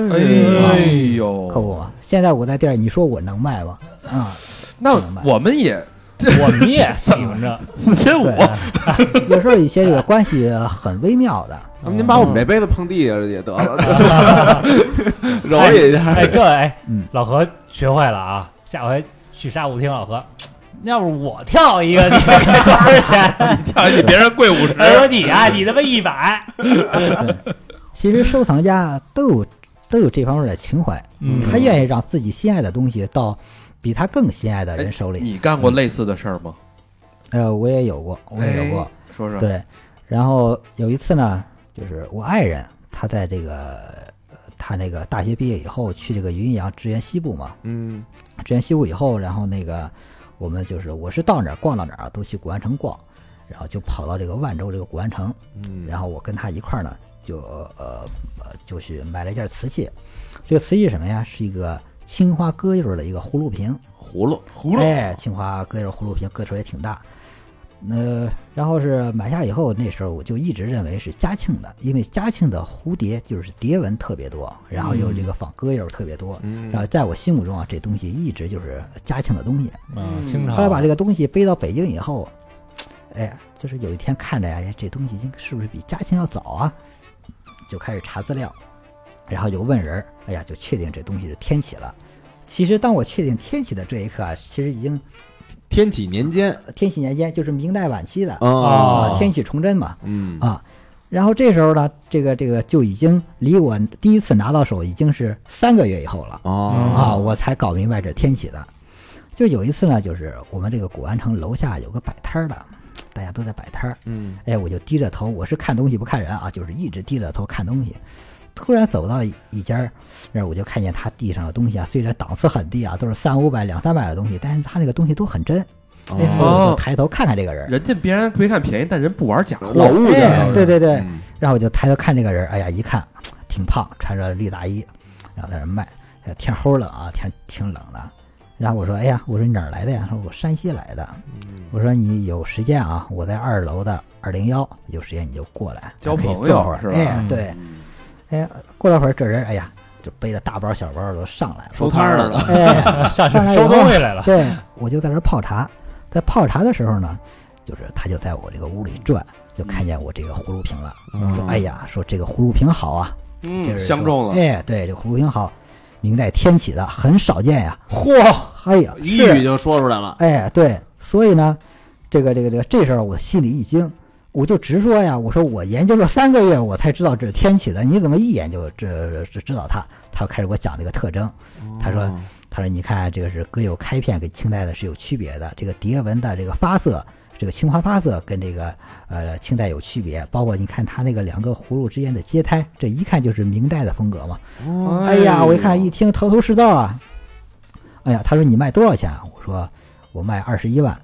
B: 哎呦，
F: 可不嘛。现在我在店儿，你说我能卖吗？啊、
B: 那
F: 明白
B: 我们也
H: 嗯我们也喜欢着，
B: 四千五，
F: 啊有时候一些这个关系很微妙的，
L: 要不您把我们这杯子碰地下也得了， <laughs> 揉一下。
H: 哎，各位，哎
F: 嗯
H: 老何学会了啊，下回去沙舞厅，老何，要是我跳一个，你看看多少钱？
B: 跳啊你别人贵五十，
H: 他说你啊，你他妈一百，
F: 其实收藏家都有都有这方面的情怀，
H: 嗯
F: 他愿意让自己心爱的东西到比他更心爱的人手里。
B: 你干过类似的事儿吗？
F: 呃，我也有过，我也有过，
B: 哎说说，
F: 对。然后有一次呢，就是我爱人，他在这个他那个大学毕业以后去这个云阳支援西部嘛，
L: 嗯，
F: 支援西部以后，然后那个我们就是我是到哪儿逛到哪儿都去古玩城逛，然后就跑到这个万州这个古玩城，嗯，
L: 哎
F: 然后我跟他一块儿呢就呃呃就去买了一件瓷器，这个瓷器是什么呀？是一个青花搁一儿的一个葫芦瓶，
L: 葫芦葫
F: 哎，青花搁一儿葫芦瓶，个头也挺大。呃，然后是买下以后，那时候我就一直认为是嘉庆的，因为嘉庆的蝴蝶就是蝶纹特别多，然后
L: 嗯
F: 有这个仿鸽儿特别多，然后在我心目中啊，这东西一直就是嘉庆的东西。
H: 嗯，清朝
F: 后来把这个东西背到北京以后，哎呀，就是有一天看着呀，哎这东西应该是不是比嘉庆要早啊？就开始查资料，然后就问人儿，哎呀，就确定这东西是天启了。其实当我确定天启的这一刻啊，其实已经呃
L: 天启年间
F: 天启年间，就是明代晚期的
C: 哦
F: 啊、
L: 啊，
F: 天启崇祯嘛。
L: 嗯
F: 啊。然后这时候呢，这个这个就已经离我第一次拿到手已经是三个月以后了
L: 哦
F: 啊，我才搞明白这天启的。就有一次呢，就是我们这个古玩城楼下有个摆摊儿的，大家都在摆摊儿，
L: 嗯
F: 哎，我就低着头，我是看东西不看人啊，就是一直低着头看东西。突然走到一一家儿，那我就看见他地上的东西啊，虽然档次很低啊，都是三五百、两三百的东西，但是他那个东西都很真，哎，所以我就抬头看看这个人。
B: 人家别人没看便宜，但人不玩假
L: 老
B: 货，
L: 物
F: 哎，
L: 件，
F: 对对对，
L: 嗯
F: 然后我就抬头看这个人，哎呀，一看挺胖，穿着绿大衣，然后在那卖，哎天齁冷啊，天挺冷的。然后我说，哎呀，我说你哪儿来的呀？他说我山西来的。
B: 嗯
F: 我说你有时间啊，我在二楼的二零幺，有时间你就过来，
B: 交
F: 咱可以
B: 朋友
F: 坐会儿
B: 是吧嗯
F: 哎，对，哎，过了会儿这人，哎呀，就背着大包小包就上来了，
B: 收摊儿的了，
F: 哎，
H: <laughs> 上
F: 上来以后
H: 收东西来了，
F: 对我就在这儿泡茶，在泡茶的时候呢，就是他就在我这个屋里转，就看见我这个葫芦瓶了。说哎呀，说这个葫芦瓶好啊，这
B: 嗯，
F: 人
B: 相
F: 说
B: 中了，
F: 哎，对，这葫芦瓶好，明代天启的很少见呀。嚯，哎呀，
L: 一
F: 是
L: 语就说出来了。
F: 哎，对，所以呢，这个这个这个这事儿我心里一惊，我就直说呀，我说我研究了三个月，我才知道这是天启的，你怎么一眼就知知知道它？他就开始给我讲这个特征，他说。他说：“你看，啊这个是各有开片，跟清代的是有区别的。这个蝶纹的这个发色，这个青花发色跟这个呃清代有区别。包括你看它那个两个葫芦之间的接胎，这一看就是明代的风格嘛。
B: 哦
F: 哎呀，我一看一听头头是道啊！哎呀，他说你卖多少钱啊？我说我卖二十一万。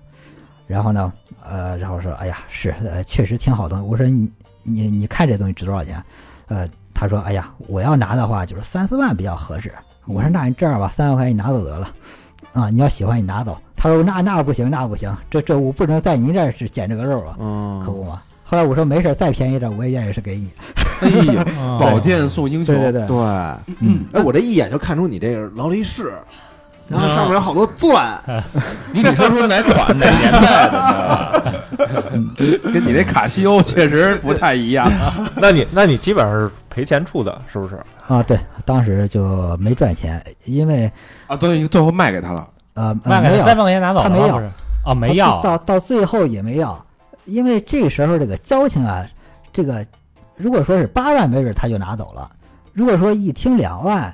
F: 然后呢，呃，然后说，哎呀，是，呃，确实挺好东西。我说你你你看这东西值多少钱？呃，他说，哎呀，我要拿的话就是三四万比较合适。我说那你这样吧，三万块钱你拿走得了。啊，你要喜欢你拿走。他说那那不行，那不行，这这我不能在您这儿是捡这个肉啊，可
L: 嗯，
F: 不嘛。后来我说没事儿，再便宜点儿我也愿意是给你。
B: 哎呀，
F: 嗯
H: 嗯
B: 宝剑送英雄，
F: 对对对，
L: 对，
F: 嗯，
L: 哎，我这一眼就看出你这个劳力士，然后上面有好多钻，
B: 你你说说哪款哪年代的
F: <laughs>
B: 呢？跟你那卡西欧确实不太一样。
G: <laughs> 那你那你基本上是赔钱出的，是不是？
F: 啊，对，当时就没赚钱，因为
B: 啊，对，最后卖给他了。
F: 呃
H: 卖
F: 呃
H: 给
F: 没
H: 他
F: 有
H: 三万块钱拿走了
F: 他
H: 吗，
F: 没要
H: 不是，哦，没
F: 他
H: 要
F: 到到最后也没要，因为这时候这个交情啊，这个如果说是八万，没准他就拿走了；如果说一听两万，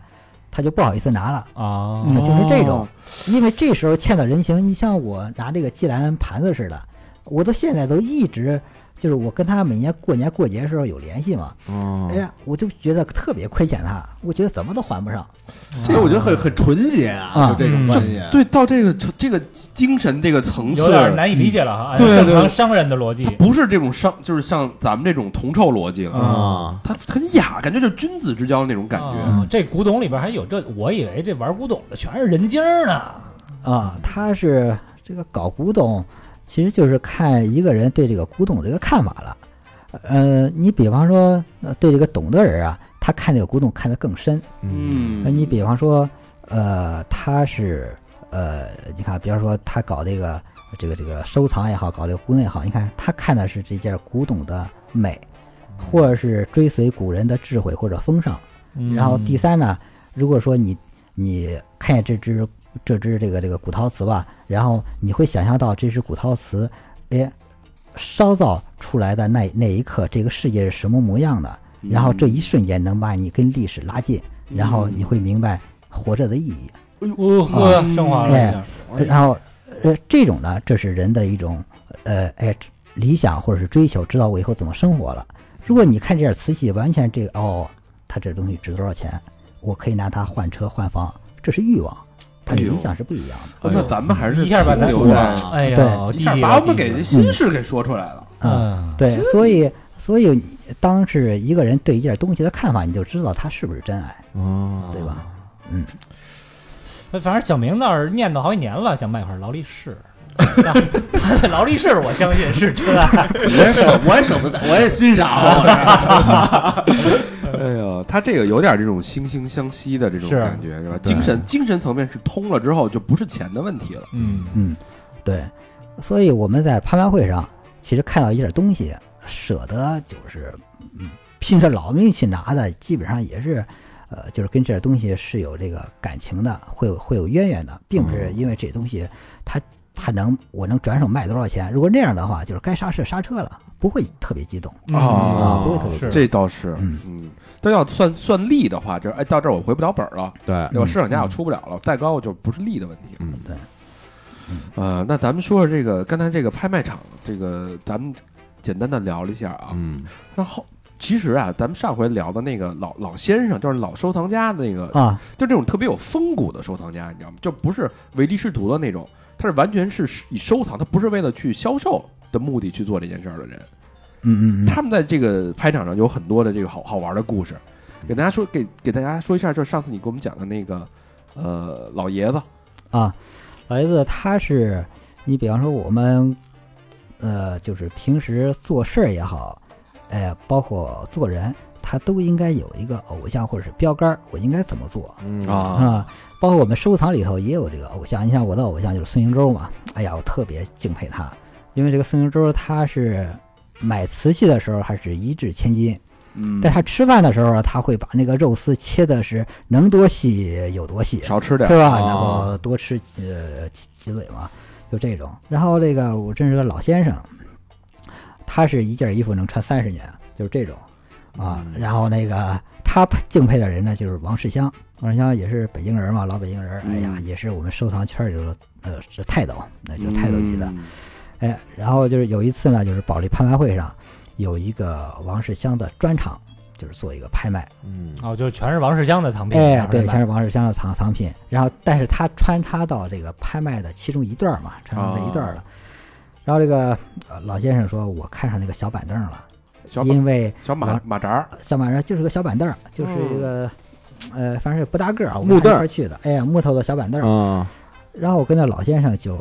F: 他就不好意思拿了。
H: 啊，
F: 嗯就是这种
B: 哦，
F: 因为这时候欠的人情，你像我拿这个季兰盘子似的，我到现在都一直就是我跟他每年过年过节的时候有联系嘛，
B: 哦
F: 哎呀，我就觉得特别亏欠他，我觉得怎么都还不上。
L: 这哎个我觉得很很纯洁啊，
F: 啊
L: 就这种关系。
B: 对，到这个这个精神这个层次，
H: 有点难以理解了哈，按哎
B: 对对
H: 正常商人的逻辑
B: 它，不是这种商，就是像咱们这种铜臭逻辑了，
L: 啊，
B: 它很雅，感觉就是君子之交那种感觉。
H: 啊这古董里边还有这，我以为这玩古董的全是人精儿呢。
F: 啊，他是这个搞古董，其实就是看一个人对这个古董这个看法了。呃，你比方说，呃对这个懂的人啊，他看这个古董看得更深。
L: 嗯
F: 那你比方说，呃，他是呃，你看，比方说他搞这个这个这个收藏也好，搞这个古董也好，你看他看的是这件古董的美，或者是追随古人的智慧或者风尚。
H: 嗯
F: 嗯然后第三呢，如果说你你看见这只这只这个这个古陶瓷吧，然后你会想象到这只古陶瓷，哎，烧造出来的那那一刻，这个世界是什么模样的？然后这一瞬间能把你跟历史拉近，然后你会明白活着的意义。
H: 哦
F: 啊
H: 呵，升华了一下，
F: 呃然后，呃，这种呢，这是人的一种呃哎理想或者是追求，知道我以后怎么生活了。如果你看这件瓷器，完全这个哦，它这东西值多少钱，我可以拿它换车换房，这是欲望，它的
A: 哎呦
F: 影响是不一样的。
A: 哎呦
B: 那咱们还是啊
H: 一下把咱
B: 停
H: 说
B: 留在
H: 哎呀，
F: 对
A: 一
H: 弟
A: 下
H: 弟
A: 把
H: 了
A: 我们
H: 弟弟
A: 给
H: 了
A: 心事给说出来了。
F: 嗯，
H: 嗯，
F: 对，所以所以当是一个人对一件东西的看法，你就知道它是不是真爱，
L: 哦，
F: 对吧？
H: 嗯反正小明倒是念叨好几年了，想买块劳力士。 <laughs> 啊劳力士，我相信是真爱。
B: 我也舍，我也舍不得，我也欣赏。
I: 哎呦，他这个有点这种惺惺相惜的这种
H: 是
I: 感觉，是吧？
L: 对
I: 精神精神层面是通了之后，就不是钱的问题了。
H: 嗯，
F: 嗯，对，所以我们在拍卖会上其实看到一点东西，舍得就是嗯拼着老命去拿的，基本上也是。呃，就是跟这点东西是有这个感情的，会有会有渊源的，并不是因为这东西它它能我能转手卖多少钱。如果那样的话，就是该刹车刹车了，不会特别激动
H: 嗯
I: 哦
F: 啊，不会特别激动。
I: 这倒是，
F: 嗯
I: 嗯，都要算算利的话，就是哎，到这儿我回不了本儿了，
L: 对，
I: 对吧？
F: 嗯
I: 市场价我出不了了，再高就不是利的问题。
L: 嗯，
F: 对。
I: 呃，那咱们说说这个刚才这个拍卖场，这个咱们简单的聊了一下啊。
L: 嗯，
I: 那后其实啊，咱们上回聊的那个老老先生，就是老收藏家的那个，
F: 啊，
I: 就这种特别有风骨的收藏家，你知道吗？就不是唯利是图的那种，他是完全是以收藏，他不是为了去销售的目的去做这件事儿的人。
F: 嗯嗯嗯，
I: 他们在这个拍场上有很多的这个好好玩的故事，给大家说，给给大家说一下，就是上次你给我们讲的那个，呃，老爷子，
F: 啊，老爷子他是，你比方说我们，呃，就是平时做事儿也好，哎、包括做人，他都应该有一个偶像或者是标杆儿，我应该怎么做
L: 嗯
I: 啊
F: 啊？包括我们收藏里头也有这个偶像，你像我的偶像就是孙兴洲嘛，哎呀，我特别敬佩他，因为这个孙兴洲他是买瓷器的时候还是一掷千金，
I: 嗯
F: 但是他吃饭的时候啊他会把那个肉丝切的是能多细有多细，
I: 少吃点
F: 是吧？
I: 啊
F: 然后多吃几呃几几嘴嘛，就这种。然后这个我认识个老先生，他是一件衣服能穿三十年，就是这种啊。然后那个他敬佩的人呢，就是王世襄，王世襄也是北京人嘛，老北京人，哎呀，也是我们收藏圈里头呃是泰斗，那就是泰斗级的。哎，然后就是有一次呢，就是保利拍卖会上有一个王世襄的专场，就是做一个拍卖。
L: 嗯
H: 哦，就全是王世襄的藏品，
F: 哎，对，全是
H: 是
F: 王世襄的藏藏品。然后，但是他穿插到这个拍卖的其中一段儿嘛，穿插这一段儿了。然后这个呃老先生说：“我看上这个小板凳了，
I: 小马
F: 因为
I: 小马
F: 王
I: 马扎儿，
F: 小板凳就是个小板凳，就是一个、呃，反正也不大个儿啊，我
L: 木
F: 们
L: 凳
F: 一块儿去的。哎呀，木头的小板凳。
L: 啊，
F: 然后我跟那老先生就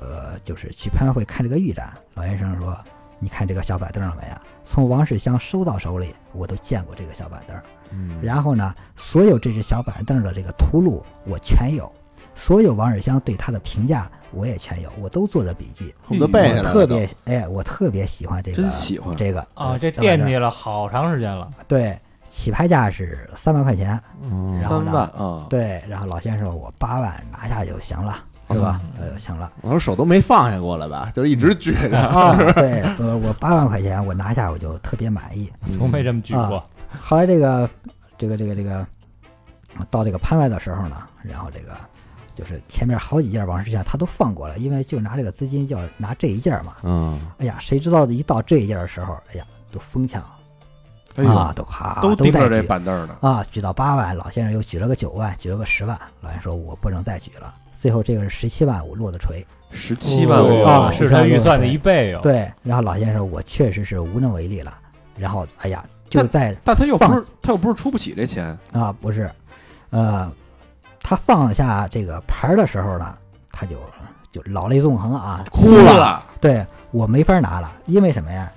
F: 呃，就是去拍卖会看这个预展。老先生说：‘你看这个小板凳了没啊？从王世襄收到手里，我都见过这个小板凳。’
L: 嗯
F: 然后呢，所有这只小板凳的这个图录我全有，所有王世襄对它的评价我也全有，我都做着笔记。
L: 恨不得背下
F: 我
L: 来了
F: 特
L: 都
F: 别哎，我特别喜欢这个，
I: 真喜欢
F: 这个
H: 啊，
F: 呃
H: 这
F: 小板
H: 惦
F: 凳
H: 记了好长时间了。
F: 对，起拍价是三万块钱，
L: 嗯
F: 然后
I: 三
F: 呢
I: 万啊，
F: 对，然后老先生说我八万拿下就行了，
L: 嗯
F: 是吧？呃，就行了。
L: 我说手都没放下过了吧，就是一直举
C: <laughs>
L: 着，
F: 啊，对，呃我八万块钱我拿下我就特别满意。
H: <laughs> 从没这么举过
F: 啊。后来这个这个这个这个到这个拍卖的时候呢，然后这个就是前面好几件王世襄他都放过了，因为就拿这个资金要拿这一件嘛。
L: 嗯，
F: 哎呀，谁知道一到这一件的时候，哎呀，都疯抢
I: 哎呦，
F: 啊，都咔
I: 都盯
F: 在
I: 着这
F: 举
I: 板凳儿呢，
F: 啊，举到八万，老先生又举了个九万，举了个十万，老先生说我不能再举了。最后这个是十七万五落的锤，
I: 十七万
H: 哦
I: 五
F: 啊
H: 是他预算的一倍哦。，
F: 对，然后老先生说我确实是无能为力了，然后哎呀，就在
I: 但他又不是他又不是出不起这钱，
F: 啊，不是，呃，他放下这个牌儿的时候呢，他就就老泪纵横啊，
I: 哭了，
F: 对我没法拿了，因为什么呀？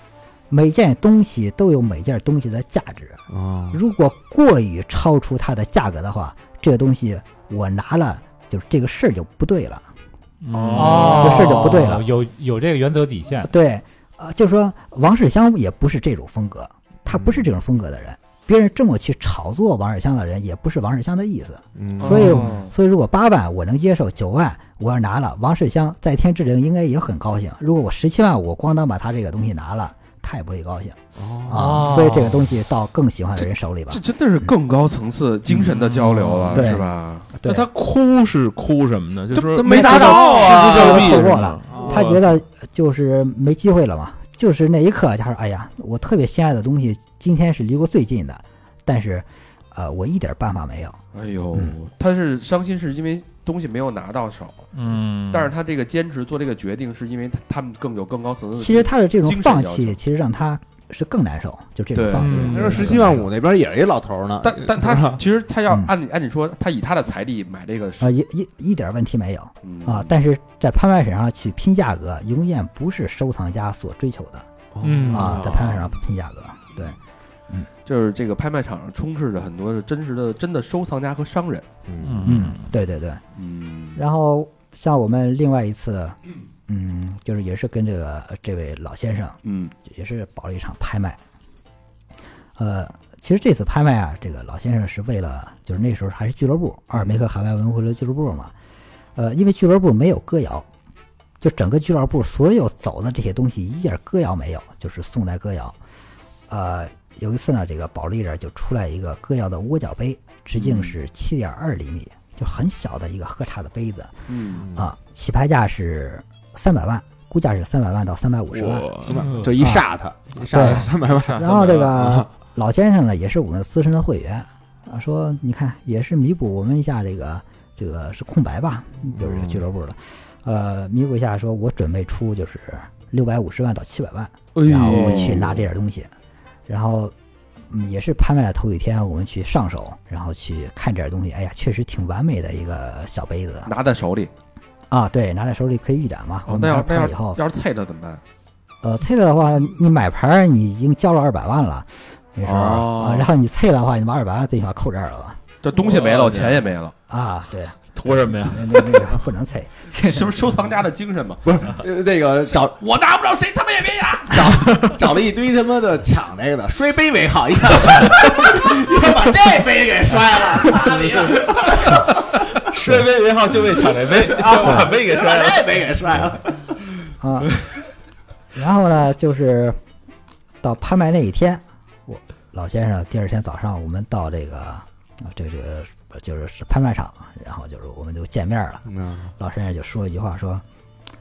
F: 每件东西都有每件东西的价值，
L: 哦，
F: 如果过于超出它的价格的话，这个东西我拿了，就是这个事儿就不对了。嗯
H: 哦，
F: 这事儿就不对了
H: 有有这个原则底线，
F: 对，啊、就是说王世襄也不是这种风格，他不是这种风格的人。别人这么去炒作王世襄的人，也不是王世襄的意思。
L: 嗯
F: 所以
A: 哦
F: 所以，如果八万我能接受，九万我要拿了，王世襄在天之灵应该也很高兴。如果我十七万，我咣当把他这个东西拿了，他也不会高兴啊。所以这个东西到更喜欢的人手里吧
A: 这。真的是更高层次精神的交流了，
F: 对
A: 是吧？
F: 对
B: 那他哭是哭什么呢？就说
L: 他没达到嗯
B: 啊，
F: 这
B: 牛
F: 个
B: 逼
F: 错
B: 是
F: 过
B: 吗
F: 了，他觉得就是没机会了嘛。就是那一刻，他说：“哎呀，我特别心爱的东西，今天是离我最近的，但是，呃，我一点办法没有。
A: 哎呦
F: 嗯，
A: 他是伤心是因为东西没有拿到手，
B: 嗯，
A: 但是他这个坚持做这个决定，是因为他他们更有更高层次的。
F: 其实他的这种
A: 嗯精神
F: 放
A: 要
F: 弃，
A: 求
F: 其实让他是更难受，就这种
A: 对
F: 放弃。
B: 嗯
L: 他说十七万五那边也是一老头呢，
A: 但但他其实他要
F: 嗯
A: 按理按理说，他以他的财力买这个是
F: 啊，一一一点问题没有
A: 嗯
F: 啊！但是在拍卖史上去拼价格，永远不是收藏家所追求的
L: 哦
B: 嗯
A: 哦
F: 啊！在拍卖史上拼价格，对，
A: 就是这个拍卖场上充斥着很多的真实的真的收藏家和商人。
L: 嗯
B: 嗯
F: 嗯，对对对。
A: 嗯，
F: 然后像我们另外一次，嗯，就是也是跟这个这位老先生
A: 嗯
F: 也是保了一场拍卖。呃，其实这次拍卖啊，这个老先生是为了，就是那时候还是俱乐部阿尔梅克海外文化俱乐部嘛，呃，因为俱乐部没有歌谣，就整个俱乐部所有走的这些东西一件歌谣没有，就是宋代歌谣。呃，有一次呢，这个保利这儿就出来一个歌谣的窝脚杯，直径是七点二厘米，就很小的一个喝茶的杯子
A: 嗯，
F: 啊，起拍价是三百万，估价是三百万到三百五十万。
B: 我
L: 行吧，
H: 嗯
L: 就一煞他，一煞
F: 对
L: 他三百万，
A: <laughs>
F: 然后这
A: 啊
F: 个老先生呢，也是我们资深的会员啊，说你看也是弥补我们一下这个这个是空白吧，就
A: 嗯
F: 是这个俱乐部的，呃，弥补一下，说我准备出就是六百五十万到七百万，
A: 哎
F: 然后我去拿这点东西，然后。嗯，也是拍卖的头几天，我们去上手，然后去看这点东西。哎呀，确实挺完美的一个小杯子
A: 拿在手里。
F: 啊！对，拿在手里可以预展嘛。
A: 哦
F: 我，
A: 那
F: 们拿
A: 要那
F: 拍以后
A: 要，要是菜的怎么办？
F: 呃，退了的话，你买牌儿你已经交了二百万了，那时候、
A: 哦
F: 啊，然后你退了的话，你把二百万最起码扣这儿了吧？
A: 这东西没了，
B: 我
A: 钱也没了，
F: 啊，对，
B: <laughs> 图什么呀？
F: 那那那个不能退，
A: 这 <laughs> 是不是收藏家的精神嘛？
L: 呃那个找
A: 我拿不着，谁他妈也别拿。
L: 找 <laughs> 了一堆他妈的抢那个的，摔杯为好，一看，一看把这杯给摔了，妈的一看
B: 摔杯别号就为抢这杯，就把杯给摔了。
L: 啊把这杯给摔了，
F: 啊。然后呢，就是到拍卖那一天，我老先生第二天早上，我们到这个啊这个这个呃就是是拍卖场，然后就是我们就见面了。
B: 嗯
F: 老先生就说一句话，说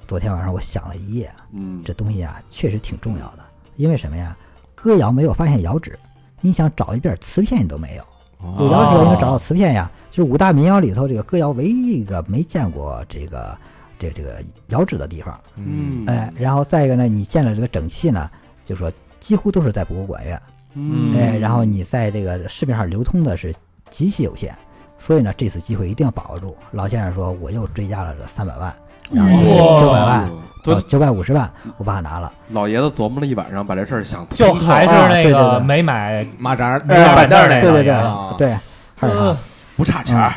F: 昨天晚上我想了一夜，
A: 嗯，
F: 这东西啊确实挺重要的，因为什么呀？歌谣没有发现谣址，你想找一遍磁片你都没有。
A: 啊
B: 哦
F: 有谣址的你能找到磁片呀？就是五大民谣里头这个歌谣唯一一个没见过这个这这个谣址的地方。
A: 嗯，
F: 哎，然后再一个呢，你建了这个整器呢，就说几乎都是在博物馆院，
B: 嗯
F: 哎，然后你在这个市面上流通的是极其有限，所以呢，这次机会一定要把握住。老先生说，我又追加了这三百万，然后
B: 哇
F: 九百万
B: 多
F: 到九百五十万，我把它拿了。
A: 老爷子琢磨了一晚上，把这事儿想通
H: 就还是
F: 啊
H: 那
F: 对对
H: 个
F: 对哎
H: 没买
L: 马扎儿
H: 没有
L: 呃
H: 板凳儿
L: 儿
H: 那
F: 对对
H: 个
F: 对
L: 啊
F: 对，还是他。
A: 嗯
L: 不差钱儿，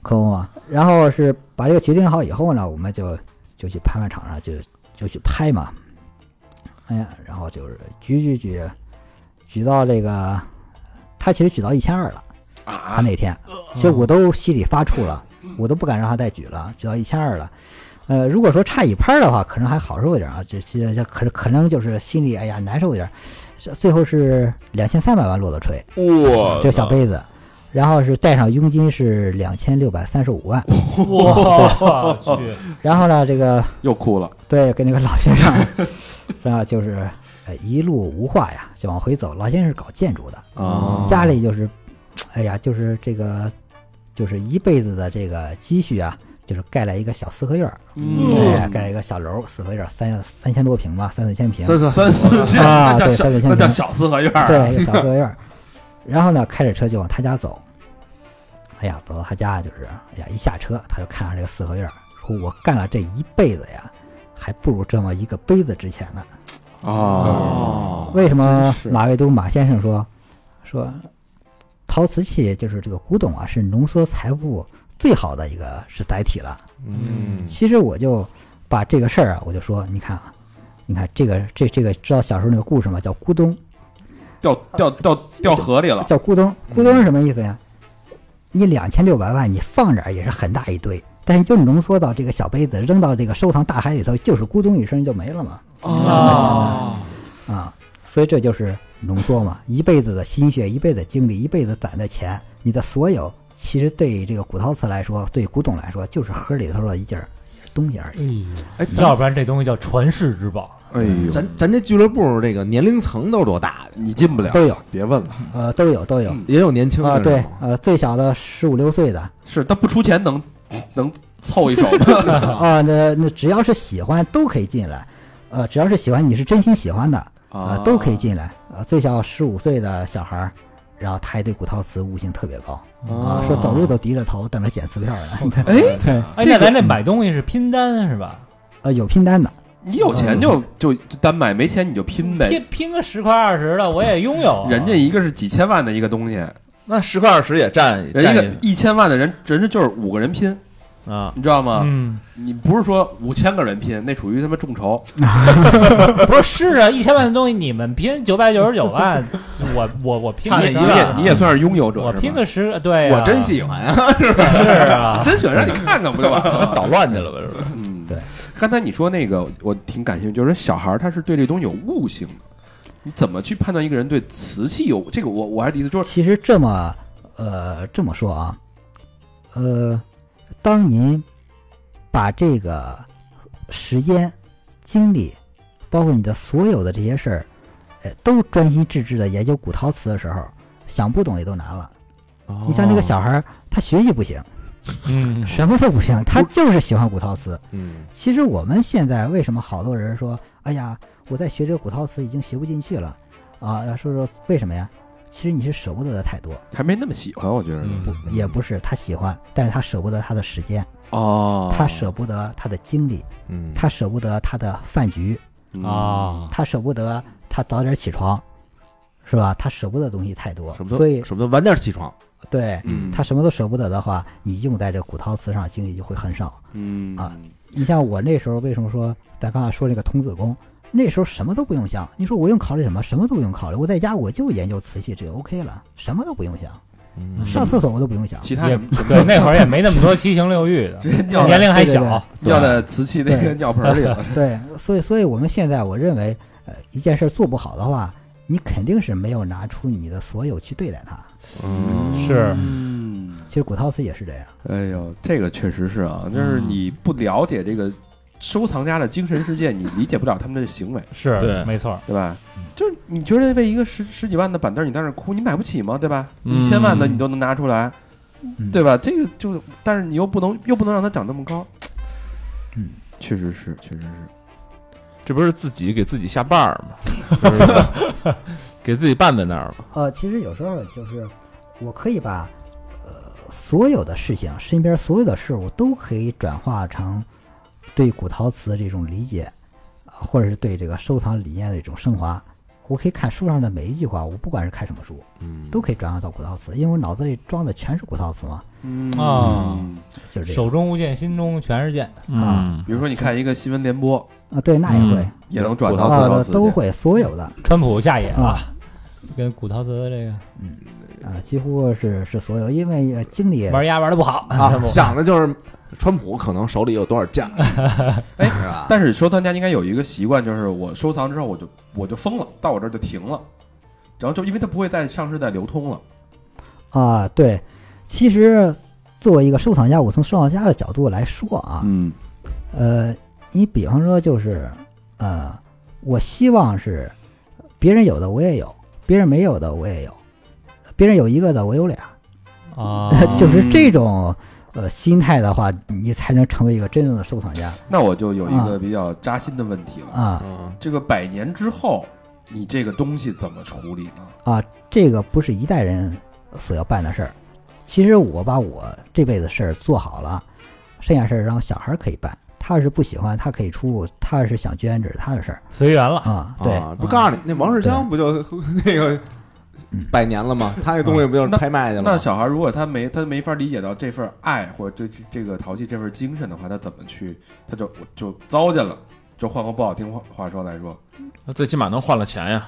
F: 可不嘛。啊然后是把这个决定好以后呢，我们就就去拍卖场上就就去拍嘛。哎呀，然后就是举举举，举到这个，他其实举到一千二了。他
A: 啊，
F: 那天，其实我都心里发怵了，我都不敢让他再举了，举到一千二了。呃，如果说差一拍儿的话，可能还好受一点啊，这这这可可能就是心里哎呀难受一点。是最后是两千三百万落的锤，
B: 哇，
F: 嗯
A: 呃
F: 这个小杯子，然后是带上佣金是两千六百三十五万，
H: 我去，哎
F: 然后呢，这个
A: 又哭了。
F: 对跟那个老先生，
A: <laughs>
F: 然后就是呃一路无话呀，就往回走。老先生是搞建筑的，
A: 啊
F: 家里就是，哎呀，就是这个，就是一辈子的这个积蓄啊，就是盖了一个小四合院儿，
A: 嗯
M: 嗯
F: 哎，盖了一个小楼，四合院儿三三千多平吧，三四千平，
A: 三三四千，
F: 啊
A: <laughs> 那叫
F: 对
A: 小
F: 三四千
A: 那叫
F: 平
A: 小四合院儿。啊
F: 对，一个小四合
A: <laughs>
F: 院儿。然后呢，开着车就往他家走。哎呀，走到他家就是，哎呀，一下车他就看上这个四合院儿，说我干了这一辈子呀，还不如这么一个杯子值钱呢。
A: 哦，
F: 为什
L: 真
F: 么
L: 是
F: 马未都马先生说说陶瓷器就是这个古董啊，是浓缩财富最好的一个是载体了。
L: 嗯
F: 其实我就把这个事儿啊，我就说，你看啊，你看这个这这个，知道小时候那个故事吗？叫咕咚，
A: 掉掉掉掉河里了，
F: 叫咕咚，咕咚是什么意思呀？你两千六百万，你放这儿也是很大一堆，但是就浓缩到这个小杯子，扔到这个收藏大海里头，就是咕咚一声就没了嘛。
H: 哦，
F: 啊，所以这就是浓缩嘛，一辈子的心血，一辈子的精力，一辈子攒的钱，你的所有，其实对这个古陶瓷来说，对古董来说，就是盒里头的一件儿东西而已。
L: 哎，咱
H: 要不然这东西叫传世之
A: 哎
H: 宝。
F: 嗯
A: 呦，
L: 咱咱这俱乐部这个年龄层都是多大的？
A: 你进不了，
F: 都有，
A: 啊别问了。
F: 呃，都有，都有。
A: 嗯
L: 也有年轻的
F: 啊、
L: 是
F: 对
L: 吗，
F: 呃，最小的十五六岁的，
A: 是他不出钱能能凑一手吗？
F: 啊、那那只要是喜欢都可以进来，呃，只要是喜欢你是真心喜欢的， <laughs> 啊、都可以进来。啊、最小十五岁的小孩儿，然后他也对古陶瓷悟性特别高，啊、说走路都低着头等着捡瓷片儿 <laughs> 呢。
A: 哎，
F: 对，
H: 哎，那咱
F: 嗯
H: 这买东西是拼单是吧？
F: 呃，有拼单的，
A: 你有钱就
F: 嗯
A: 就就单买，没钱你就拼呗。
H: 拼拼个十块二十的，我也拥有啊。
A: 人家一个是几千万的一个东西，
M: 那十块二十也占
A: 人家一个一千万的人，人家就是五个人拼，
M: 啊，
A: 你知道吗？
H: 嗯，
A: 你不是说五千个人拼，那属于他妈众筹。
H: 不是是啊，一千万的东西你们拼九百九十九万，我我我拼
A: 你也
H: 个
A: 你
H: 十万
A: 也你也算是拥有者
H: 我
A: 是吧，
H: 拼个十，对啊，
L: 我真喜欢啊！
H: 是
A: <laughs>
H: 啊
A: 真喜欢让你看看不就完了
M: <laughs>
A: 吗？
M: 捣乱去了吧？是不是？
A: 嗯，
F: 对。
A: 刚才你说那个，我挺感兴趣，就是说小孩儿他是对这东西有悟性的，你怎么去判断一个人对瓷器有这个我？我还是第一次，就是
F: 其实这么呃这么说啊，呃，当您把这个时间、精力，包括你的所有的这些事儿，呃，都专心致志的研究古陶瓷的时候，想不懂也都难了。你像这个小孩儿，他学习不行，
H: 嗯，
F: 什么都不行，他就是喜欢古陶瓷。
L: 嗯，
F: 其实我们现在为什么好多人说，哎呀，我在学这个古陶瓷已经学不进去了啊？说说为什么呀？其实你是舍不得的太多。
A: 还没那么喜欢，我觉得
F: 不也不是他喜欢，但是他舍不得他的时间，
A: 哦
F: 他舍不得他的精力，
L: 嗯
F: 他舍不得他的饭局，
H: 啊，
F: 他舍不得他早点起床，是吧？他舍不得的东西太多
L: 什，么
F: 所以
L: 都什么都晚点起床，
F: 对
A: 嗯
F: 他什么都舍不得的话，你用在这古陶瓷上精力就会很少。
A: 嗯
F: 啊你像我那时候为什么说咱刚才说那个童子功，那时候什么都不用想，你说我用考虑什么，什么都不用考虑，我在家我就研究瓷器，这就 OK 了，什么都不用想，上厕所我都不用想，
A: 其他
H: 也
A: 什么什么
H: 对，那会儿也没那么多七情六欲的，
A: 直接 <laughs> 尿
M: <laughs>
H: 年龄还
F: 对对对
H: 小，
A: 尿在瓷器那个
F: 对
A: 尿盆儿里了。
F: 对，所以所以我们现在我认为，呃，一件事儿做不好的话，你肯定是没有拿出你的所有去对待它。
H: 是
A: 嗯，
F: 其实古陶瓷也是这样，
A: 哎呦，这个确实是啊，就是
M: 嗯
A: 你不了解这个收藏家的精神世界，你理解不了他们的行为。
H: 是，
M: 对
H: 没错，
A: 对吧？就是你觉得为一个十十几万的板凳你在那儿哭，你买不起吗？对吧？
F: 嗯
A: 一千万的你都能拿出来，对吧？这个就，但是你又不能又不能让它长那么高。
F: 嗯，
A: 确实是，确实是。
M: 这不是自己给自己下绊儿
A: <laughs>
M: 吗？是不是给自己绊在那儿了。
F: 呃，其实有时候就是我可以把呃所有的事情，身边所有的事物都可以转化成对古陶瓷的这种理解，啊或者是对这个收藏理念的一种升华。我可以看书上的每一句话，我不管是看什么书，
L: 嗯
F: 都可以转化到古陶瓷，因为我脑子里装的全是古陶瓷嘛，
A: 嗯
H: 啊
F: 就是这
H: 手
F: 个
H: 中无剑，心中全是剑。
F: 嗯
A: 比如说你看一个新闻联播，
F: 啊，对，那也会
M: 嗯
A: 也能转到
F: 啊
A: 古陶瓷，
F: 都会所有的，
H: 川普下野了
F: 啊，
H: 跟古陶瓷这个
F: 啊，几乎是是所有，因为呃经理
H: 玩鸭玩的不好
L: 啊
H: 川，普
L: 想的就是川普可能手里有多少件，哎，是吧？
A: 但是收藏家应该有一个习惯，就是我收藏之后我就我就封了，到我这儿就停了，然后就因为它不会再上市再流通了。
F: 啊，对，其实作为一个收藏家，我从收藏家的角度来说啊，
A: 嗯
F: 呃，你比方说就是，呃，我希望是别人有的我也有，别人没有的我也有，别人有一个的我有俩，
H: 啊
F: <laughs> 就是这种呃心态的话，你才能成为一个真正的收藏家
A: 那我就有一个
F: 啊
A: 比较扎心的问题了，
F: 啊。
L: 嗯
A: 这个百年之后，你这个东西怎么处理呢？
F: 这个不是一代人所要办的事儿。其实我把我这辈子事儿做好了，剩下事儿让小孩儿可以办，他要是不喜欢，他可以出；他要是想捐，这是他的事儿
H: 随缘了。
F: 啊。对，
L: 啊不告诉你，那王世襄不就 <laughs> 那个百年了吗？他那东西不就是拍卖去了
A: 嗯那
L: 吗？
A: 小孩如果他没他没法理解到这份爱或者这这个淘气这份精神的话，他怎么去他就就糟践了。就换个不好听话话说来说，
M: 那最起码能换了钱呀。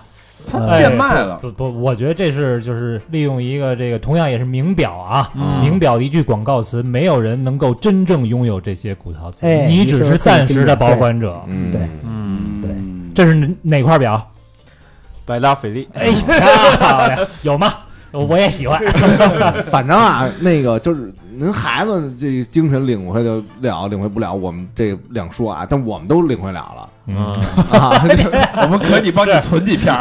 H: 呃
A: 贱卖了
H: 不不，我觉得这是就是利用一个这个同样也是名表啊，
M: 嗯
H: 名表的一句广告词，没有人能够真正拥有这些古陶瓷，
F: 哎
H: 你
F: 你
H: 只
F: 说得
H: 是
F: 很
H: 暂时的
F: 精准
H: 保管者。
L: 嗯，
F: 对
M: 嗯，
A: 嗯，
H: 这是哪块表？
G: 百达翡丽，
H: 哎呀，有吗？我也喜欢。
L: 反正啊，那个就是您孩子这精神领会得了，领会不了，我们这两说啊，但我们都领会了了。啊
H: 嗯，
A: <laughs>
L: <laughs>
A: 我们可以帮你存几片儿。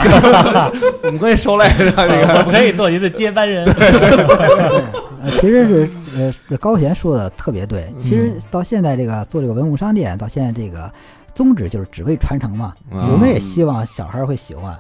A: <laughs>
L: 我们可以收来着这个，
H: 我可以做您的接班人。
F: 呃，其实是呃，是高贤说的特别对。其实到现在这个做这个文物商店，到现在这个宗旨就是只为传承嘛。
C: 啊
L: 嗯
F: 我们也希望小孩儿会喜欢，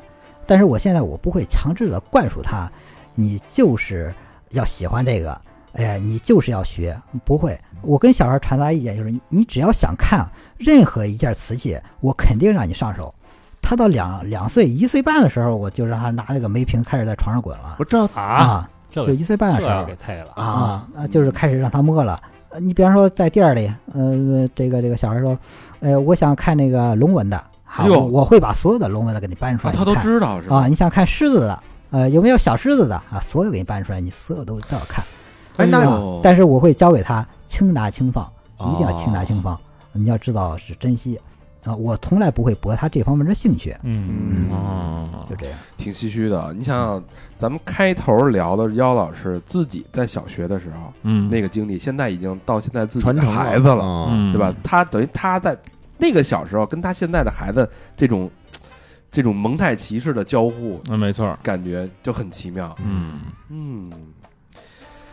F: 但是我现在我不会强制的灌输他，你就是要喜欢这个，哎呀，你就是要学，不会。我跟小孩儿传达意见就是，你你只要想看任何一件瓷器，我肯定让你上手。他到两两岁一岁半的时候，我就让他拿这个梅瓶开始在床上滚了
L: 不这
H: 啊，
F: 啊，
H: 这
F: 就一岁半的
H: 这
F: 时候
H: 要给退了。
F: 啊，啊，就是开始让他摸了。呃你比方说在店儿里，呃，这个这个小孩说，呃，我想看那个龙纹的，好，
A: 哎呦
F: 我我会把所有的龙纹的给你搬出来，
A: 他
F: 你
A: 都
F: 看
A: 知道是吧？
F: 啊，你想看狮子的，呃，有没有小狮子的啊？所有给你搬出来，你所有都都要看。
L: 哎那
F: 啊
A: 有
F: 但是我会教给他轻拿轻放，一定要轻拿
L: 哦
F: 轻放，你要知道是珍惜啊。我从来不会博他这方面的兴趣，
H: 嗯，
L: 嗯
M: 哦，
F: 就这样。
A: 挺唏嘘的。啊你想想，咱们开头聊的妖老师自己在小学的时候
M: 嗯，
A: 那个经历，现在已经到现在自己
L: 传
A: 的
L: 承
A: 孩子了，
L: 了，
M: 嗯
A: 对吧？？他等于他在那个小时候跟他现在的孩子这种这种蒙太奇式的交互，
M: 那嗯没错儿，
A: 感觉就很奇妙。
M: 嗯，
A: 嗯，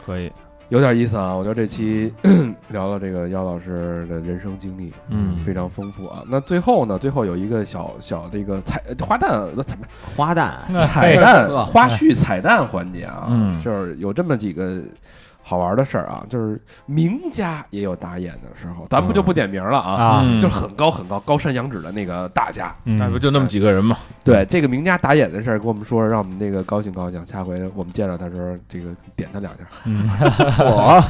M: 可以，
A: 有点意思啊！我觉得这期 <clears throat> 聊了这个妖老师的人生经历，
M: 嗯
A: 非常丰富啊。那最后呢，最后有一个小小这个彩呃花旦呃彩
L: 花旦
H: 嗯
A: 彩蛋
L: 呵
A: 花絮彩蛋环节啊，
M: 哎嗯
A: 就是有这么几个好玩的事儿啊，就是名家也有打眼的时候，咱们就不点名了啊，
H: 啊
M: 嗯
A: 就是很高很高高山仰止的那个大家。
M: 那不
H: 嗯，
M: 就那么几个人嘛？
A: 对这个名家打眼的事儿，跟我们说，让我们那个高兴高兴，下回我们见着他的时候，这个点他两下。 <laughs>
M: 嗯，
L: 我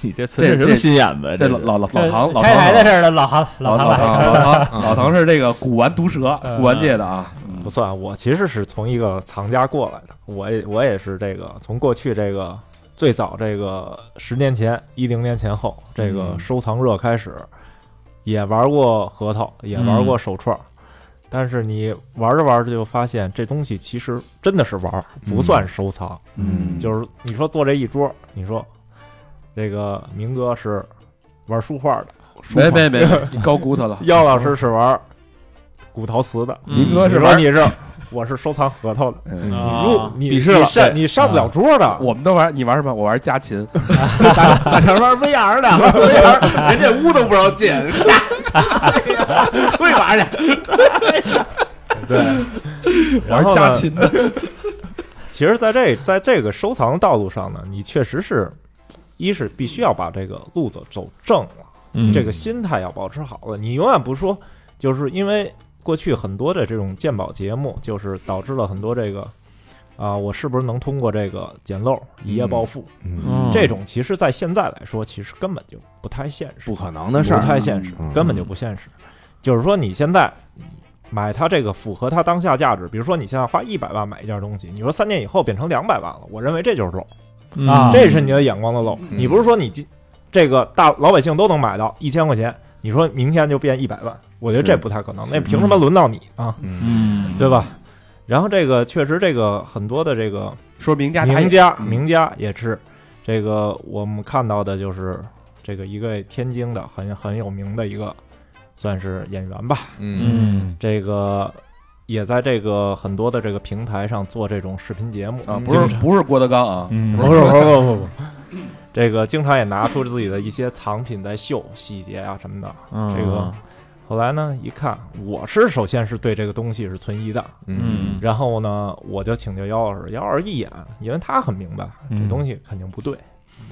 M: 你这存着什么心眼子呀？
A: 这老
M: 是
A: 老老老唐老
H: 拆
A: 唐
H: 台的事儿了，老韩，
A: 老
H: 韩
A: 老
H: 来。
A: 唐老唐老唐是这个古玩毒蛇，
H: 嗯
A: 古玩界的啊，
G: 不算，我其实是从一个藏家过来的，我也我也是这个从过去这个最早这个十年前一零年前后这个收藏热开始，也玩过核桃，也玩过手串儿。但是你玩着玩着就发现，这东西其实真的是玩儿，不算收藏。
L: 嗯
G: 就是你说坐这一桌，你说这个明哥是玩书画 <laughs> 的，书
A: 没
G: 画。
A: 没没，你 <laughs> 高估他了
G: 姚老师是玩古陶瓷的，
M: 嗯
G: 你说你是，我是收藏核桃的，
A: 嗯
M: 啊
G: 你入你
M: 鄙视了
G: 你上你上不了桌的。
A: 我们都玩，你玩什么？我玩家禽，
L: 大成玩 VR 的 VR，人这屋都不知道进，会玩去。
G: 然
A: 玩
G: 后
A: 家
G: 呢
A: 禽的。
G: <laughs> 其实在这在这个收藏道路上呢，你确实是，一是必须要把这个路子走正了，
M: 嗯
G: 这个心态要保持好了。你永远不说，就是因为过去很多的这种鉴宝节目，就是导致了很多这个啊、我是不是能通过这个捡漏一夜暴富？
M: 嗯
G: 这种其实在现在来说，其实根本就不太现实，
L: 不可能的事儿
G: 不，
M: 啊
G: 太现实
L: 嗯，
G: 根本就不现实。就是说，你现在买它这个符合它当下价值，比如说你现在花一百万买一件东西，你说三年以后变成两百万了，我认为这就是漏，
M: 嗯
H: 啊
G: 这是你的眼光的漏。你不是说你今这个大老百姓都能买到一千块钱，你说明天就变一百万，我觉得这不太可能。那
L: 嗯
G: 凭什么轮到你啊？
M: 嗯，
G: 对吧？然后这个确实，这个很多的这个
A: 说名家打
G: 名
A: 眼，
G: 家，名家也是这个我们看到的，就是这个一个天津的很很有名的一个，算是演员吧。
L: 嗯
M: 嗯，
G: 这个也在这个很多的这个平台上做这种视频节目
A: 啊，不是不是郭德纲啊，
M: 嗯，
G: 不是不是不是不是不是， <laughs> 这个经常也拿出自己的一些藏品在秀细节啊什么的。
M: 嗯
G: 这个后来呢，一看我是首先是对这个东西是存疑的，
M: 嗯
G: 然后呢，我就请教姚老师，姚老师一眼，因为他很明白
M: 嗯
G: 这东西肯定不对，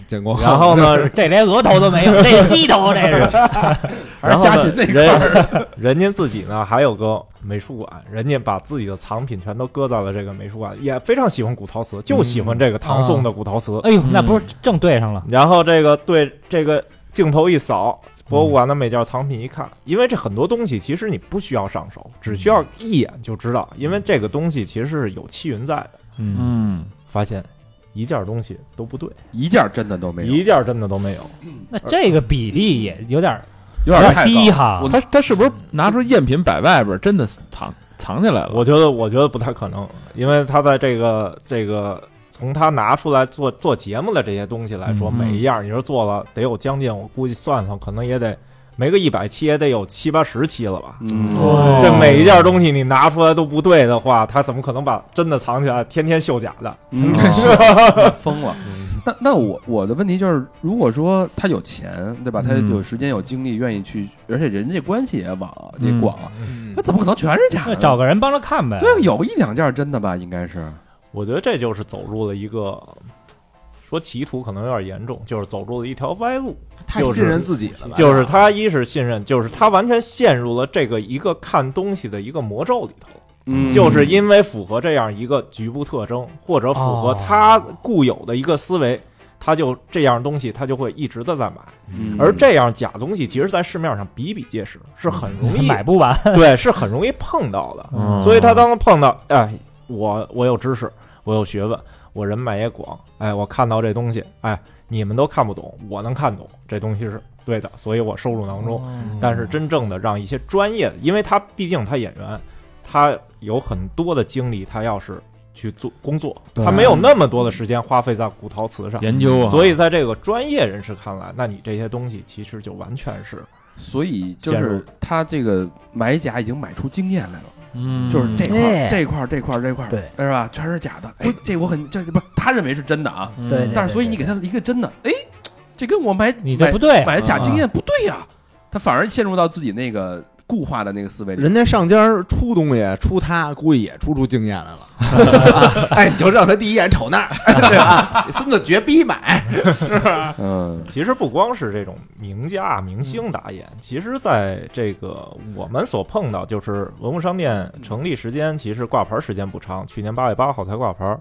L: 建国
G: 然后呢，
H: 这连额头都没有，这鸡头这是。
G: 然后
A: 加
G: 呢
A: 起那块儿，
G: 人人家 <laughs> 自己呢还有个美术馆，人家把自己的藏品全都搁在了这个美术馆，也非常喜欢古陶瓷，就喜欢这个唐宋的古陶瓷。
H: 哎呦，那不是正对上了？
G: 然后这个对这个镜头一扫，博物馆的每件藏品一看，因为这很多东西其实你不需要上手，只需要一眼就知道，因为这个东西其实是有气云在的。
H: 嗯，
M: 嗯，
G: 发现一件东西都不对，
A: 一件真的都没有，
G: 一件真的都没有。
H: 那这个比例也有点
M: 呃有点太高
H: 低哈
M: 我。他他是不是拿出赝品摆外边，真的藏藏起来了？
G: 我觉得，我觉得不太可能，因为他在这个这个从他拿出来做做节目的这些东西来说，
M: 嗯
G: 每一样你说做了得有将近，我估计算算，可能也得没个一百期，也得有七八十期了吧。
L: 嗯，
H: 哦
G: 这每一件东西你拿出来都不对的话，他怎么可能把真的藏起来，天天绣假的？
A: 嗯 <laughs> 疯了。那那我我的问题就是，如果说他有钱，对吧？他
G: 嗯
A: 有时间、有精力，愿意去，而且人家关系也网也
G: 嗯
A: 广啊，那怎么可能全是假的
H: 那
A: 呢？
H: 找个人帮着看呗。
A: 对，啊有个一两件真的吧，应该是。
G: 我觉得这就是走入了一个说歧途可能有点严重，就是走入了一条歪路。
L: 太信任自己了吧？
G: 就是他一是信任，就是他完全陷入了这个一个看东西的一个魔咒里头，
A: 嗯
G: 就是因为符合这样一个局部特征，或者符合他固有的一个思维，他就这样东西他就会一直的在买，
C: 嗯
G: 而这样假东西其实在市面上比比皆是，是很容易
H: <laughs> 买不完。
G: 对，是很容易碰到的。
H: 嗯
M: 哦
G: 所以他当碰到，哎，我我有知识，我有学问，我人脉也广，哎，我看到这东西，哎，你们都看不懂，我能看懂，这东西是对的，所以我收入囊中。
M: 哦
G: 但是真正的让一些专业的，因为他毕竟他演员，他有很多的精力，他要是去做工作，他没有那么多的时间花费在古陶瓷上。
M: 研究啊，
G: 所以，在这个专业人士看来，那你这些东西其实就完全是
A: 所以就
G: 陷入
A: 是他这个买假已经买出经验来了，
M: 嗯
A: 就是这块
F: 哎
A: 儿、这块儿、这块儿、这块儿，
F: 对，
A: 是吧？全是假的。哎，这我很这不是他认为是真的啊，
M: 嗯
F: 对
A: 但是所以你给他一个真的，哎，这跟我买
H: 你这
A: 买
H: 不
L: 哎
H: 对，
A: 买的
L: 啊
A: 假经验不对呀，他反而陷入到自己那个固化的那个思维里。
L: 人家上家儿出东西，出他估计也出出经验来了。哎，你就让他第一眼瞅那儿，对吧？孙子绝逼买，
A: 嗯，
G: 其实不光是这种名家、啊明星打眼，其实在这个我们所碰到，就是文物商店成立时间，其实挂牌时间不长，去年八月八号才挂牌。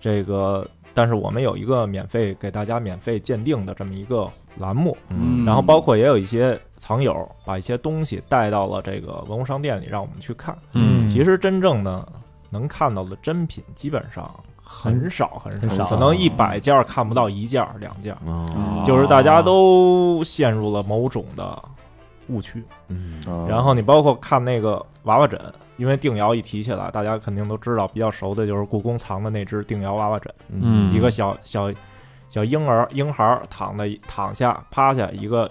G: 这个，但是我们有一个免费给大家免费鉴定的这么一个栏目，
L: 嗯
G: 然后包括也有一些藏友把一些东西带到了这个文物商店里，让我们去看。
M: 嗯
G: 其实真正呢，能看到的真品基本上很少很少，
H: 很少
G: 可能一百件儿看不到一件儿两件儿。
L: 哦
G: 就是大家都陷入了某种的误区。
L: 嗯
G: 然后你包括看那个娃娃枕，因为定窑一提起来，大家肯定都知道，比较熟的就是故宫藏的那只定窑娃娃枕，
M: 嗯
G: 一个小小小婴儿婴孩儿躺在躺下趴下一个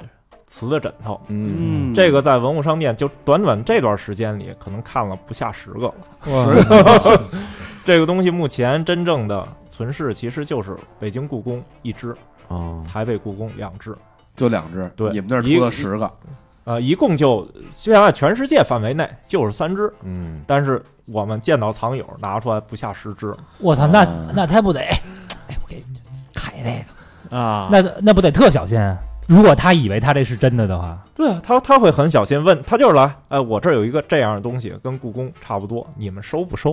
G: 瓷的枕头。
L: 嗯，
G: 这个在文物商店就短短这段时间里，可能看了不 <laughs> 下十个了。这个东西目前真正的存世其实就是北京故宫一只，
L: 哦，
G: 台北故宫两只。
A: 就两只，
G: 对
A: 你们那儿
G: 一
A: 出了十个，
G: 呃，一共就现在全世界范围内就是三只，
L: 嗯，
G: 但是我们见到藏友拿出来不下十只，
H: 我操，那那他不得，哎，我给你开这个，
M: 啊，
H: 那那不得特小心啊？如果他以为他这是真的的话，
G: 对啊，他他会很小心问，他就是来，哎，我这儿有一个这样的东西，跟故宫差不多，你们收不收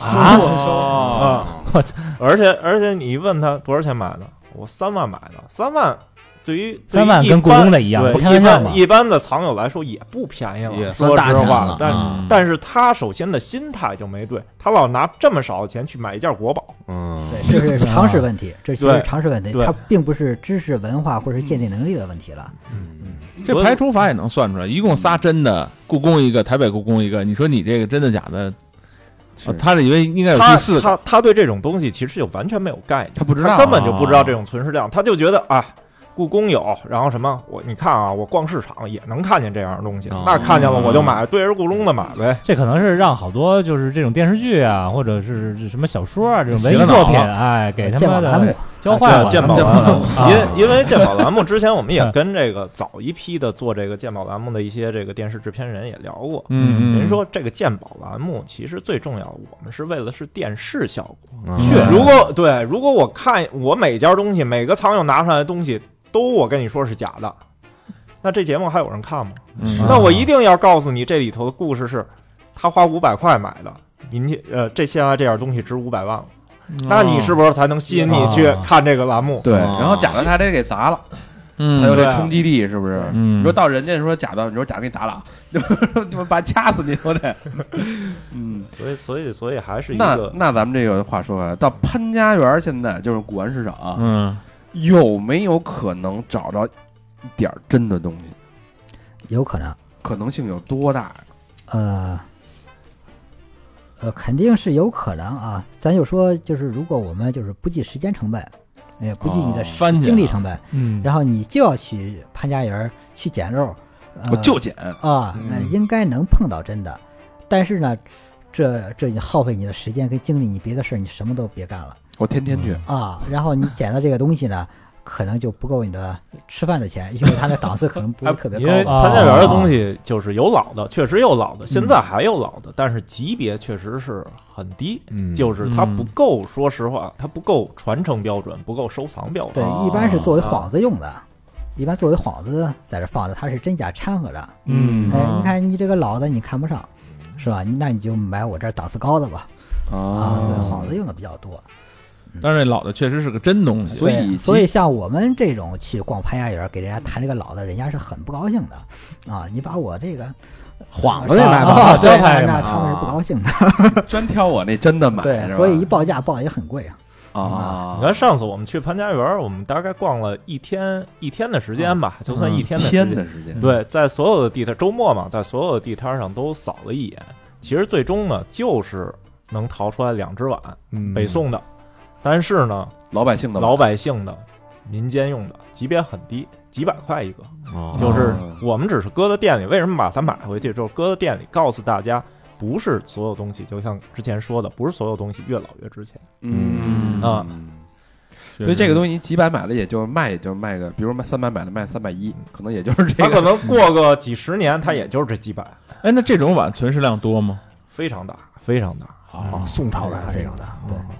H: 啊
M: 哦，
G: 啊？而且而且你一问他多少钱买的，我三万买的，三万对于对于
H: 三万
G: 一
H: 跟故
G: 般
H: 宫的一样
G: 对
H: 不开玩
G: 一
H: 笑
G: 般
H: 嘛
G: 一般的藏友来说也不便宜了，
L: 也算
G: 说
L: 大
G: 实
L: 钱
G: 话，
L: 了啊
G: 但、
M: 嗯
G: 但是他首先的心态就没对，他老拿这么少的钱去买一件国宝，
L: 嗯，
F: 对，这是常识问题，这其实是
G: 对
F: 常识问题，
G: 对
F: 它并不是知识、文化或者是鉴定能力的问题了。
M: 这排除法也能算出来，一共仨真的，故宫一个，台北故宫一个，你说你这个真的假的？
L: 是
M: 哦他这以为应该有
G: 他
M: 第四个，
G: 他他对这种东西其实就完全没有概念，
A: 他不知
G: 他
A: 道，
G: 根本就不
M: 啊
G: 知道啊这种存世量，他就觉得啊，故宫有，然后什么我你看啊，我逛市场也能看见这样的东西，
L: 哦
G: 那看见了我就
M: 嗯
G: 买，对着故宫的买呗。
H: 这可能是让好多就是这种电视剧啊，或者是什么小说啊这种文
M: 洗
H: 艺
M: 了脑
H: 作品，
M: 了
H: 哎，给他
F: 鉴
H: 妈
F: 宝栏目
H: 的交换
G: 鉴宝
H: 了
G: 栏
M: <laughs>
G: 目
H: 啊，
G: 因因为鉴宝栏目之前我们也
H: 嗯
G: 跟这个早一批的做这个鉴宝栏目的一些这个电视制片人也聊过，
M: 嗯
G: 人说这个鉴宝栏目其实最重要，我们是为了是电视效果。
A: 啊
H: 确
G: 如果对，如果我看我每件东西每个藏友拿出来的东西都我跟你说是假的，那这节目还有人看吗？
M: 嗯
B: 啊
G: 那我一定要告诉你，这里头的故事是，他花五百块买的，明天呃，这现在这件东西值五百万了，那你是不是才能吸引你去看这个栏目？
A: 对，
L: 哦
A: 然后假的他得给砸了，
M: 嗯
A: 才有
M: 嗯
A: 这冲击力，是不是？你
M: 嗯
A: 说到人家说假的，你说假的给你砸了，你们把掐死你都得。嗯，
G: 所以所以所以还是一
A: 那
G: 个
A: 那咱们这个话说回来，到潘家园现在就是古玩市场啊，
M: 嗯
A: 有没有可能找着一点儿真的东西？
F: 有可能，
A: 可能性有多大？
F: 呃，呃，肯定是有可能啊。咱就说，就是如果我们就是不计时间成本，也不计你的
A: 哦
F: 时
M: 翻去
F: 精力
M: 了
F: 成本，
H: 嗯，
F: 然后你就要去潘家园儿去捡肉，呃
A: 我就捡，
F: 啊，那应该能碰到真的，但是呢，这这你耗费你的时间跟精力，你别的事儿你什么都别干了
A: 我天天去。
F: 啊。然后你捡到这个东西呢，可能就不够你的吃饭的钱，因为它的档次可能不是特别
G: 因为
F: 高。啊
G: 潘家园的东西就是有老的，确实有老的，现在还有老的，但是级别确实是很低，
L: 嗯
G: 就是它不够，说实话，它不够传承标准，不够收藏标准。
F: 对，一般是作为幌子用的，一般作为幌子在这放着，它是真假掺和着。
A: 哦
M: 嗯
F: 哎，你看你这个老的你看不上，是吧？你那你就买我这儿档次高的吧。
A: 哦
F: 啊，所以幌子用的比较多。
M: 但是那老的确实是个真东西，
A: 所以
F: 对
A: 即
F: 所以像我们这种去逛潘家园，给人家谈这个老的，人家是很不高兴的啊！你把我这个
L: 晃了再买吧。
H: 啊，
F: 对
H: 对，
F: 那那他们是不高兴的，
A: 专挑我那真的买，是
F: 对，
A: 吧
F: 所以一报价报的也很贵啊。
A: 啊
G: 你，看上次我们去潘家园，我们大概逛了一天一天的时间吧，就算一天的时间
A: 天的时间，
G: 对，在所有的地摊周末嘛，在所有的地摊上都扫了一眼。其实最终呢，就是能淘出来两只碗，
L: 嗯
G: 北宋的，但是呢，
A: 老百姓的
G: 老百姓的、民间用的级别很低，几百块一个。就是
A: 哦
G: 我们只是搁到店里，为什么把它买回去？就是搁到店里，告诉大家，不是所有东西，就像之前说的，不是所有东西越老越值钱
A: 嗯
G: 啊。
M: 所
A: 所以这个
M: 西
A: 东西你几百买了，也就卖，也就卖个，比如卖三百买的卖三百一，可能也就是这
G: 它
A: 个。
G: 可能过个几十年，它也就是这几百，
M: 哎，那这种碗存世量多吗？
G: 非常大，非常大。
M: 啊，
L: 宋朝
F: 的这种的，
G: 对
F: 嗯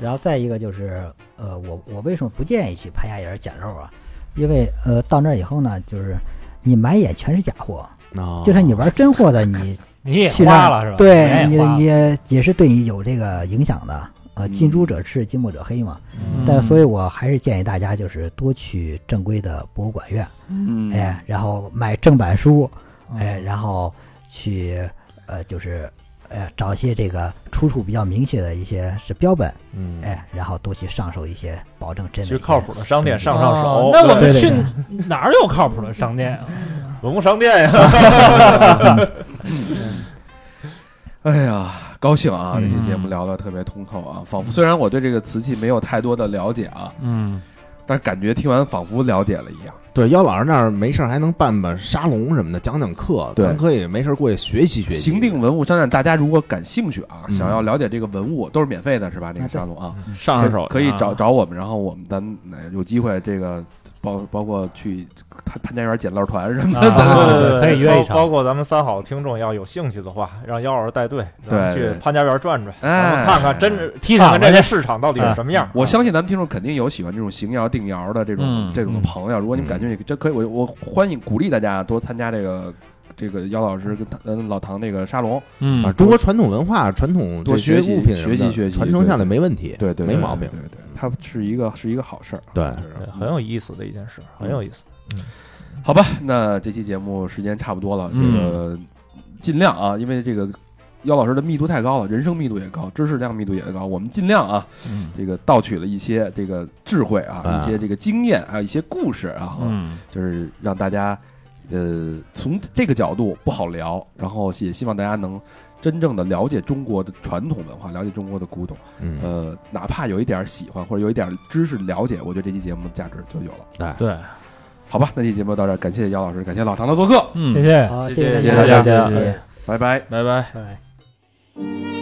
F: 然后再一个就是，呃，我我为什么不建议去潘家园捡肉啊？因为呃，到那儿以后呢，就是你满眼全是假货，
C: 哦
F: 就算你玩真货的，你
H: 你也
F: 去
H: 花
F: 那
H: 了是吧？
F: 对你
H: 也花了
F: 你也也是对你有这个影响的。呃，近朱者赤，近墨者黑嘛。但是，所以我还是建议大家就是多去正规的博物馆院，
A: 嗯
F: 哎，然后买正版书，哎，然后去呃，就是呃，找一些这个出处比较明确的一些是标本，
G: 嗯，
F: 哎，然后多去上手一些，保证真的。
G: 去靠谱的商店上上
H: 哦
G: 手。
H: 那我们
F: 对对
H: 去
F: 对
H: 哪儿有靠谱的商店啊？
G: 文物商店呀，
A: 哎呀，高兴啊！这
H: 嗯
A: 期节目聊得特别通透啊，仿佛虽然我对这个瓷器没有太多的了解啊，
M: 嗯，
A: 但是感觉听完仿佛了解了一样。
L: 对，妖老师那儿没事儿还能办办沙龙什么的，讲讲课，
A: 对啊
L: 咱可以没事儿过去学习学习。
A: 行定文物商店，大家如果感兴趣啊，
L: 嗯
A: 想要了解这个文物，都是免费的，是吧？那个沙龙啊，
M: 上上手
A: 可以
M: 啊
A: 找找我们，然后我们咱呃有机会这个包包括去潘潘家园捡漏团什么的，咱
H: <laughs> 啊
A: 们
H: 对对可以约一
G: 包
H: 场
G: 包括咱们三好听众要有兴趣的话，让姚老师带队，咱们
A: 对对
G: 去潘家园转转，
A: <laughs> 哎
G: 咱们看看真是
H: 踢
G: 看看
H: 场子
G: 这个
H: 去，
G: 市场到底是什么样。
A: 我相信咱们听众肯定有喜欢这种邢窑、定窑的这种、
M: 嗯
A: 这种的朋友。如果你们感兴趣，这可以，我我欢迎鼓励大家多参加这个这个姚老师跟唐嗯老唐这个沙龙。
L: 啊，
M: 嗯，
L: 中国传统文化、传统
A: 多
L: 这些
A: 学习
L: 物品什么的
A: 学习学习
L: 传承下来没问题，
A: 对对，
L: 没毛病
A: 对。对对，它是一个是一个好事儿。
L: 对
A: 就是
G: 对哎很有意思的一件事，很有意思。
A: 好吧，那这期节目时间差不多了，这
M: 嗯
A: 个尽量啊，因为这个姚老师的密度太高了，人生密度也高，知识量密度也高，我们尽量啊，
M: 嗯
A: 这个盗取了一些这个智慧啊，
L: 啊
A: 一些这个经验，还有一些故事啊，
M: 嗯，
A: 就是让大家呃从这个角度不好聊，然后也希望大家能。真正的了解中国的传统文化，了解中国的古董，
L: 嗯，
A: 呃，哪怕有一点喜欢或者有一点知识了解，我觉得这期节目的价值就有了。
M: 对，
A: 好吧，那期节目到这儿，感谢姚老师，感谢老唐的做客，
M: 嗯
H: 谢，谢。
F: 好，
G: 谢
F: 谢
G: 谢
F: 大
G: 谢
F: 家，
A: 谢大
H: 家
F: 谢谢，
A: 拜拜。
M: 拜拜。
F: 拜拜。